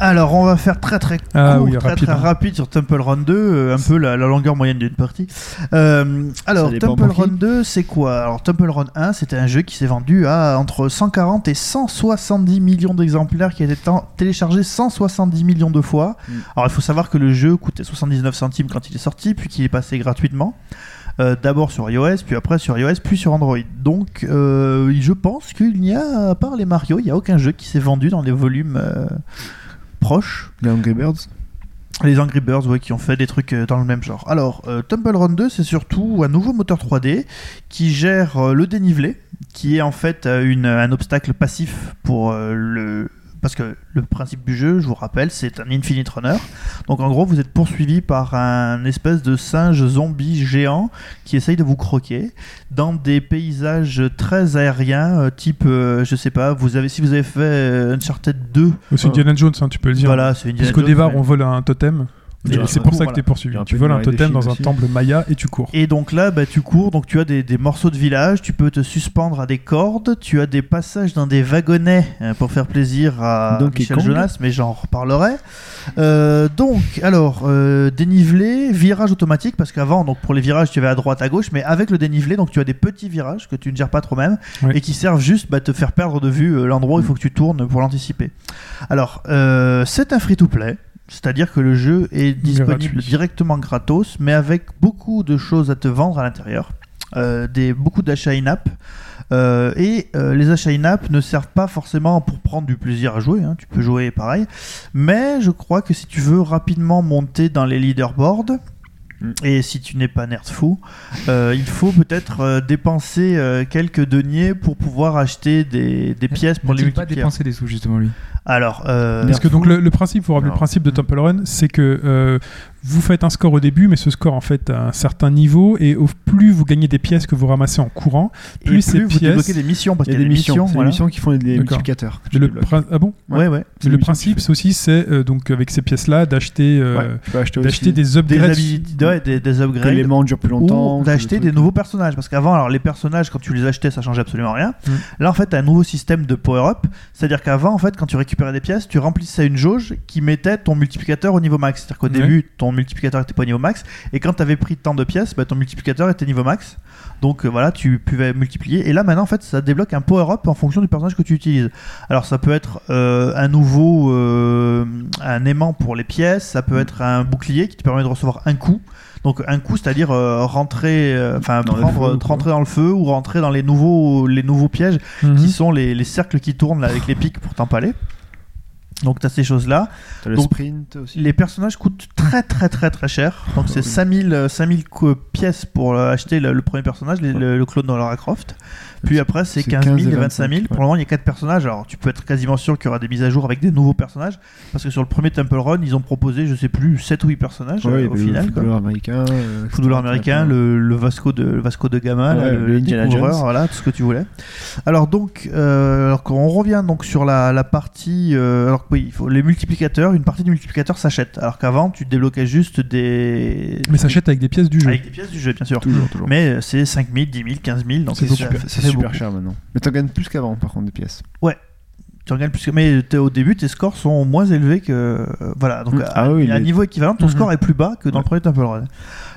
Alors, on va faire très très court, Ah oui, très, rapide, très hein. rapide sur Temple Run 2, euh, un peu la, la longueur moyenne d'une partie. Euh, alors, Ça dépend Temple pour Run qui. 2, c'est quoi Alors, Temple Run 1, c'était un jeu qui s'est vendu à entre 140 et 170 millions d'exemplaires, qui a été tan- téléchargé 170 millions de fois. Mm. Alors, il faut savoir que le jeu coûtait 79 centimes quand il est sorti, puis qu'il est passé gratuitement. Euh, D'abord sur iOS, puis après sur iOS, puis sur Android. Donc, euh, je pense qu'il n'y a, à part les Mario, il n'y a aucun jeu qui s'est vendu dans les volumes euh, proches. Les Angry Birds. Les Angry Birds, ouais, qui ont fait des trucs euh, dans le même genre. Alors, euh, Temple Run 2, c'est surtout un nouveau moteur 3D qui gère euh, le dénivelé, qui est en fait euh, une- un obstacle passif pour euh, le. Parce que le principe du jeu, je vous rappelle, c'est un Infinite Runner. Donc en gros, vous êtes poursuivi par un espèce de singe zombie géant qui essaye de vous croquer dans des paysages très aériens, euh, type, euh, je sais pas, vous avez, si vous avez fait euh, Uncharted 2, Aussi Ah. Euh, Indiana Jones, hein, tu peux le dire. voilà, c'est une Puisqu'au départ, on vole un totem. Et Et tu c'est cours, pour ça que voilà. t'es Il y poursuivi. a un Tu peu voles de un Marie des totem dans Chines un aussi. temple maya et tu cours. Et donc là, bah, tu cours, donc tu as des, des morceaux de village, tu peux te suspendre à des cordes, tu as des passages dans des wagonnets euh, pour faire plaisir à Donkey Michel Kong. Jonas, mais j'en reparlerai. Euh, donc, alors, euh, dénivelé, virage automatique, parce qu'avant, donc pour les virages, tu avais à droite, à gauche, mais avec le dénivelé, donc tu as des petits virages que tu ne gères pas toi-même Oui. et qui servent juste bah, te faire perdre de vue euh, l'endroit où il faut que tu tournes pour l'anticiper. Alors, euh, c'est un free-to-play. C'est-à-dire que le jeu est disponible Gratuit. directement gratos, mais avec beaucoup de choses à te vendre à l'intérieur, Euh, des, beaucoup d'achats in-app. Euh, et euh, les achats in-app ne servent pas forcément pour prendre du plaisir à jouer, hein, tu peux jouer pareil, mais je crois que si tu veux rapidement monter dans les leaderboards, Mm. et si tu n'es pas nerd fou, euh, il faut peut-être euh, dépenser euh, quelques deniers pour pouvoir acheter des, des pièces pour les n'a pas multiplier. dépensé des sous justement lui. Alors, euh, Parce que donc le, le principe, vous rappelez le Non. Mm. principe de Temple Run, c'est que euh, vous faites un score au début, mais ce score en fait a un certain niveau, et au plus vous gagnez des pièces que vous ramassez en courant, et plus ces vous pièces- débloquez des missions, parce Il y qu'il a des missions, c'est des voilà. missions qui font des D'accord. multiplicateurs. que tu le débloques. prin- ah bon Ouais, ouais. C'est le des missions principe que c'est aussi c'est euh, donc avec ces pièces là d'acheter tu fais. euh, Ouais, tu peux acheter d'acheter aussi des Des, upgrades habilités, ouais, des, des que upgrades. l'élément dure plus longtemps. ou que d'acheter le des truc- nouveaux personnages parce qu'avant alors les personnages quand tu les achetais ça changeait absolument rien Mm. là en fait t'as un nouveau système de power-up c'est à dire qu'avant en fait quand tu récupérais des pièces tu remplissais une jauge qui mettait ton multiplicateur au niveau max c'est à dire qu'au Ouais. début ton multiplicateur était pas au niveau max et quand t'avais pris tant de pièces bah, ton multiplicateur était niveau max donc euh, voilà tu pouvais multiplier et là maintenant en fait ça débloque un power-up en fonction du personnage que tu utilises alors ça peut être euh, un nouveau euh, un aimant pour les pièces ça peut être un bouclier qui te permet de recevoir un coup donc un coup, c'est-à-dire euh, rentrer, euh, enfin Dans le prendre, feu ou te rentrer dans le feu ou rentrer dans les nouveaux, les nouveaux pièges Mhm. qui sont les, les cercles qui tournent là, avec les pics pour t'empaler. Donc t'as ces choses-là. T'as le Donc, sprint aussi. Ah Les personnages coûtent très très très très cher. Donc c'est 5000, euh, 5000 co- pièces pour euh, acheter le, le premier personnage, le, le- le clone de Lara Croft. Puis après c'est c'est 15 000 et 25 25 000. 000, Pour le moment il y a 4 personnages. Alors tu peux être quasiment sûr qu'il y aura des mises à jour avec des nouveaux personnages. Parce que sur le premier Temple Run ils ont proposé je sais plus 7 ou 8 personnages Ouais, euh, il y au avait final. le quoi. footballeur américain. euh, Le footballeur américain, le, le Vasco de le Vasco de Gama, Ouais, là, le, le le Indiana découvreur, Jones. voilà tout ce que tu voulais. Alors donc, euh, alors qu'on revient donc sur la, la partie, euh, alors que oui, il faut les multiplicateurs, une partie des multiplicateurs s'achète, alors qu'avant tu débloquais juste des Mais s'achète avec des pièces du jeu. avec des pièces du jeu bien sûr. Toujours, toujours. Mais euh, c'est 5 000, 10 000, 15 000, donc C'est ça- super- ça C'est fait super beaucoup. cher maintenant. Mais t'en gagnes plus qu'avant, par contre, des pièces. Tu en gagnes plus que- mais t'es- au début tes scores sont moins élevés que euh, voilà donc Mm. à, Ah oui, à un les- niveau équivalent ton Mhm. score est plus bas que dans le premier Temple Run.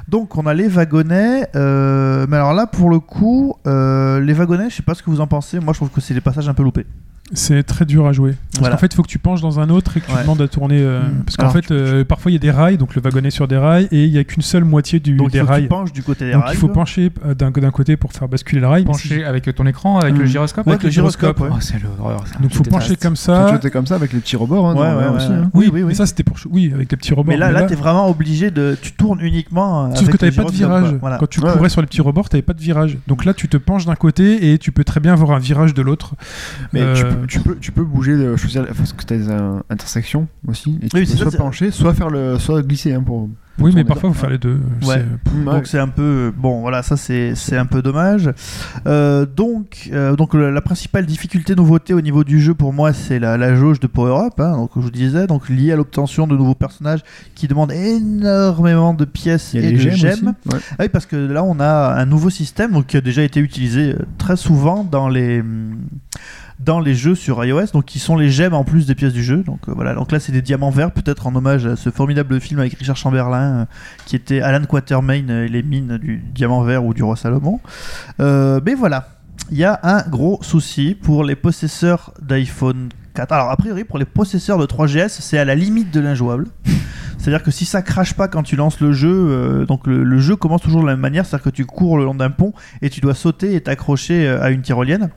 Donc on a les wagonnets euh, mais alors là pour le coup euh, les wagonnets je sais pas ce que vous en pensez moi je trouve que c'est des passages un peu loupés. C'est très dur à jouer. Parce Voilà. qu'en fait, il faut que tu penches dans un autre et que tu Ouais. demandes à tourner. euh, Mm. Parce qu'en Alors, fait, euh, parfois, il y a des rails, donc le wagonnet sur des rails, et il n'y a qu'une seule moitié du, Donc il des faut que tu rails. penches du côté des donc rails. il faut pencher euh, d'un d'un côté pour faire basculer le rail. mais si- Penché avec euh, ton écran, avec Mm. le gyroscope Ouais, avec le gyroscope, ouais. Oh, c'est l'horreur Ah, ça. Donc Je faut déteste. pencher comme Tu ça. étais comme ça avec les petits rebords. Hein, Ouais, dans- ouais, là ouais, aussi, ouais. hein. Oui, oui, mais oui. ça, c'était pour. Oui, avec les petits rebords. mais là, mais là, là- t'es vraiment obligé de. Tu tournes uniquement. euh, Sauf avec que t'avais le pas de gyroscope, virage. quoi. Voilà. Quand tu Ouais, courais ouais. sur les petits rebords, t'avais pas de virage. Donc là, tu te penches d'un côté et tu peux très bien avoir un virage de l'autre. Mais Euh, tu, peux, tu, peux, tu peux bouger, le- choisir, parce que t'as des euh, intersections aussi. Et tu Oui, peux c'est ça, soit c'est- pencher, soit, faire le, soit glisser. Hein, pour... Oui, mais tourner. parfois, il faut faire les deux. Ouais. C'est- Donc c'est un peu bon voilà ça c'est c'est un peu dommage. Euh, donc euh, donc le- la principale difficulté nouveauté au niveau du jeu pour moi c'est la, la jauge de power up hein, donc comme je vous disais donc liée à l'obtention de nouveaux personnages qui demandent énormément de pièces Il y a et les de gemmes. gemmes. aussi. Ouais. Ah oui parce que là on a un nouveau système donc qui a déjà été utilisé euh, très souvent dans les hum, dans les jeux sur iOS donc qui sont les gemmes en plus des pièces du jeu donc euh, voilà donc là c'est des diamants verts peut-être en hommage à ce formidable film avec Richard Chamberlain euh, qui était Alan Quatermain et les mines du diamant vert ou du roi Salomon. Euh, mais voilà, il y a un gros souci pour les possesseurs d'iPhone 4. Alors, a priori, pour les possesseurs de 3GS, c'est à la limite de l'injouable. C'est-à-dire que si ça crache pas quand tu lances le jeu, euh, donc le, le jeu commence toujours de la même manière, c'est-à-dire que tu cours le long d'un pont et tu dois sauter et t'accrocher euh, à une tyrolienne.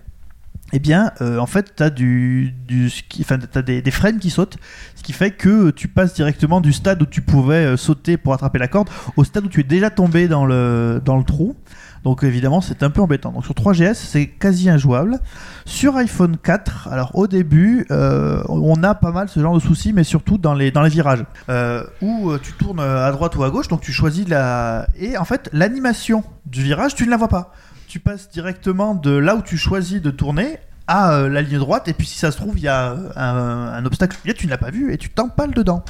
Eh bien, euh, en fait, t'as du, du ski- enfin, t'as des, des frames qui sautent, ce qui fait que tu passes directement du stade où tu pouvais euh, sauter pour attraper la corde au stade où tu es déjà tombé dans le dans le trou. Donc évidemment, c'est un peu embêtant. Donc sur 3GS, c'est quasi injouable. Sur iPhone 4, alors au début, euh, on a pas mal ce genre de soucis, mais surtout dans les, dans les virages, euh, où euh, tu tournes à droite ou à gauche, donc tu choisis la... Et en fait, l'animation du virage, tu ne la vois pas. Tu passes directement de là où tu choisis de tourner à euh, la ligne droite, et puis si ça se trouve, il y a euh, un, un obstacle, là, tu ne l'as pas vu, et tu t'empales dedans.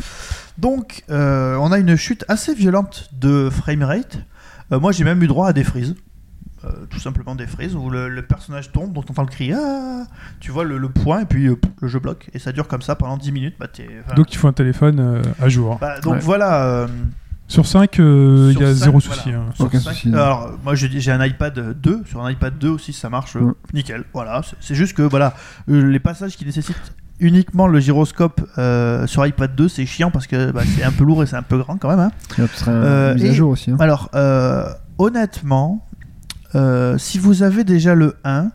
Donc, euh, on a une chute assez violente de framerate. Euh, moi, j'ai même eu droit à des frises. Euh, tout simplement des frises où le, le personnage tombe, donc t'entends le cri, ah tu vois le, le point, et puis euh, pouf, le jeu bloque. Et ça dure comme ça pendant 10 minutes. Bah, t'es- enfin, Donc il faut un téléphone euh, à jour. bah, donc Ouais. voilà. euh, Sur 5, il sur y a cinq, zéro voilà. souci. hein. Sur Aucun cinq- souci. Alors, moi j'ai j'ai un iPad 2. Sur un iPad 2 aussi, ça marche euh, Ouais. nickel. Voilà, c'est- c'est juste que voilà, euh, les passages qui nécessitent uniquement le gyroscope euh, sur iPad 2, c'est chiant parce que bah, c'est un peu lourd et c'est un peu grand quand même. hein. Il y a peut-être un- Euh, une mise à et- jour aussi. hein. Alors, euh, honnêtement, euh, si vous avez déjà le 1,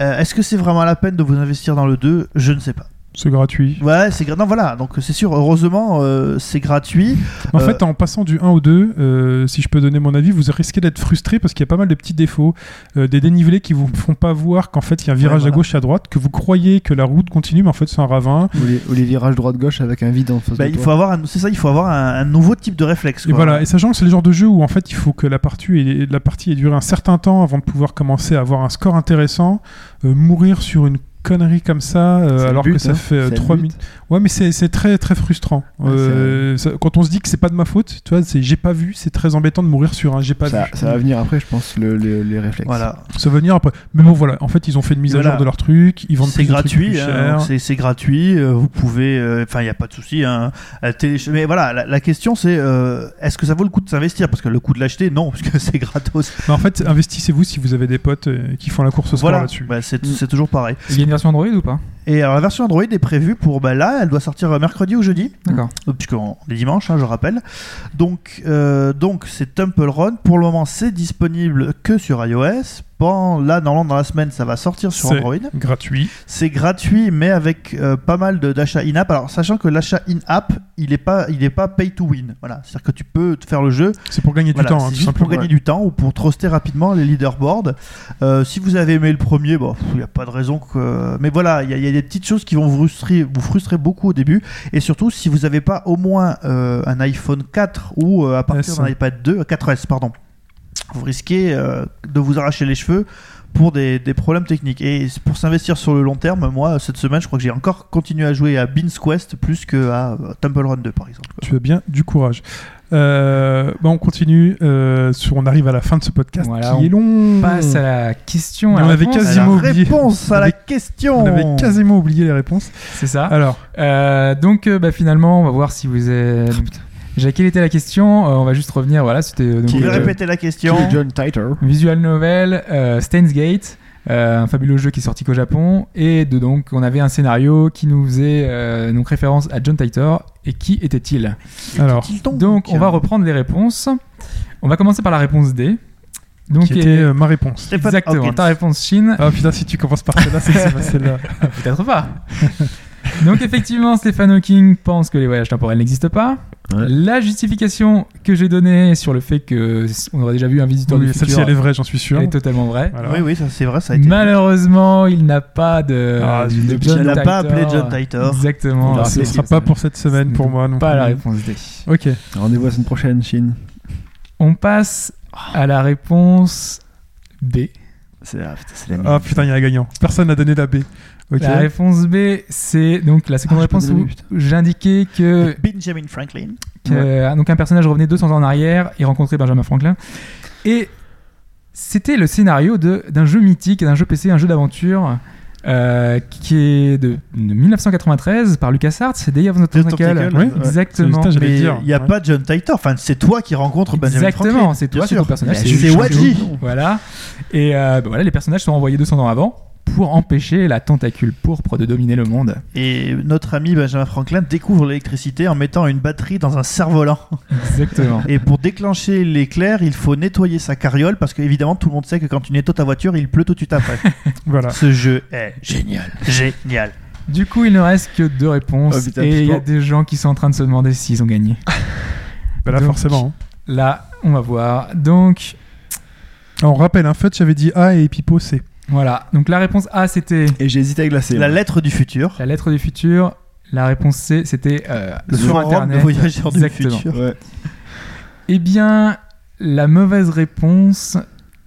euh, est-ce que c'est vraiment la peine de vous investir dans le 2 Je ne sais pas. C'est gratuit. Ouais, c'est gra- non, voilà, donc c'est sûr, heureusement, euh, c'est gratuit. En Euh, fait, en passant du 1 au 2, euh, si je peux donner mon avis, vous risquez d'être frustré parce qu'il y a pas mal de petits défauts, euh, des dénivelés qui vous font pas voir qu'en fait il y a un virage voilà. à gauche et à droite, que vous croyez que la route continue, mais en fait c'est un ravin. Ou, les, ou les virages droite-gauche avec un vide en face Bah, de il toi. faut avoir, un- c'est ça, il faut avoir un, un nouveau type de réflexe. Et quoi. voilà, et sachant que c'est le genre de jeu où en fait il faut que la partie ait, la partie ait duré un certain temps avant de pouvoir commencer à avoir un score intéressant, euh, mourir sur une connerie comme ça euh, C'est le alors que but, ça hein. fait C'est 3 le minutes. but. Ouais, mais c'est c'est très très frustrant. Ouais, Euh, ça- quand on se dit que c'est pas de ma faute, tu vois, c'est j'ai pas vu, c'est très embêtant de mourir sur un j'ai pas Ça, vu. ça va venir après, je pense, le- le- les réflexes. Voilà. Ça va venir après. Mais bon, voilà, en fait, ils ont fait une mise à Voilà. jour de leur truc, ils vendent C'est plus de trucs gratuit, plus hein, cher. donc c'est c'est gratuit. euh, vous pouvez, euh, enfin, il n'y a pas de souci. Hein, euh, téléch- mais voilà, la, la question c'est euh, est-ce que ça vaut le coup de s'investir Parce que le coût de l'acheter, non, parce que c'est gratos. Mais en fait, investissez-vous si vous avez des potes euh, qui font la course au score Voilà, là-dessus. Bah, c'est c'est toujours pareil. Il y a une version Android ou pas Et alors, la version Android est prévue pour bah, là, elle doit sortir mercredi ou jeudi, D'accord. euh, puisqu'on est dimanche, hein, je rappelle. Donc, euh, donc c'est Temple Run. Pour le moment, c'est disponible que sur iOS. Bon, là, normalement, dans la semaine, ça va sortir sur C'est- Android. Gratuit. C'est gratuit, mais avec euh, pas mal de- d'achats in-app. Alors, sachant que l'achat in-app, il n'est pas, il est pas pay to win. Voilà, c'est-à-dire que tu peux te faire le jeu C'est pour gagner voilà, du temps, hein, c'est tout juste simplement. pour gagner du temps ou pour troster rapidement les leaderboards. Euh, si vous avez aimé le premier, bon, pff, il n'y a pas de raison que. Mais voilà, il y, a- il y a des petites choses qui vont vous frustrer, vous frustrer beaucoup au début. Et surtout, si vous n'avez pas au moins euh, un iPhone 4 ou euh, à partir S. d'un iPad 2, euh, 4S, pardon, vous risquez euh, de vous arracher les cheveux pour des, des problèmes techniques. Et c'est pour s'investir sur le long terme, moi, cette semaine, je crois que j'ai encore continué à jouer à Beans Quest plus que à euh, Temple Run 2, par exemple. Tu as bien du courage. Euh, bah, on continue. euh, sur- on arrive à la fin de ce podcast Voilà, qui est long. Passe à la question. Mais à on la avait réponse. quasiment La oublié. réponse à On la avait- question On avait quasiment oublié les réponses. C'est ça. Alors, Euh, donc euh, bah, finalement, on va voir si vous êtes. Oh, Déjà, quelle était la question Euh, On va juste revenir. Voilà, c'était euh, donc, Qui euh, veut répéter la question John Titer. Visual Novel, euh, Steins Gate, euh, un fabuleux jeu qui est sorti qu'au Japon, et de, donc on avait un scénario qui nous faisait euh, donc référence à John Titor, et qui était-il alors Donc euh, on va reprendre les réponses. On va commencer par la réponse D. Donc qui était et- euh, ma réponse Stéphane exactement Hawkins. ta réponse Chine. Ah putain, si tu commences par celle-là, c'est que c'est pas celle-là. Peut-être pas. Donc effectivement, Stephen Hawking pense que les voyages temporels n'existent pas. Ouais. La justification que j'ai donnée sur le fait que on aurait déjà vu un visiteur Oui, du celle-ci, futur elle est vraie, j'en suis sûr. est totalement vraie. Voilà. Oui, oui, ça c'est vrai, ça a été. Malheureusement, il n'a pas de. Ah, de zut. Il John n'a pas Titor. appelé John Titor. Exactement. Alors, Ah, ce c'est- ne sera pas pour cette semaine ce pour n'est moi. Non Pas plus. la réponse D. Ok. Rendez-vous la semaine prochaine, Chine. On passe à la réponse B. C'est ah, putain, c'est la merde. Ah putain, il y a un gagnant. Personne n'a donné la B. Ok. La réponse B, c'est donc la seconde Ah, j'ai pas réponse donné, où putain. j'indiquais que Benjamin Franklin. que- Euh, donc un personnage revenait 200 ans en arrière et rencontrait Benjamin Franklin. Et c'était le scénario de- d'un jeu mythique, d'un jeu PC, un jeu d'aventure euh, qui est de, de 1993 par LucasArts, c'est Day of the The Tentacle. Tentacle, Oui, ouais. Exactement. Putain, j'allais Mais dire. il n'y a Ouais. pas John Titor. Enfin, c'est toi qui rencontres Benjamin Exactement, Franklin. c'est toi, Bien c'est sûr. ton personnage. Mais C'est Wadji. Voilà. Et euh, bah voilà, les personnages sont envoyés 200 ans avant pour empêcher la tentacule pourpre de dominer le monde. Et notre ami Benjamin Franklin découvre l'électricité en mettant une batterie dans un cerf-volant. Exactement. Et pour déclencher l'éclair, il faut nettoyer sa carriole parce qu'évidemment, tout le monde sait que quand tu nettoies ta voiture, il pleut tout de suite après. Voilà. Ce jeu est génial. Génial. du coup, il ne reste que deux réponses Oh, putain, et il y a putain. des gens qui sont en train de se demander s'ils ont gagné. Bah là, Donc- forcément. Là, on va voir. Donc, hein. Alors, on rappelle, un Fudge avait dit A et Pipo C. voilà. Donc la réponse A, c'était Et j'ai hésité à glacer. La moi. lettre du futur. la lettre du futur. La réponse C, c'était euh, Le sur forum Internet. de voyageurs du Exactement. futur. Ouais. Eh bien, la mauvaise réponse,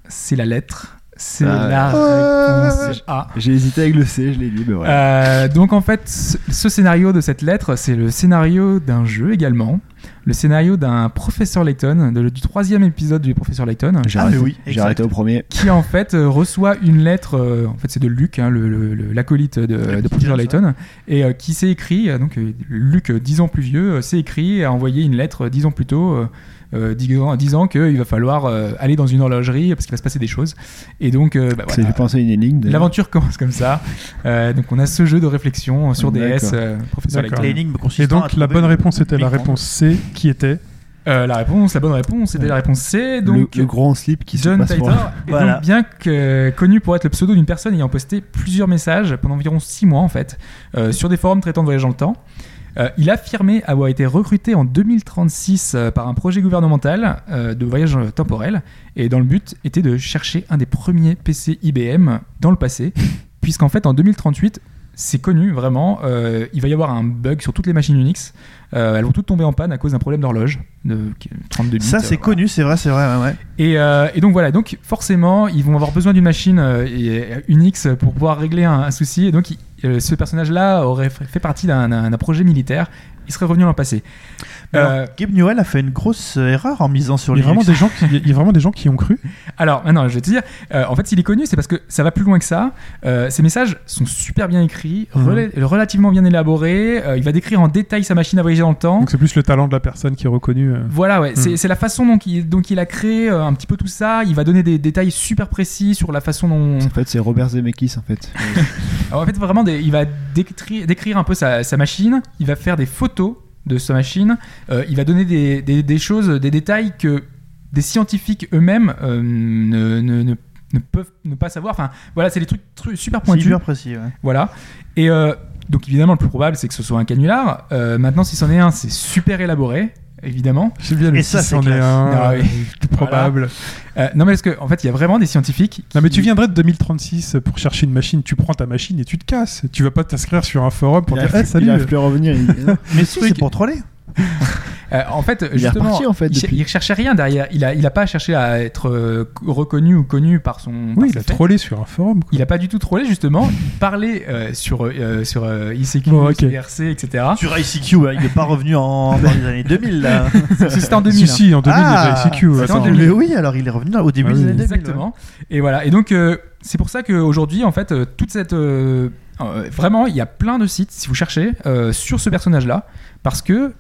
c'est la lettre. C'est Ah. la Ouais. réponse A. J'ai hésité avec le C, je l'ai lu, mais voilà. Euh, donc en fait, ce ce scénario de cette lettre, c'est le scénario d'un jeu également. Le scénario d'un professeur Layton, de- du troisième épisode du professeur Layton, J'ai ah, arrêté, mais oui, j'ai exact. arrêté au premier. qui en fait euh, reçoit une lettre, euh, en fait c'est de Luc, hein, le- le- le- l'acolyte de, Le de petit professeur James, Layton, et euh, qui s'est écrit, euh, donc euh, Luc, euh, dix ans plus vieux, euh, s'est écrit et a envoyé une lettre euh, dix ans plus tôt. euh, euh, disant, disant qu'il va falloir euh, aller dans une horlogerie parce qu'il va se passer des choses et donc euh, bah, Ça voilà. fait penser à une énigme. d'ailleurs. L'aventure commence comme ça. Euh, donc on a ce jeu de réflexion sur DS, D'accord. euh, professeur D'accord. Layton. L'énigme consiste Et donc, la bonne réponse était la micro-ondes. réponse C, qui était Euh, la réponse, la bonne réponse, c'était la réponse C. Le- Donc le, grand slip qui se John passe Titor pour- est Voilà. donc bien que, euh, connu pour être le pseudo d'une personne ayant posté plusieurs messages pendant environ 6 mois en fait euh, sur des forums traitant de voyage dans le temps. Euh, il affirmait avoir été recruté en 2036 euh, par un projet gouvernemental euh, de voyage euh, temporel et dans le but était de chercher un des premiers PC IBM dans le passé puisqu'en fait en 2038 c'est connu vraiment euh, il va y avoir un bug sur toutes les machines Unix Euh, elles vont toutes tomber en panne à cause d'un problème d'horloge de 32 bits Ça, c'est euh, voilà. connu, c'est vrai, c'est vrai. ouais, ouais. Et, euh, et donc voilà, donc forcément, ils vont avoir besoin d'une machine euh, et- euh, Unix pour pouvoir régler un, un souci. Et donc, il- euh, ce personnage-là aurait fait fait partie d'un- d'un d'un projet militaire il serait revenu l'an passé. Mais alors, Euh, Gabe Newell a fait une grosse euh, erreur en misant sur Il y, a Linux. vraiment des gens qui, il y a vraiment des gens qui y ont cru. Alors, maintenant, je vais te dire, euh, en fait, s'il est connu, c'est parce que ça va plus loin que ça. Euh, ses messages sont super bien écrits, rela- relativement bien élaborés. Euh, il va décrire en détail sa machine à voyager dans le temps. Donc c'est plus le talent de la personne qui est reconnu. euh. Voilà, ouais, c'est- c'est la façon dont il, dont il a créé euh, un petit peu tout ça. Il va donner des détails super précis sur la façon dont. En fait, c'est Robert Zemeckis, en fait. Alors, Ah, en fait, vraiment, des- il va décrire, décrire un peu sa, sa machine. Il va faire des photos de sa machine. Euh, il va donner des, des- des choses, des détails que des scientifiques eux-mêmes euh, ne, ne- ne- ne peuvent ne pas savoir. Enfin, voilà, c'est des trucs, tru- super C'est pointus. hyper précis. ouais. Voilà. Et euh, donc, évidemment, le plus probable, c'est que ce soit un canular. Euh, maintenant, si c'en est un, c'est super élaboré, évidemment. J'aime bien le Et ça, si c'est c'en est classe. un, Ah euh, oui. tout probable. Euh, non, mais parce que, en fait, il y a vraiment des scientifiques. Non, mais qui- tu viendrais de 2036 pour chercher une machine, tu prends ta machine et tu te casses. Tu vas pas t'inscrire sur un forum pour il dire arrive- Eh, salut. il arrive plus à revenir. Il, Mais si, truc- c'est pour troller. Euh, en fait, il est justement, reparti, en fait, il, cher- depuis. il cherchait rien derrière. Il a, il a pas cherché à être euh, reconnu ou connu par son. par Oui, il ses a faits. trollé sur un forum. quoi. Il a pas du tout trollé justement. Il parlait euh, sur euh, sur euh, ICQ, Bon, ok. IRC, etc. Sur ICQ, hein, il n'est pas revenu en, dans les années 2000. Là. C'était en 2000. Si, hein. si, en 2000, Ah, il y avait ICQ. C'était en attends. 2000. Mais oui, alors il est revenu au début Ah des oui. années 2000. ouais. Exactement. Et voilà. Et donc, euh, c'est pour ça qu'aujourd'hui, en fait, euh, toute cette. euh, euh, vraiment, il y a plein de sites, si vous cherchez, euh, sur ce personnage-là, parce que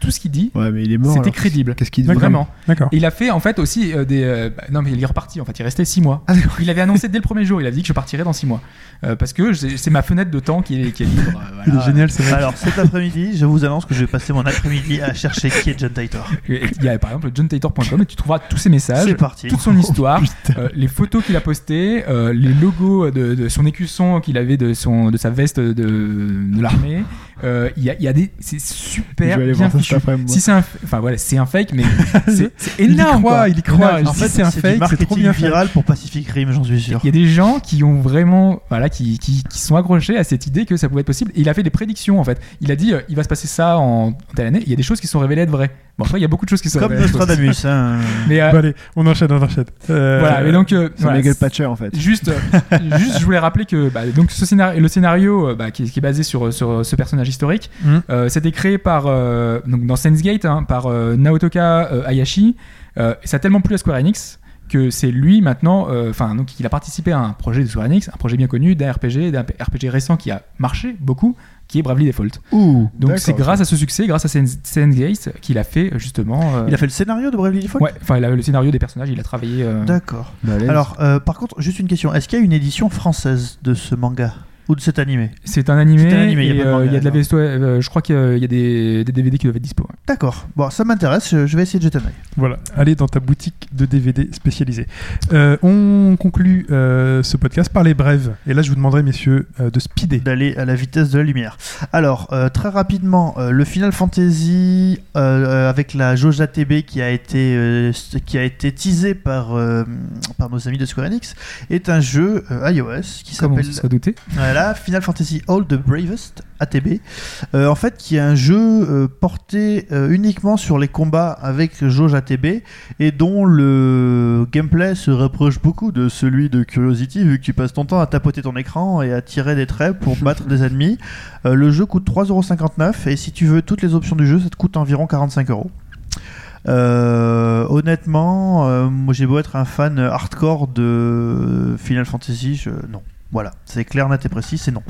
tout ce qu'il dit, Ouais, mais il est mort. c'était alors. crédible. Qu'est-ce qu'il dit D'accord. Vraiment. D'accord. Et il a fait, en fait, aussi euh, des. euh, bah, non, mais il est reparti, en fait, il restait 6 mois. Ah, d'accord. Il avait annoncé dès le premier jour, il avait dit que je partirais dans 6 mois. Euh, parce que c'est c'est ma fenêtre de temps qui est, qui est libre. euh, voilà. Il est génial, c'est vrai. Ah Alors cet après-midi, je vous annonce que je vais passer mon après-midi à chercher qui est John Titor. Et- et Il y a par exemple johntator.com et tu trouveras tous ses messages. C'est parti. toute son histoire, euh, les photos qu'il a postées, euh, les logos de, de son écusson qu'il avait de, son, de sa veste de, de l'armée. Euh, Il y, a, il y a des. C'est Je super vais aller bien voir ça cet fichu. après-midi. Si c'est un, enfin voilà, c'est un fake, mais c'est c'est Il y énorme. croit, quoi. il y croit. Énorme. En fait, c'est un du fake, c'est trop marketing bien fait. viral pour Pacific Rim, j'en suis sûr. Il y a des gens qui ont vraiment, voilà, qui, qui, qui sont accrochés à cette idée que ça pouvait être possible. Et il a fait des prédictions en fait. Il a dit, euh, il va se passer ça en telle année. Il y a des choses qui se sont révélées être vraies. Bon, après, il y a beaucoup de choses qui sont Comme révélées. être fausses. Nostradamus. hein. Mais euh, Bon, allez, on enchaîne, on enchaîne. Euh, voilà. Mais donc, euh, C'est voilà, Michael Patcher, en fait. Juste, euh, juste, je voulais rappeler que bah, donc ce scénario, le scénario euh, bah, qui, qui est basé sur, sur ce personnage historique, Mm. Mhm. euh, c'était créé par euh, donc dans Sense8 hein, par euh, Naotoka euh, Hayashi. Euh, et ça a tellement plu à Square Enix que c'est lui maintenant, euh, enfin donc il a participé à un projet de Square Enix, un projet bien connu d'un RPG, d'un RPG récent qui a marché beaucoup, qui est Bravely Default. Ouh, Donc c'est grâce à ce succès, grâce à Sense- Sense8 qu'il a fait euh, justement. euh, Il a fait le scénario de Bravely Default ouais, enfin il a le scénario des personnages, il a travaillé. euh, D'accord. Bah, Alors, Alors, euh, par contre, juste une question. Est-ce qu'il y a une édition française de ce manga Ou de cet animé C'est un animé. C'est un animé, et, il y a pas de euh, manga, il y a de la d'accord. VSO. euh, je crois qu'il y a- il y a des, des DVD qui doivent être dispo. hein. ouais. D'accord. Bon, ça m'intéresse, je, je vais essayer de jeter un oeil. Voilà, allez dans ta boutique de DVD spécialisée. Euh, on conclut euh, ce podcast par les brèves. Et là, je vous demanderai, messieurs, euh, de speeder. d'aller à la vitesse de la lumière. Alors, euh, très rapidement, euh, le Final Fantasy euh, euh, avec la jauge ATB qui a été, euh, st- qui a été teasé par, euh, par nos amis de Square Enix est un jeu euh, iOS qui Comme on s'appelle se serait douté. voilà, Final Fantasy All the Bravest ATB. Euh, en fait, qui est un jeu euh, porté euh, uniquement sur les combats avec jauge ATB et dont le gameplay se rapproche beaucoup de celui de Curiosity, vu que tu passes ton temps à tapoter ton écran et à tirer des traits pour battre des ennemis. Euh, le jeu coûte 3,59€ et si tu veux toutes les options du jeu, ça te coûte environ 45€. Euh, honnêtement, euh, moi j'ai beau être un fan hardcore de Final Fantasy, je... non. Voilà, c'est clair, net et précis, c'est non.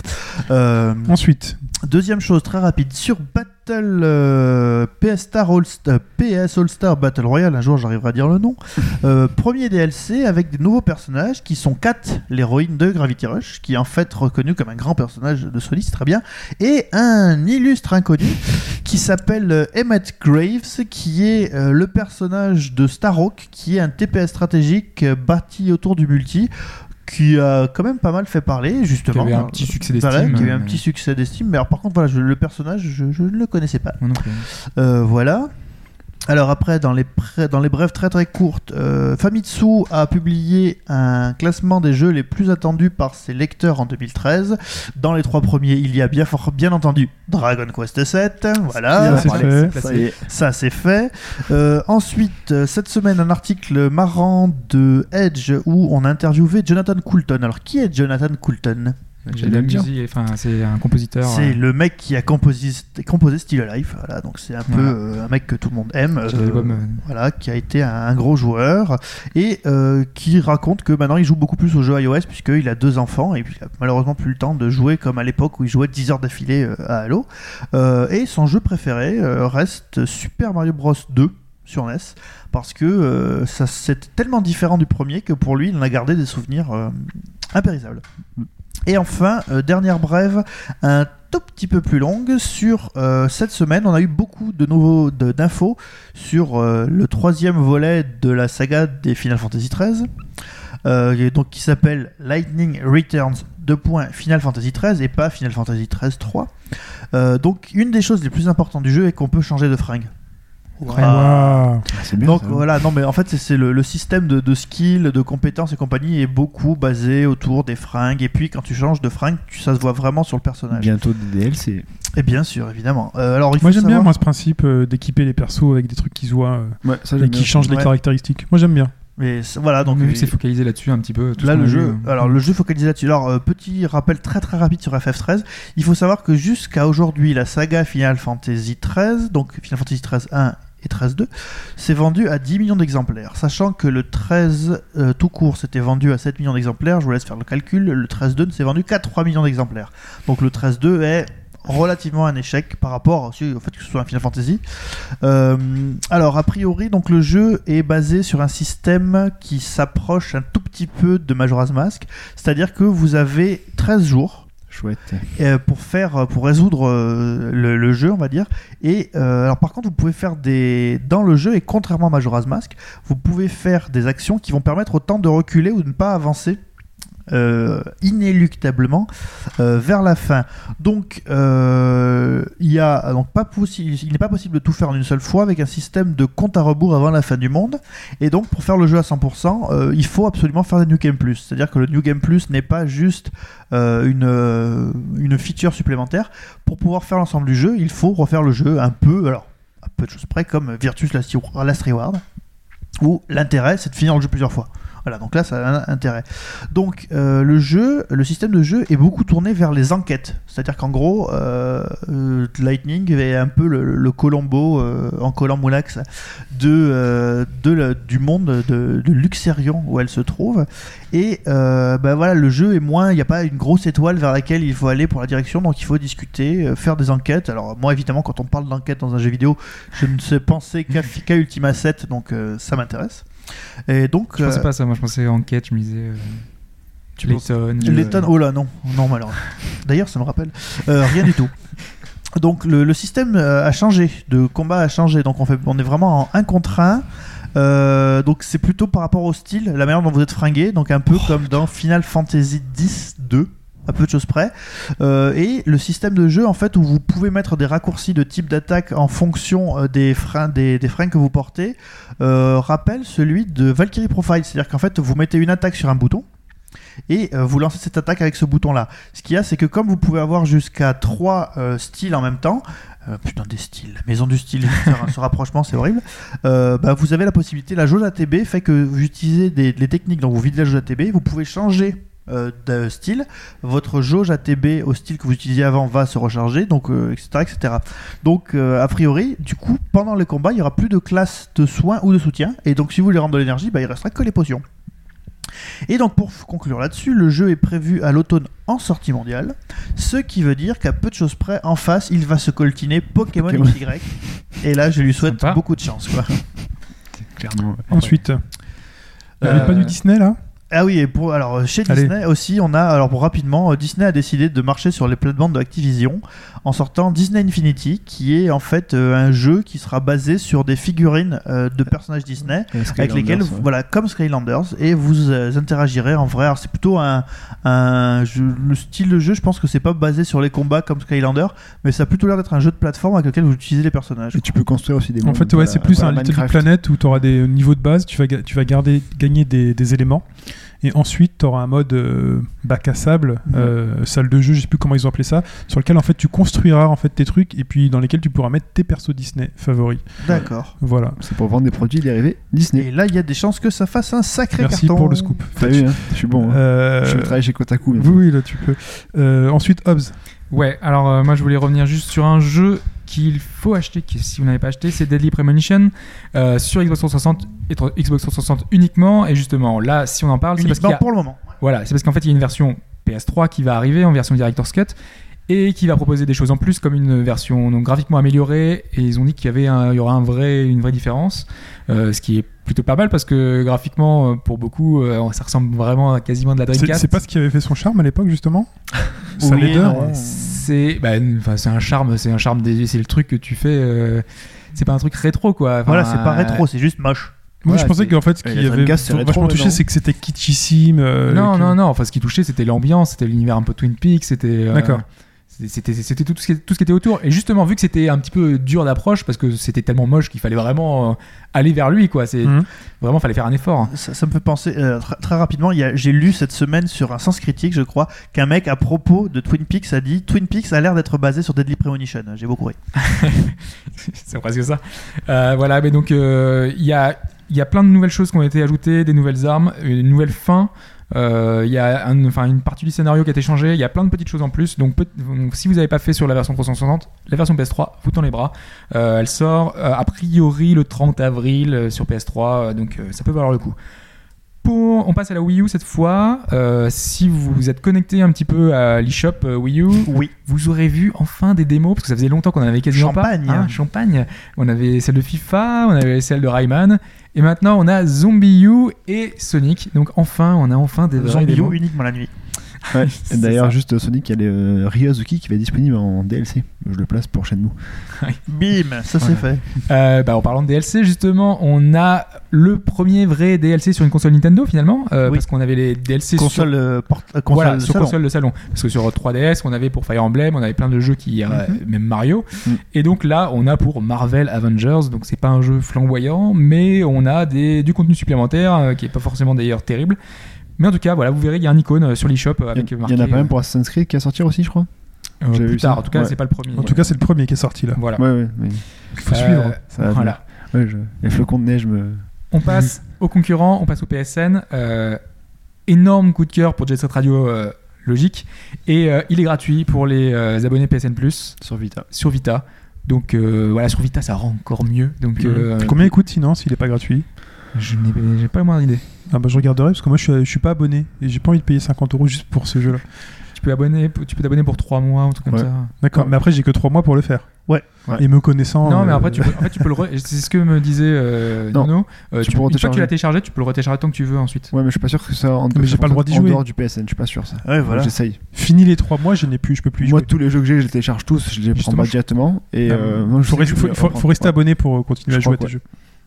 Euh, Ensuite, deuxième chose très rapide, sur Battle euh, PS, Star All euh, PS All Star Battle Royale, un jour j'arriverai à dire le nom, euh, premier DLC avec des nouveaux personnages qui sont Kat, l'héroïne de Gravity Rush, qui est en fait reconnue comme un grand personnage de Sony, c'est très bien, et un illustre inconnu qui s'appelle euh, Emmett Graves, qui est euh, le personnage de Starhawk, qui est un TPS stratégique euh, bâti autour du multi, qui a quand même pas mal fait parler, Qui justement. avait un petit succès d'estime. euh, Voilà, qui a eu un mais- petit succès d'estime, mais alors par contre, voilà, je- le personnage, je, je ne le connaissais pas. Moi non plus. Euh, voilà. Alors après, dans les, pré- dans les brèves très très courtes, euh, Famitsu a publié un classement des jeux les plus attendus par ses lecteurs en 2013. Dans les trois premiers, il y a bien, fort- bien entendu Dragon Quest VII, Bien, voilà, c'est fait. ça y est. ça c'est fait. Euh, ensuite, euh, cette semaine, un article marrant de Edge où on a interviewé Jonathan Coulton. Alors qui est Jonathan Coulton J'ai la musique, enfin, c'est un compositeur. C'est euh, le mec qui a composé, composé Still Alive, voilà, donc c'est un peu Voilà. euh, un mec que tout le monde aime, J'ai euh, l'album, euh, voilà, qui a été un, un gros joueur et euh, qui raconte que maintenant il joue beaucoup plus aux jeux iOS puisqu'il a deux enfants et puis il a malheureusement plus le temps de jouer comme à l'époque où il jouait 10 heures d'affilée euh, à Halo. Euh, et son jeu préféré euh, reste Super Mario Bros 2 sur NES parce que euh, ça c'était tellement différent du premier que pour lui il en a gardé des souvenirs euh, impérissables. Et enfin, euh, dernière brève, un tout petit peu plus longue sur euh, cette semaine. On a eu beaucoup de nouveaux de- d'infos sur euh, le troisième volet de la saga des Final Fantasy XIII, euh, et donc qui s'appelle Lightning Returns. Deux points Final Fantasy XIII et pas Final Fantasy XIII 3. Euh, donc une des choses les plus importantes du jeu est qu'on peut changer de fringue. Ah. Waouh. Ah, C'est bien. Donc ça. voilà, non mais en fait c'est- c'est le, le système de, de skills, de compétences et compagnie est beaucoup basé autour des fringues et puis quand tu changes de fringue, tu- ça se voit vraiment sur le personnage. Bientôt des DLC. Et bien sûr, évidemment. Euh, alors il faut Moi j'aime bien savoir- moi ce principe euh, d'équiper les persos avec des trucs qui se voient euh, Ouais, ça et qui changent les Ouais. caractéristiques. Moi j'aime bien. mais ça- voilà, donc donc, vu euh, que c'est focalisé là-dessus un petit peu. tout ce Là, qu'on le a jeu, vu, euh, alors le jeu focalisé là-dessus. Alors, euh, petit rappel très très rapide sur FF13. Il faut savoir que jusqu'à aujourd'hui, la saga Final Fantasy 13, donc Final Fantasy 13 1 et 13 2, s'est vendue à 10 millions d'exemplaires. Sachant que le 13 euh, tout court s'était vendu à 7 millions d'exemplaires, je vous laisse faire le calcul. Le 13 2 ne s'est vendu qu'à 3 millions d'exemplaires. Donc, le 13 2 est relativement un échec par rapport au fait que ce soit un Final Fantasy. Euh, alors, a priori, donc le jeu est basé sur un système qui s'approche un tout petit peu de Majora's Mask, c'est-à-dire que vous avez 13 jours Chouette. euh, pour faire, pour résoudre euh, le, le jeu, on va dire. Et euh, alors, par contre, vous pouvez faire des dans le jeu et contrairement à Majora's Mask, vous pouvez faire des actions qui vont permettre au temps de reculer ou de ne pas avancer. euh, inéluctablement euh, vers la fin. Donc euh, il y a donc pas possi- il n'est pas possible de tout faire en une seule fois avec un système de compte à rebours avant la fin du monde. Et donc pour faire le jeu à 100%, euh, il faut absolument faire des New Game Plus. C'est-à-dire que le New Game Plus n'est pas juste euh, une, euh, une feature supplémentaire. Pour pouvoir faire l'ensemble du jeu, il faut refaire le jeu un peu, alors, à peu de choses près, comme Virtus Last Last Reward, où l'intérêt, c'est de finir le jeu plusieurs fois. Voilà, donc là, ça a un intérêt. Donc, euh, le jeu, le système de jeu est beaucoup tourné vers les enquêtes. C'est-à-dire qu'en gros, euh, euh, Lightning est un peu le, le Colombo euh, en Colomboulax de, euh, de la- du monde de, de Luxerion où elle se trouve. Et euh, bah voilà, le jeu est moins, il n'y a pas une grosse étoile vers laquelle il faut aller pour la direction, donc il faut discuter, euh, faire des enquêtes. Alors moi évidemment quand on parle d'enquête dans un jeu vidéo, je ne sais penser qu'à qu'à Ultima 7, donc euh, ça m'intéresse. Et donc... Je pensais euh, pas à ça, moi je pensais enquête, je me disais. euh, Layton. je- Letton, oh là non, non malheureusement. D'ailleurs, ça me rappelle Euh, rien du tout. Donc le, le système euh, a changé, de combat a changé. Donc on fait, on est vraiment en 1 contre 1. Euh, donc c'est plutôt par rapport au style, la manière dont vous êtes fringué, donc un peu comme dans Final Fantasy X 2 à peu de choses près, Euh, et le système de jeu en fait où vous pouvez mettre des raccourcis de type d'attaque en fonction euh, des freins des, des freins que vous portez euh, rappelle celui de Valkyrie Profile, c'est-à-dire qu'en fait vous mettez une attaque sur un bouton et euh, vous lancez cette attaque avec ce bouton là. Ce qu'il y a, c'est que comme vous pouvez avoir jusqu'à 3 styles en même temps, euh, putain des styles, la maison du style, faire un- ce rapprochement c'est horrible, euh, bah, vous avez la possibilité, la jauge ATB fait que vous utilisez des, les techniques dont vous videz la jauge ATB, vous pouvez changer euh, de style, votre jauge ATB au style que vous utilisiez avant va se recharger, donc euh, etc., etc. Donc euh, a priori, du coup, pendant les combats, il y aura plus de classes de soins ou de soutien, et donc si vous voulez rendre de l'énergie, bah, il restera que les potions. Et donc pour conclure là-dessus, le jeu est prévu à l'automne en sortie mondiale, ce qui veut dire qu'à peu de choses près, en face, il va se coltiner Pokémon, Pokémon. XY. Et là, je lui souhaite Sympa. beaucoup de chance. Quoi. Clairement. Ensuite, Euh, avait pas du Disney là Ah oui, et pour, alors chez Allez. Disney aussi, on a, alors pour rapidement, euh, Disney a décidé de marcher sur les plates-bandes de Activision en sortant Disney Infinity, qui est en fait euh, un jeu qui sera basé sur des figurines euh, de personnages Disney avec lesquels, vous- voilà, comme Skylanders, et vous euh, interagirez en vrai. Alors, c'est plutôt un, un jeu- le style de jeu, je pense que c'est pas basé sur les combats comme Skylander, mais ça a plutôt l'air d'être un jeu de plateforme avec lequel vous utilisez les personnages. Et tu peux construire aussi des En mondes, fait, voilà, ouais, c'est plus voilà, un Little Big Minecraft. Planet où tu auras des niveaux de base, tu vas, ga- tu vas garder, gagner des, des éléments Et ensuite, tu auras un mode euh, bac à sable, Mhm. euh, salle de jeu, je sais plus comment ils ont appelé ça, sur lequel en fait tu construiras en fait tes trucs et puis dans lesquels tu pourras mettre tes persos Disney favoris. D'accord. Voilà. C'est pour vendre des produits dérivés Et Disney. là, il y a des chances que ça fasse un sacré Merci carton. pour le scoop. T'as vu, hein Je suis bon. hein. Euh, Je travaille chez Kotaku. oui, bien sûr. oui, là tu peux. Euh, ensuite, Hobbs. Ouais, alors euh, moi je voulais revenir juste sur un jeu qu'il faut acheter, qui, si vous n'avez pas acheté, c'est Deadly Premonition euh, sur Xbox 360 et tro- Xbox 360 uniquement. Et justement, là, si on en parle, c'est parce qu'il y Uniquement a- pour le moment. voilà, c'est parce qu'en fait il y a une version PS3 qui va arriver en version Director's Cut et qui va proposer des choses en plus comme une version donc, graphiquement améliorée. Et ils ont dit qu'il y avait, un- il y aura un vrai, une vraie différence, euh, ce qui est plutôt pas mal parce que graphiquement, euh, pour beaucoup, euh, ça ressemble vraiment à quasiment de la C'est Dreamcast. c'est pas ce qui avait fait son charme à l'époque justement. Sa Oui, laideur non. c'est bah, enfin, c'est un charme c'est un charme des- c'est le truc que tu fais euh, c'est pas un truc rétro quoi Enfin, Voilà, c'est pas euh, rétro, c'est juste moche. Moi, Voilà, je pensais c'est- qu'en fait, ce la qui avait Dreamcast, c'est rétro, vachement touché, maintenant. c'est que c'était kitschissime. euh, non que- non non enfin ce qui touchait c'était l'ambiance c'était l'univers un peu Twin Peaks c'était euh, D'accord. c'était- c'était c'était tout ce qui tout ce qui était autour et justement vu que c'était un petit peu dur d'approche parce que c'était tellement moche qu'il fallait vraiment euh, aller vers lui quoi c'est Mhm. vraiment fallait faire un effort hein. Ça, ça me fait penser euh, tr- très rapidement. il y a- J'ai lu cette semaine sur un sens critique, je crois, qu'un mec à propos de Twin Peaks a dit Twin Peaks a l'air d'être basé sur Deadly Premonition. J'ai beaucoup ri. c'est presque ça Euh, voilà mais donc euh, il y a il y a plein de nouvelles choses qui ont été ajoutées des nouvelles armes une nouvelle fin Euh, il y a un- enfin, une partie du scénario qui a été changée, il y a plein de petites choses en plus. Donc, peut- donc, si vous n'avez pas fait sur la version 360, la version PS3 vous tend les bras. Euh, elle sort euh, a priori le 30 avril euh, sur PS3, euh, donc euh, ça peut valoir le coup. Pour, on passe à la Wii U cette fois. Euh, si vous êtes connecté un petit peu à l'eShop euh, Wii U, Oui. vous aurez vu enfin des démos parce que ça faisait longtemps qu'on en avait quasiment Champagne. pas. Hein, champagne. On avait celle de FIFA, on avait celle de Rayman, et maintenant on a Zombie U et Sonic. Donc enfin, on a enfin des vraies Zombie démos. U uniquement la nuit. Ouais. Et C'est D'ailleurs, ça. juste euh, Sonic, il y a le euh, Ryozuki qui va être disponible en DLC. Je le place pour Shenmue. Bim, ça c'est fait. Euh, bah, en parlant de DLC, justement, on a le premier vrai DLC sur une console Nintendo finalement, euh, Oui. parce qu'on avait les DLC sur Console, euh, porte- euh, console voilà, sur salon. console de salon. Parce que sur 3DS, on avait pour Fire Emblem, on avait plein de jeux qui. euh, même Mario. Mhm. Et donc là, on a pour Marvel Avengers, donc c'est pas un jeu flamboyant, mais on a des, du contenu supplémentaire euh, qui est pas forcément d'ailleurs terrible. Mais en tout cas, voilà, vous verrez, il y a un icône euh, sur l'eShop euh, Il avec y, en- il marqué, y en a pas euh, même pour Assassin's Creed qui va sortir aussi, je crois. euh, J'avais plus vu tard. ça. En tout cas, Ouais. c'est pas le premier. En tout cas, c'est le premier qui est sorti là. voilà. Ouais, ouais. mais Il faut Euh, suivre. ça va Ah. Voilà. venir. Ouais, je- Les flocons de neige me. On passe aux concurrents, on passe au PSN. Euh, énorme coup de cœur pour Jet Set Radio euh, Logique. Et euh, il est gratuit pour les euh, abonnés PSN Plus Sur Vita. sur Vita. Donc euh, voilà, sur Vita, ça rend encore mieux. Mmh. Donc euh, Combien il coûte sinon s'il est pas gratuit je n'ai j'ai pas la moindre idée. Ah bah je regarderai parce que moi je suis, je suis pas abonné et j'ai pas envie de payer 50 euros juste pour ce jeu là. Tu peux abonner, tu peux t'abonner pour 3 mois ou un truc comme Ouais. ça. D'accord, mais après j'ai que 3 mois pour le faire. Ouais, ouais. Et me connaissant. non, mais euh, après tu peux, en fait, tu peux le re- c'est ce que me disait euh, Oh, Non. Nono. Euh, Tu tu, peux une fois que tu télécharger. l'as téléchargé, tu peux le retélécharger tant que tu veux ensuite. Ouais, mais je suis pas sûr que ça. En, Mais j'ai ça pas le droit d'y fonctionne jouer. En dehors du PSN, je suis pas sûr ça. Ouais, voilà. J'essaye. Fini les 3 mois, je n'ai plus, je peux plus y Moi, jouer. tous les jeux que j'ai, je les télécharge tous, je les prends Justement, pas je- directement. Et Ah, euh, moi, je faut, sais que reste- je faut- vais faut- reprendre. faut rester Ouais. abonné pour euh, continuer à Je jouer à tes crois jeux.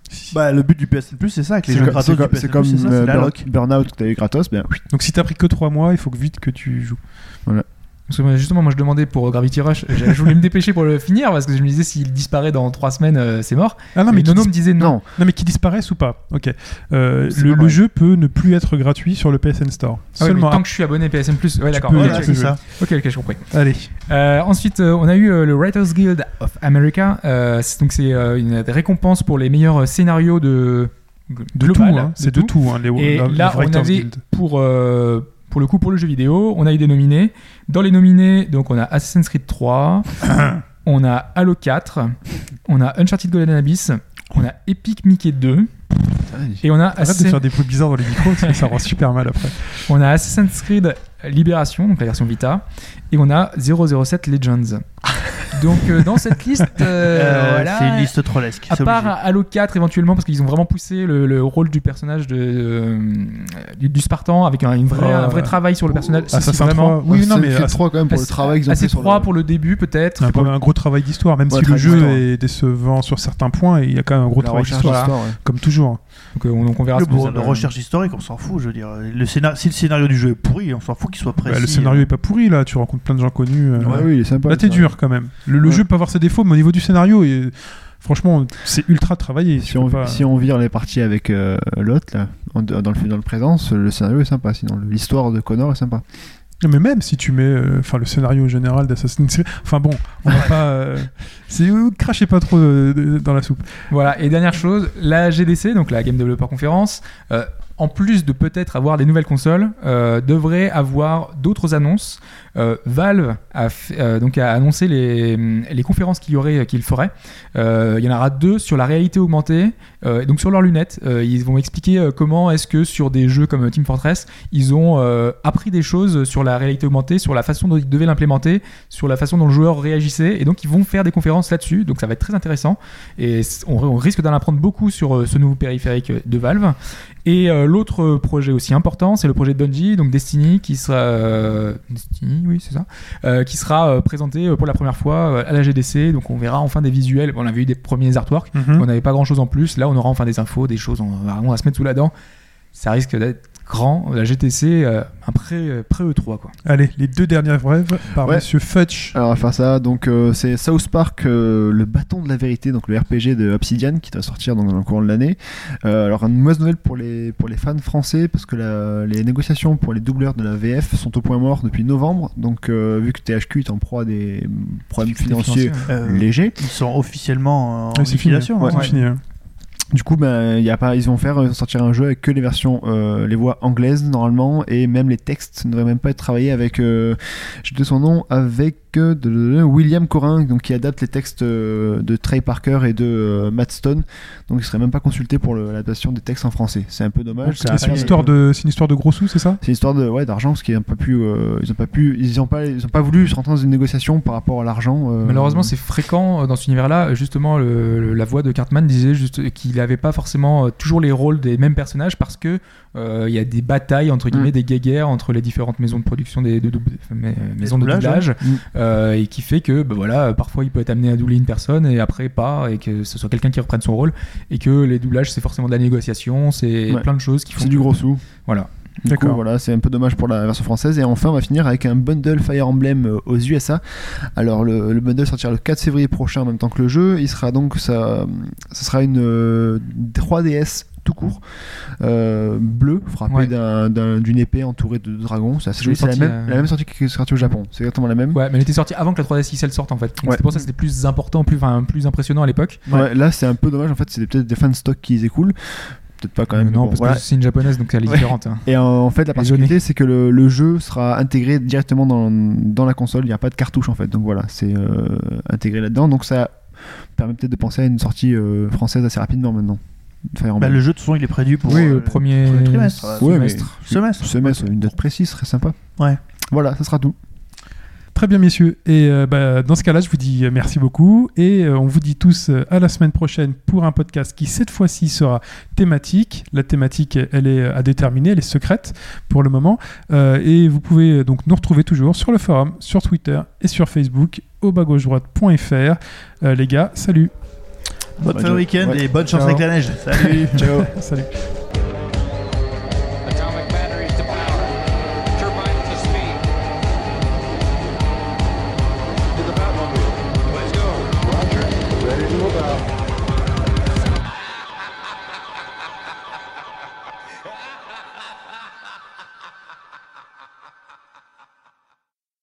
Si. Bah, le but du PSN Plus, c'est ça, avec les C'est jeux comme- gratos c'est du comme- PSN C'est Plus, comme c'est ça, c'est euh, la Burn- loc. Burnout que t'as eu gratos, ben oui. Donc si t'as pris que 3 mois, il faut que vite que tu joues. Parce que moi, justement, moi je demandais pour Gravity Rush, je voulais me dépêcher pour le finir parce que je me disais s'il disparaît dans 3 semaines, euh, c'est mort. Ah non, mais mais qui Nono me disait non. Non, Non mais qui disparaissent ou pas Ok. Euh, C'est le, pas le vrai. jeu peut ne plus être gratuit sur le PSN Store. Ah ouais, mais Seulement. tant que je suis abonné PSN Plus. Ouais, d'accord. peux, Ok, tu Voilà, ok, peux. c'est ça. ok, ok, je comprends. Allez. Euh, ensuite, euh, on a eu euh, le Writers Guild of America. Euh, c'est- donc c'est euh, une récompense pour les meilleurs euh, scénarios de De global, tout, hein. de c'est de tout. hein, les, Et la- là, la on Writers avait Guild. pour euh, pour le coup pour le jeu vidéo, on a eu des nominés. Dans les nominés, donc on a Assassin's Creed 3, on a Halo 4, on a Uncharted Golden Abyss, on a Epic Mickey 2 et on a Arrête de Assassin- faire des bruits bizarres dans les micros, parce que ça rend super mal après. on a Assassin's Creed Libération, donc la version Vita, et on a 007 Legends. Donc euh, dans cette liste, euh, Euh, voilà, C'est une liste trollesque. À c'est part euh, obligé. Halo 4 éventuellement, parce qu'ils ont vraiment poussé le, le rôle du personnage de, euh, du, du Spartan avec un, une vraie- Oh, un vrai travail sur le Ah, personnage. Si, si, Assassin vraiment. 3. Oui, non, mais euh, bah, c'est Assassin- 3 quand même pour le travail qu'ils ont fait Assez sur 3 le- pour le début peut-être. Il y a quand même un gros travail d'histoire, même Ouais, si le travail jeu d'histoire. est décevant sur certains points, il y a quand même un gros la travail recherche d'histoire, d'histoire. ouais. comme toujours. Donc, euh, on, donc on verra Le ce que bon, ça de donne. recherche historique, on s'en fout, je veux dire. Le scénar- si le scénario du jeu est pourri, on s'en fout qu'il soit Bah, précis. le scénario est pas pourri là, tu rencontres plein de gens connus. euh, Ouais, Ah oui, il est sympa. Là, t'es ça. dur quand même. Le, le Ouais. jeu peut avoir ses défauts, mais au niveau du scénario, il- Franchement, c'est ultra travaillé. Si tu on, peux pas- si on vire les parties avec euh, l'autre, là, en- dans le, film- dans le présent, ce- le scénario est sympa. Sinon, le- l'histoire de Connor est sympa. Non, Mais même si tu mets euh, enfin le scénario général d'Assassin's Creed. Enfin bon, on va pas. euh, c'est- euh, crachez pas trop euh, de- dans la soupe. Voilà, et dernière chose, la GDC, donc la Game Developer Conference, euh, en plus de peut-être avoir des nouvelles consoles, euh, devrait avoir d'autres annonces. Euh, Valve a, fait- euh, donc a annoncé les, mm, les conférences qu'il y aurait, qu'il ferait. Euh, il y en aura deux sur la réalité augmentée, euh, et donc sur leurs lunettes. Euh, ils vont expliquer euh, comment est-ce que sur des jeux comme euh, Team Fortress, ils ont euh, appris des choses sur la réalité augmentée, sur la façon dont ils devaient l'implémenter, sur la façon dont le joueur réagissait, et donc ils vont faire des conférences là-dessus. Donc ça va être très intéressant et c- on, on risque d'en apprendre beaucoup sur euh, ce nouveau périphérique euh, de Valve. Et euh, l'autre euh, projet aussi important, c'est le projet de Bungie, donc Destiny, qui sera euh, Destiny, oui c'est ça, euh, qui sera euh, présenté euh, pour la première fois euh, à la GDC. Donc on verra enfin des visuels. Bon, on avait eu des premiers artworks, on n'avait pas grand chose en plus. Là, on aura enfin des infos, des choses. On va vraiment se mettre sous la dent. Ça risque d'être grand. La GTC, euh, un pré pré E3 quoi. Allez, les deux dernières rêves par Ouais. Monsieur Futch. Alors, on va faire ça. Donc, euh, c'est South Park, euh, le bâton de la vérité, donc le RPG de Obsidian qui doit sortir dans, dans le courant de l'année. Euh, alors, une mauvaise nouvelle pour les, pour les fans français parce que la- les négociations pour les doubleurs de la VF sont au point mort depuis novembre. Donc, euh, vu que THQ est en proie à des mm, problèmes financiers hein. Euh, légers, Ils sont officiellement euh, en Ouais, c'est fini. liquidation. Ouais, hein. c'est fini, hein. Du coup, ben, y a pas, ils vont faire euh, sortir un jeu avec que les versions, euh, les voix anglaises normalement, et même les textes ne devraient même pas être travaillés avec, euh, j'ai oublié son nom, avec euh, de- de- de- William Corin, donc qui adapte les textes euh, de Trey Parker et de euh, Matt Stone, donc ils seraient même pas consultés pour le- l'adaptation des textes en français. C'est un peu dommage. Et C'est une histoire de, c'est une histoire de gros sous, c'est ça C'est une histoire de ouais d'argent parce qu'ils n'ont pas pu, euh, ils ont pas pu, ils ont pas, ils ont pas voulu se rentrer dans une négociation par rapport à l'argent. euh, Malheureusement, c'est fréquent euh, dans cet univers-là. Euh, Justement, le- le- la voix de Cartman disait juste qu'il n'avait pas forcément euh, toujours les rôles des mêmes personnages parce que euh, il y a des batailles entre guillemets, Mm. des guéguerres entre les différentes maisons de production des de doub- enfin, mais- euh, maisons de doublages, doublage ouais. Mm. euh, et qui fait que bah, voilà, euh, parfois il peut être amené à doubler une personne et après pas et que ce soit quelqu'un qui reprenne son rôle et que les doublages c'est forcément de la négociation, c'est Ouais. plein de choses qui font c'est du gros sou. Voilà. Du coup, D'accord. voilà, c'est un peu dommage pour la version française. Et enfin, on va finir avec un bundle Fire Emblem euh, aux USA. Alors, le, le bundle sortira le 4 février prochain en même temps que le jeu. Il sera donc, ça, ça sera une euh, 3DS tout court, euh, bleue, frappée Ouais. d'un- d'un- d'une épée entourée de dragons. C'est assez Je joli. l'ai C'est la, sorti, même- euh, la même sortie qui est sortie au Japon. C'est exactement la même. Ouais, mais elle était sortie avant que la 3DS XL sorte en fait. Donc Ouais. C'est pour ça que c'était plus important, plus enfin, plus impressionnant à l'époque. Ouais, là, c'est un peu dommage. En fait, c'est peut-être des fans stock qui écoulent. Peut-être pas quand même. mais Euh, non, bon, parce voilà. que c'est une japonaise donc elle est Ouais. différente. hein. Et en, en fait, la Les données. particularité, c'est que le, le jeu sera intégré directement dans, dans la console. Il n'y a pas de cartouche en fait. Donc voilà, c'est euh, intégré là-dedans. Donc ça permet peut-être de penser à une sortie euh, française assez rapidement maintenant. Fire Bah, Emblem. le jeu, de toute façon, il est prévu pour oui, euh, le premier, premier trimestre. Ouais, mais- semestre. semestre. Semestre, une date précise serait sympa. Ouais. Voilà, ça sera tout. Très bien, messieurs. Et euh, bah, dans ce cas-là, je vous dis euh, merci beaucoup. Et euh, on vous dit tous euh, à la semaine prochaine pour un podcast qui, cette fois-ci, sera thématique. La thématique, elle est euh, à déterminer, elle est secrète pour le moment. Euh, et vous pouvez euh, donc nous retrouver toujours sur le forum, sur Twitter et sur Facebook, au bas gauche droite.fr. Euh, les gars, salut. Bon Bonne fin journée. week-end Ouais. et bonne chance Ciao. avec la neige. Salut. Ciao. salut.